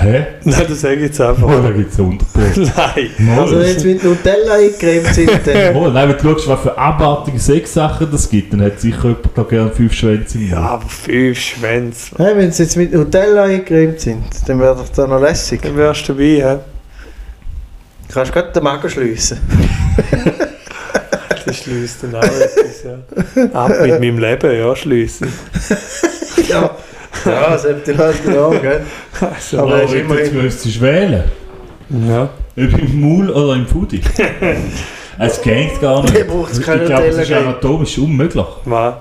[SPEAKER 3] Hä?
[SPEAKER 5] Nein, das sage ich jetzt
[SPEAKER 3] Oh,
[SPEAKER 5] einfach.
[SPEAKER 3] da gibt es einen Unterbruch.
[SPEAKER 5] Nein.
[SPEAKER 8] Also
[SPEAKER 3] Mal.
[SPEAKER 8] jetzt mit Nutella eingecremt sind, dann
[SPEAKER 3] Oh, nein, wenn du schaust, was für abartige Sexsachen das gibt, dann hat sicher jemand da gerne fünf Schwänze im
[SPEAKER 5] Ja,
[SPEAKER 3] Mund.
[SPEAKER 5] aber fünf Schwänze.
[SPEAKER 8] Hey, wenn sie jetzt mit Nutella eingecremt sind.
[SPEAKER 2] sind, dann wäre doch da noch lässig.
[SPEAKER 5] Dann wärst du dabei, hä?
[SPEAKER 2] Du kannst gerade den Magen schliessen.
[SPEAKER 5] Das schließt dann auch etwas, ja. Ab mit meinem Leben, ja, schließen.
[SPEAKER 2] Ja, ja das habt ihr halt genau, gell?
[SPEAKER 5] Also,
[SPEAKER 2] Aber
[SPEAKER 3] Aber
[SPEAKER 2] ist
[SPEAKER 3] Oh, jetzt
[SPEAKER 2] immerhin-
[SPEAKER 3] müsstest du wählen.
[SPEAKER 5] ja.
[SPEAKER 3] Ob im Maul oder im Pudi. es geht gar nicht.
[SPEAKER 2] Der braucht's
[SPEAKER 3] ich
[SPEAKER 2] keine
[SPEAKER 3] glaube, das ist
[SPEAKER 2] Nutella-Creme.
[SPEAKER 3] anatomisch unmöglich.
[SPEAKER 5] Mann.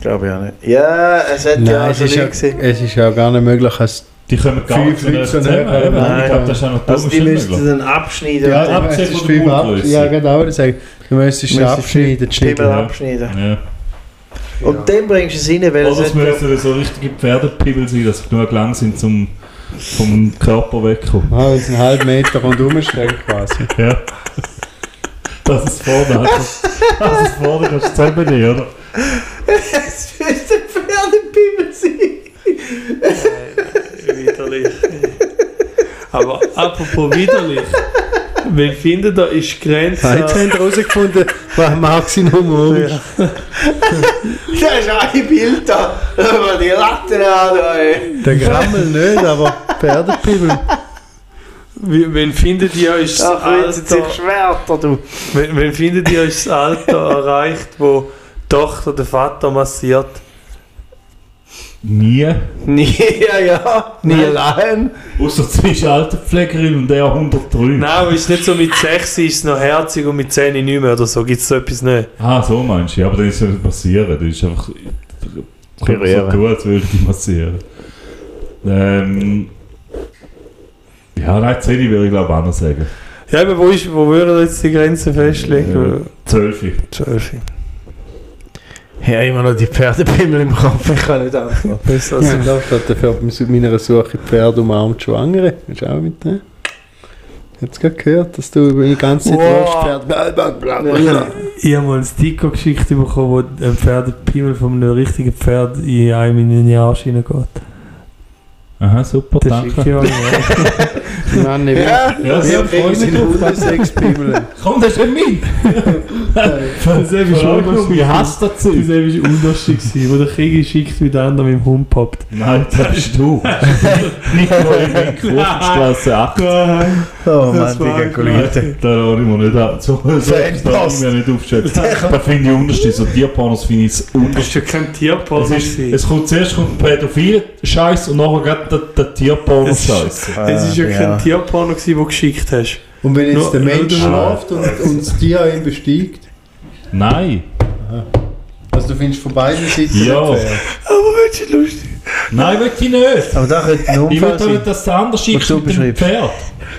[SPEAKER 2] Glaube ich auch nicht. Ja, es hätte ja
[SPEAKER 4] Nein,
[SPEAKER 2] auch
[SPEAKER 8] also
[SPEAKER 4] es
[SPEAKER 2] so
[SPEAKER 4] ist ja,
[SPEAKER 2] Leute gesehen.
[SPEAKER 4] es ist ja gar nicht möglich, als
[SPEAKER 3] Die kommen gar nicht
[SPEAKER 4] Fünf
[SPEAKER 3] mehr
[SPEAKER 4] Leute so
[SPEAKER 3] zusammen.
[SPEAKER 4] näher,
[SPEAKER 3] eben.
[SPEAKER 2] nein.
[SPEAKER 3] ich glaube, das ist anatomisch
[SPEAKER 2] Also die müssten
[SPEAKER 3] unmöglich.
[SPEAKER 2] dann abschneiden
[SPEAKER 3] Ja,
[SPEAKER 2] und dann
[SPEAKER 3] abschneiden.
[SPEAKER 4] es ist
[SPEAKER 3] von
[SPEAKER 4] viel
[SPEAKER 3] der
[SPEAKER 4] ab-
[SPEAKER 3] Mundgröße.
[SPEAKER 4] Ja, genau, das sage ich. Du müsstest
[SPEAKER 2] Müsstest
[SPEAKER 4] abschneiden,
[SPEAKER 2] die Stimmel
[SPEAKER 4] Schnibbel.
[SPEAKER 3] Ja.
[SPEAKER 2] abschneiden.
[SPEAKER 3] Ja.
[SPEAKER 2] Und dann bringst du es rein, weil
[SPEAKER 3] Oder es
[SPEAKER 2] es hätte
[SPEAKER 3] müssen so richtige Pferdepibbel sein, dass sie genug lang sind, zum vom Körper wegkommen.
[SPEAKER 4] Ah, weil es einen halben Meter rundherum steht quasi.
[SPEAKER 3] Ja. Das ist vorne. Also, das ist vorne, kannst du zusammennehmen, oder?
[SPEAKER 2] Es müsste ein Pferdepimmel sein.
[SPEAKER 5] Widerlich. Aber apropos widerlich. Wen findet ihr, ist
[SPEAKER 4] Ah, jetzt
[SPEAKER 5] Grenze.
[SPEAKER 4] haben wir herausgefunden, was Maximum um ist.
[SPEAKER 2] Da ist ein Bild da. Da war die Latte an, da,
[SPEAKER 8] eh.
[SPEAKER 2] ey.
[SPEAKER 4] Der Grammel nicht, aber Pferdepibel.
[SPEAKER 5] Wen wen findet ihr, ist das
[SPEAKER 2] Da kreuzen
[SPEAKER 5] Alter.
[SPEAKER 2] sich Schwerter, du.
[SPEAKER 5] Wen, wen findet ihr, ist das Alter erreicht, wo die Tochter den Vater massiert?
[SPEAKER 3] Nie.
[SPEAKER 2] Nie, ja, ja. Nie
[SPEAKER 8] Eh.
[SPEAKER 5] Nein.
[SPEAKER 2] allein.
[SPEAKER 3] Außer zwischen Altenpflegerin und der 103.
[SPEAKER 5] Nein, aber ist nicht so mit 6 ist es noch herzig und mit 10 nicht mehr oder so. Gibt es so etwas nicht?
[SPEAKER 3] Ah, so meinst du. Ja, aber das ist ja nicht passieren. Das ist einfach. Ich kann so
[SPEAKER 6] Kurieren.
[SPEAKER 3] tun, als würde die massieren. Ähm. Ja, nein, 10 würde ich glaube auch noch sagen.
[SPEAKER 5] Ja, aber wo, ist, wo würden wir jetzt die Grenze festlegen?
[SPEAKER 3] 12.
[SPEAKER 5] 12.
[SPEAKER 6] Ja, immer noch die Pferdepimmel im Kopf.
[SPEAKER 2] Ich kann nicht antworten.
[SPEAKER 5] Besser als
[SPEAKER 4] Also, ich glaube, dass dafür mit meiner Suche Pferd umarmt Schwangere. Willst du auch mitnehmen? Jetzt gerade gehört, dass du über die ganze Zeit
[SPEAKER 5] Wow.
[SPEAKER 4] wow. Pferd.
[SPEAKER 5] Ich habe mal eine Sticker-Geschichte bekommen, wo ein Pferdepimmel von einem richtigen Pferd in einem in eine Arsch reingeht.
[SPEAKER 3] Aha, super,
[SPEAKER 5] Das schicke
[SPEAKER 3] danke.
[SPEAKER 5] ich euch.
[SPEAKER 4] Nein, nicht.
[SPEAKER 2] Ja,
[SPEAKER 3] Ja, sehr freut mich drauf.
[SPEAKER 4] Hundesexbibeln.
[SPEAKER 3] Komm, das ist nicht mein! Das
[SPEAKER 5] ist
[SPEAKER 3] schon Ich hasse das
[SPEAKER 5] Das war eben unlustig, gewesen, wo der Krieg geschickt wie der andere mit dem Hund poppt.
[SPEAKER 3] Nein, das bist du. Nicht nur in der Kurvenstraße 8.
[SPEAKER 8] Oh
[SPEAKER 5] Das
[SPEAKER 8] Mann,
[SPEAKER 5] war
[SPEAKER 8] die
[SPEAKER 5] klar.
[SPEAKER 8] Gekuliert.
[SPEAKER 3] Da lade ich mir nicht ab. So, so etwas darf ich mir nicht aufschreiben. Da finde ich unterste. So Tierpornos finde ich das
[SPEAKER 5] Das ist
[SPEAKER 3] unterste.
[SPEAKER 5] ja kein
[SPEAKER 3] Es,
[SPEAKER 5] Tierporno.
[SPEAKER 3] ist,
[SPEAKER 5] gewesen.
[SPEAKER 3] es kommt zuerst kommt pädophile Scheiß und nachher geht der, der Tierporno Scheiß.
[SPEAKER 5] Es ist Ah, ja kein Tierporno, gewesen, den du geschickt hast.
[SPEAKER 4] Und wenn
[SPEAKER 5] Nur-
[SPEAKER 4] jetzt der Mensch
[SPEAKER 5] nur-
[SPEAKER 4] schlaft und, und das Tier ihn bestiegt,
[SPEAKER 3] Nein,
[SPEAKER 4] also du findest von beiden Seiten
[SPEAKER 3] Ja.
[SPEAKER 4] nicht fair.
[SPEAKER 5] Aber willst du lustig?
[SPEAKER 3] nein, will ich nicht.
[SPEAKER 8] Aber da könnte ein
[SPEAKER 3] Ich will
[SPEAKER 8] Unfall
[SPEAKER 3] doch
[SPEAKER 8] sein.
[SPEAKER 3] nicht, dass der andere schickt
[SPEAKER 8] du
[SPEAKER 3] mit dem
[SPEAKER 8] beschreibst.
[SPEAKER 3] Pferd.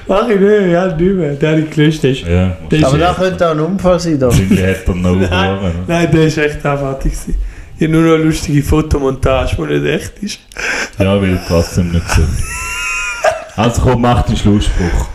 [SPEAKER 5] Mach ich nicht, ja, nicht mehr. Der hat ihn gelöscht. Der ist-
[SPEAKER 3] Ja,
[SPEAKER 8] Aber da könnte auch ein Unfall sein. Da.
[SPEAKER 3] Wahrscheinlich hat er noch ne?
[SPEAKER 5] Nein.
[SPEAKER 3] Ohren.
[SPEAKER 5] Nein, der ist echt abartig. gewesen. Ich habe nur noch eine lustige Fotomontage, die nicht echt ist.
[SPEAKER 3] Ja, will ich trotzdem nicht sehen. Also komm, mach den Schlussspruch.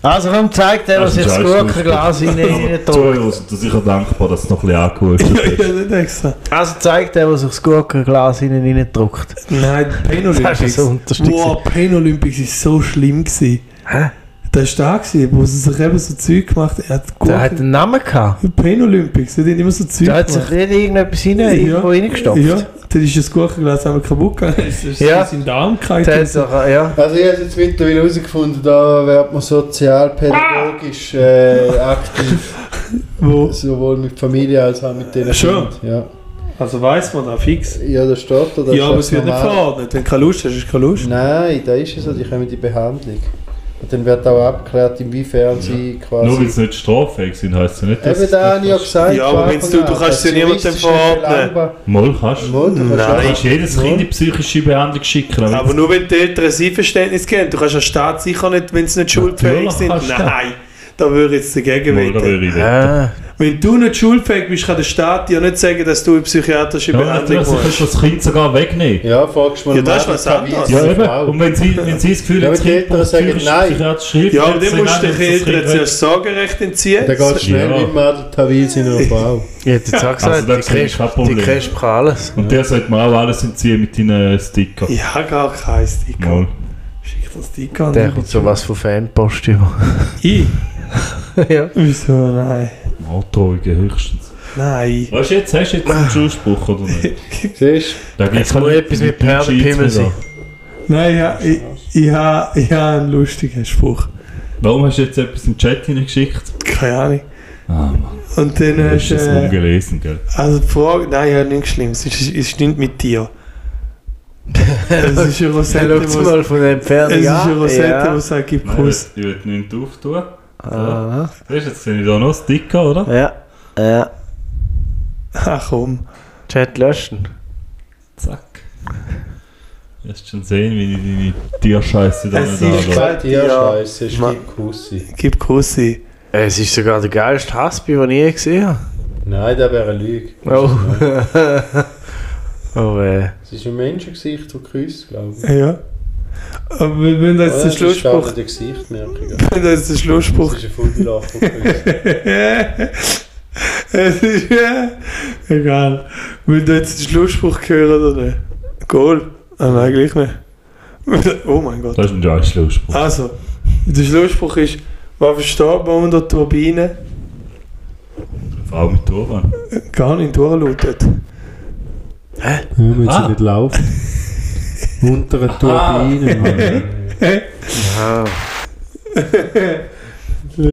[SPEAKER 8] Also komm, zeig dir, was
[SPEAKER 3] Das
[SPEAKER 8] ich
[SPEAKER 3] ist
[SPEAKER 8] das
[SPEAKER 3] ein
[SPEAKER 8] Gurkenglas hinein rein tue.
[SPEAKER 3] Zuhörer sind sicher dankbar, dass du noch ein bisschen angeholfen hast.
[SPEAKER 5] Ich habe nicht extra.
[SPEAKER 8] Also zeig dir, was ich das Gurkenglas hinein rein drückt.
[SPEAKER 5] Nein, die Pain
[SPEAKER 8] Das ist
[SPEAKER 5] Olympics.
[SPEAKER 8] so unterschiedlich.
[SPEAKER 5] Wow, Pain Olympics ist so schlimm gewesen. Hä? Der ist da gewesen, wo sie sich eben so Zeug gemacht hat. Er hat
[SPEAKER 2] Der hat einen Namen gehabt.
[SPEAKER 5] Pain Olympics, die haben immer so Zeug
[SPEAKER 2] Der hat sich
[SPEAKER 5] gemacht.
[SPEAKER 2] nicht irgendetwas rein,
[SPEAKER 5] Ja.
[SPEAKER 2] irgendwo reingestopft.
[SPEAKER 5] Ja, dann ist das Kuchenglas einmal kaputt gegangen. Es ist
[SPEAKER 2] Ja.
[SPEAKER 5] ja. sein Darm
[SPEAKER 2] Der hat
[SPEAKER 5] gehalten.
[SPEAKER 2] doch,
[SPEAKER 8] äh,
[SPEAKER 2] ja.
[SPEAKER 4] Also ich habe jetzt mittlerweile herausgefunden, da wird man sozialpädagogisch äh, aktiv.
[SPEAKER 5] Wo?
[SPEAKER 4] Sowohl mit Familie als auch mit denen.
[SPEAKER 5] Schon?
[SPEAKER 4] Kindern. Ja.
[SPEAKER 5] Also weiß man da fix.
[SPEAKER 4] ja, das steht da. Das
[SPEAKER 5] ja,
[SPEAKER 4] ist
[SPEAKER 5] aber
[SPEAKER 4] das
[SPEAKER 5] es wird nicht
[SPEAKER 4] normal.
[SPEAKER 5] verordnet. Wenn du keine Lust hast, hast du keine Lust.
[SPEAKER 4] Nein, da ist es so, die kommen in die Behandlung. Und dann wird auch abgeklärt, inwiefern sie quasi...
[SPEAKER 3] Nur weil sie nicht straffähig sind, heisst es nicht, dass
[SPEAKER 4] Eben, da habe ich ja gesagt.
[SPEAKER 5] Ja, aber
[SPEAKER 4] von
[SPEAKER 5] wenn's du-
[SPEAKER 4] Anfang
[SPEAKER 5] du kannst
[SPEAKER 4] an,
[SPEAKER 5] ja niemandem
[SPEAKER 4] das juristische
[SPEAKER 5] verordnen.
[SPEAKER 4] Verlangen-
[SPEAKER 3] Mal kannst du.
[SPEAKER 4] Mal, du. kannst
[SPEAKER 3] Du
[SPEAKER 5] Nein.
[SPEAKER 4] auch-
[SPEAKER 3] kannst jedes Kind in psychische Behandlung schicken. Aber,
[SPEAKER 5] Aber nur wenn die Eltern ein Einverständnis geben. Du kannst als Staat sicher nicht, wenn sie nicht schuldfähig
[SPEAKER 3] Natürlich
[SPEAKER 5] sind.
[SPEAKER 3] kannst du das.
[SPEAKER 5] Nein, da würde ich jetzt dagegen
[SPEAKER 3] mal, da
[SPEAKER 5] wetten.
[SPEAKER 3] würde ich nicht.
[SPEAKER 2] Ah,
[SPEAKER 5] Wenn du nicht schuldfähig bist, kann der Staat dir nicht sagen, dass du in psychiatrische
[SPEAKER 3] Ja,
[SPEAKER 5] Behandlung
[SPEAKER 3] natürlich, sie kannst
[SPEAKER 5] musst.
[SPEAKER 3] du das Kind sogar wegnehmen.
[SPEAKER 4] Ja, fragst du mal
[SPEAKER 5] Ja, das ist was
[SPEAKER 4] Mann,
[SPEAKER 5] anderes.
[SPEAKER 4] Kavis,
[SPEAKER 3] Ja,
[SPEAKER 4] eine
[SPEAKER 3] eben.
[SPEAKER 4] Frau.
[SPEAKER 3] Und wenn sie, wenn sie das Gefühl
[SPEAKER 4] Ja,
[SPEAKER 3] haben,
[SPEAKER 4] aber
[SPEAKER 3] das
[SPEAKER 4] die
[SPEAKER 3] Kind
[SPEAKER 4] Eltern sagen nein.
[SPEAKER 3] psychiatrische Hilfe,
[SPEAKER 5] Ja, aber dann
[SPEAKER 3] sie
[SPEAKER 5] musst du
[SPEAKER 3] nehmen
[SPEAKER 5] den
[SPEAKER 3] das Kind
[SPEAKER 5] Eltern
[SPEAKER 3] weg.
[SPEAKER 5] zuerst das Sorgerecht entziehen.
[SPEAKER 4] Der geht schnell
[SPEAKER 3] Um Ja.
[SPEAKER 4] wie Madel Tawil seiner Frau.
[SPEAKER 2] ich hätte jetzt auch gesagt,
[SPEAKER 3] Also da
[SPEAKER 2] die
[SPEAKER 3] sehe ich kein
[SPEAKER 2] Cresp- die
[SPEAKER 3] Problem.
[SPEAKER 2] Cresp kann alles.
[SPEAKER 3] Und der sollte mir auch alles entziehen mit deinen Sticker.
[SPEAKER 5] Ich habe gar keinen Sticker.
[SPEAKER 3] Mal.
[SPEAKER 5] Schick das Sticker an.
[SPEAKER 2] Der kommt sowas von Fanpost über.
[SPEAKER 5] Ich?
[SPEAKER 2] ja.
[SPEAKER 5] Wieso? Nein.
[SPEAKER 3] Motorige höchstens.
[SPEAKER 5] Nein.
[SPEAKER 3] Weißt du, jetzt hast du jetzt einen Schulspruch, oder nicht?
[SPEAKER 4] Siehst
[SPEAKER 3] Da gibt's
[SPEAKER 2] Es muss
[SPEAKER 3] keinen
[SPEAKER 2] etwas mit
[SPEAKER 3] deutschen
[SPEAKER 2] Perlenpimmel
[SPEAKER 3] Einzug
[SPEAKER 2] sein.
[SPEAKER 3] da.
[SPEAKER 5] Nein, ja, ich, ich, habe, ich habe einen lustigen Spruch.
[SPEAKER 3] Warum hast du jetzt etwas in den Chat hineingeschickt?
[SPEAKER 5] Keine Ahnung.
[SPEAKER 3] Ah, Mann,
[SPEAKER 5] Und dann
[SPEAKER 3] du hast
[SPEAKER 5] hast du.
[SPEAKER 3] das
[SPEAKER 5] Äh,
[SPEAKER 3] ungelesen, gell?
[SPEAKER 5] Also die Frage, nein, ja, nichts Schlimmes. Es ist, es ist nicht mit dir. es ist eine
[SPEAKER 2] Der
[SPEAKER 5] Rosette,
[SPEAKER 2] schaut
[SPEAKER 5] wo
[SPEAKER 2] mal von der
[SPEAKER 5] es
[SPEAKER 2] Entfernung
[SPEAKER 5] ist
[SPEAKER 2] an.
[SPEAKER 5] eine Rosette,
[SPEAKER 2] ja.
[SPEAKER 5] wo sagt, gib
[SPEAKER 3] Nein,
[SPEAKER 5] Kuss.
[SPEAKER 3] ich will ich will nicht auftun.
[SPEAKER 2] Ah,
[SPEAKER 3] Weißt du, jetzt sehe ich da noch Sticker, oder?
[SPEAKER 2] ja. Ja.
[SPEAKER 5] Ach komm.
[SPEAKER 2] Chat löschen.
[SPEAKER 3] Zack. Wirst schon sehen, wie ich deine Tierscheiße da
[SPEAKER 5] Es
[SPEAKER 3] nicht
[SPEAKER 5] ist
[SPEAKER 3] habe.
[SPEAKER 5] kein
[SPEAKER 4] du? Ja,
[SPEAKER 5] Tier.
[SPEAKER 4] scheiße, ist
[SPEAKER 2] Ma-
[SPEAKER 4] die Kussi.
[SPEAKER 5] Gib Kussi.
[SPEAKER 2] Es ist sogar der geilste Haspi, den ich je gesehen habe.
[SPEAKER 4] Nein, der wäre eine Lüge.
[SPEAKER 2] Oh. oh, äh.
[SPEAKER 4] Es ist ein Menschengesicht, der küsst, glaube ich.
[SPEAKER 5] Ja. Aber wenn das jetzt der Schlussspruch...
[SPEAKER 4] Das ist Gesicht, merke ich.
[SPEAKER 5] Wenn das jetzt der Schlussspruch...
[SPEAKER 4] Das ist ein Fundilach, der küsst.
[SPEAKER 5] es ist... Ja. Egal. Wenn du jetzt den Schlussspruch gehört oder nicht. Goal. Ah, nein, gleich nicht. Oh mein Gott.
[SPEAKER 3] Das ist ein scheiß Schlussspruch.
[SPEAKER 5] Also, der Schlussspruch ist, was versteht man unter Turbine?
[SPEAKER 3] Frau mit Turban.
[SPEAKER 5] Gar nicht durchlautet.
[SPEAKER 4] Ja, wenn
[SPEAKER 3] Ah.
[SPEAKER 4] sie nicht laufen. Unter einer Turbine. Mann.
[SPEAKER 2] Ah.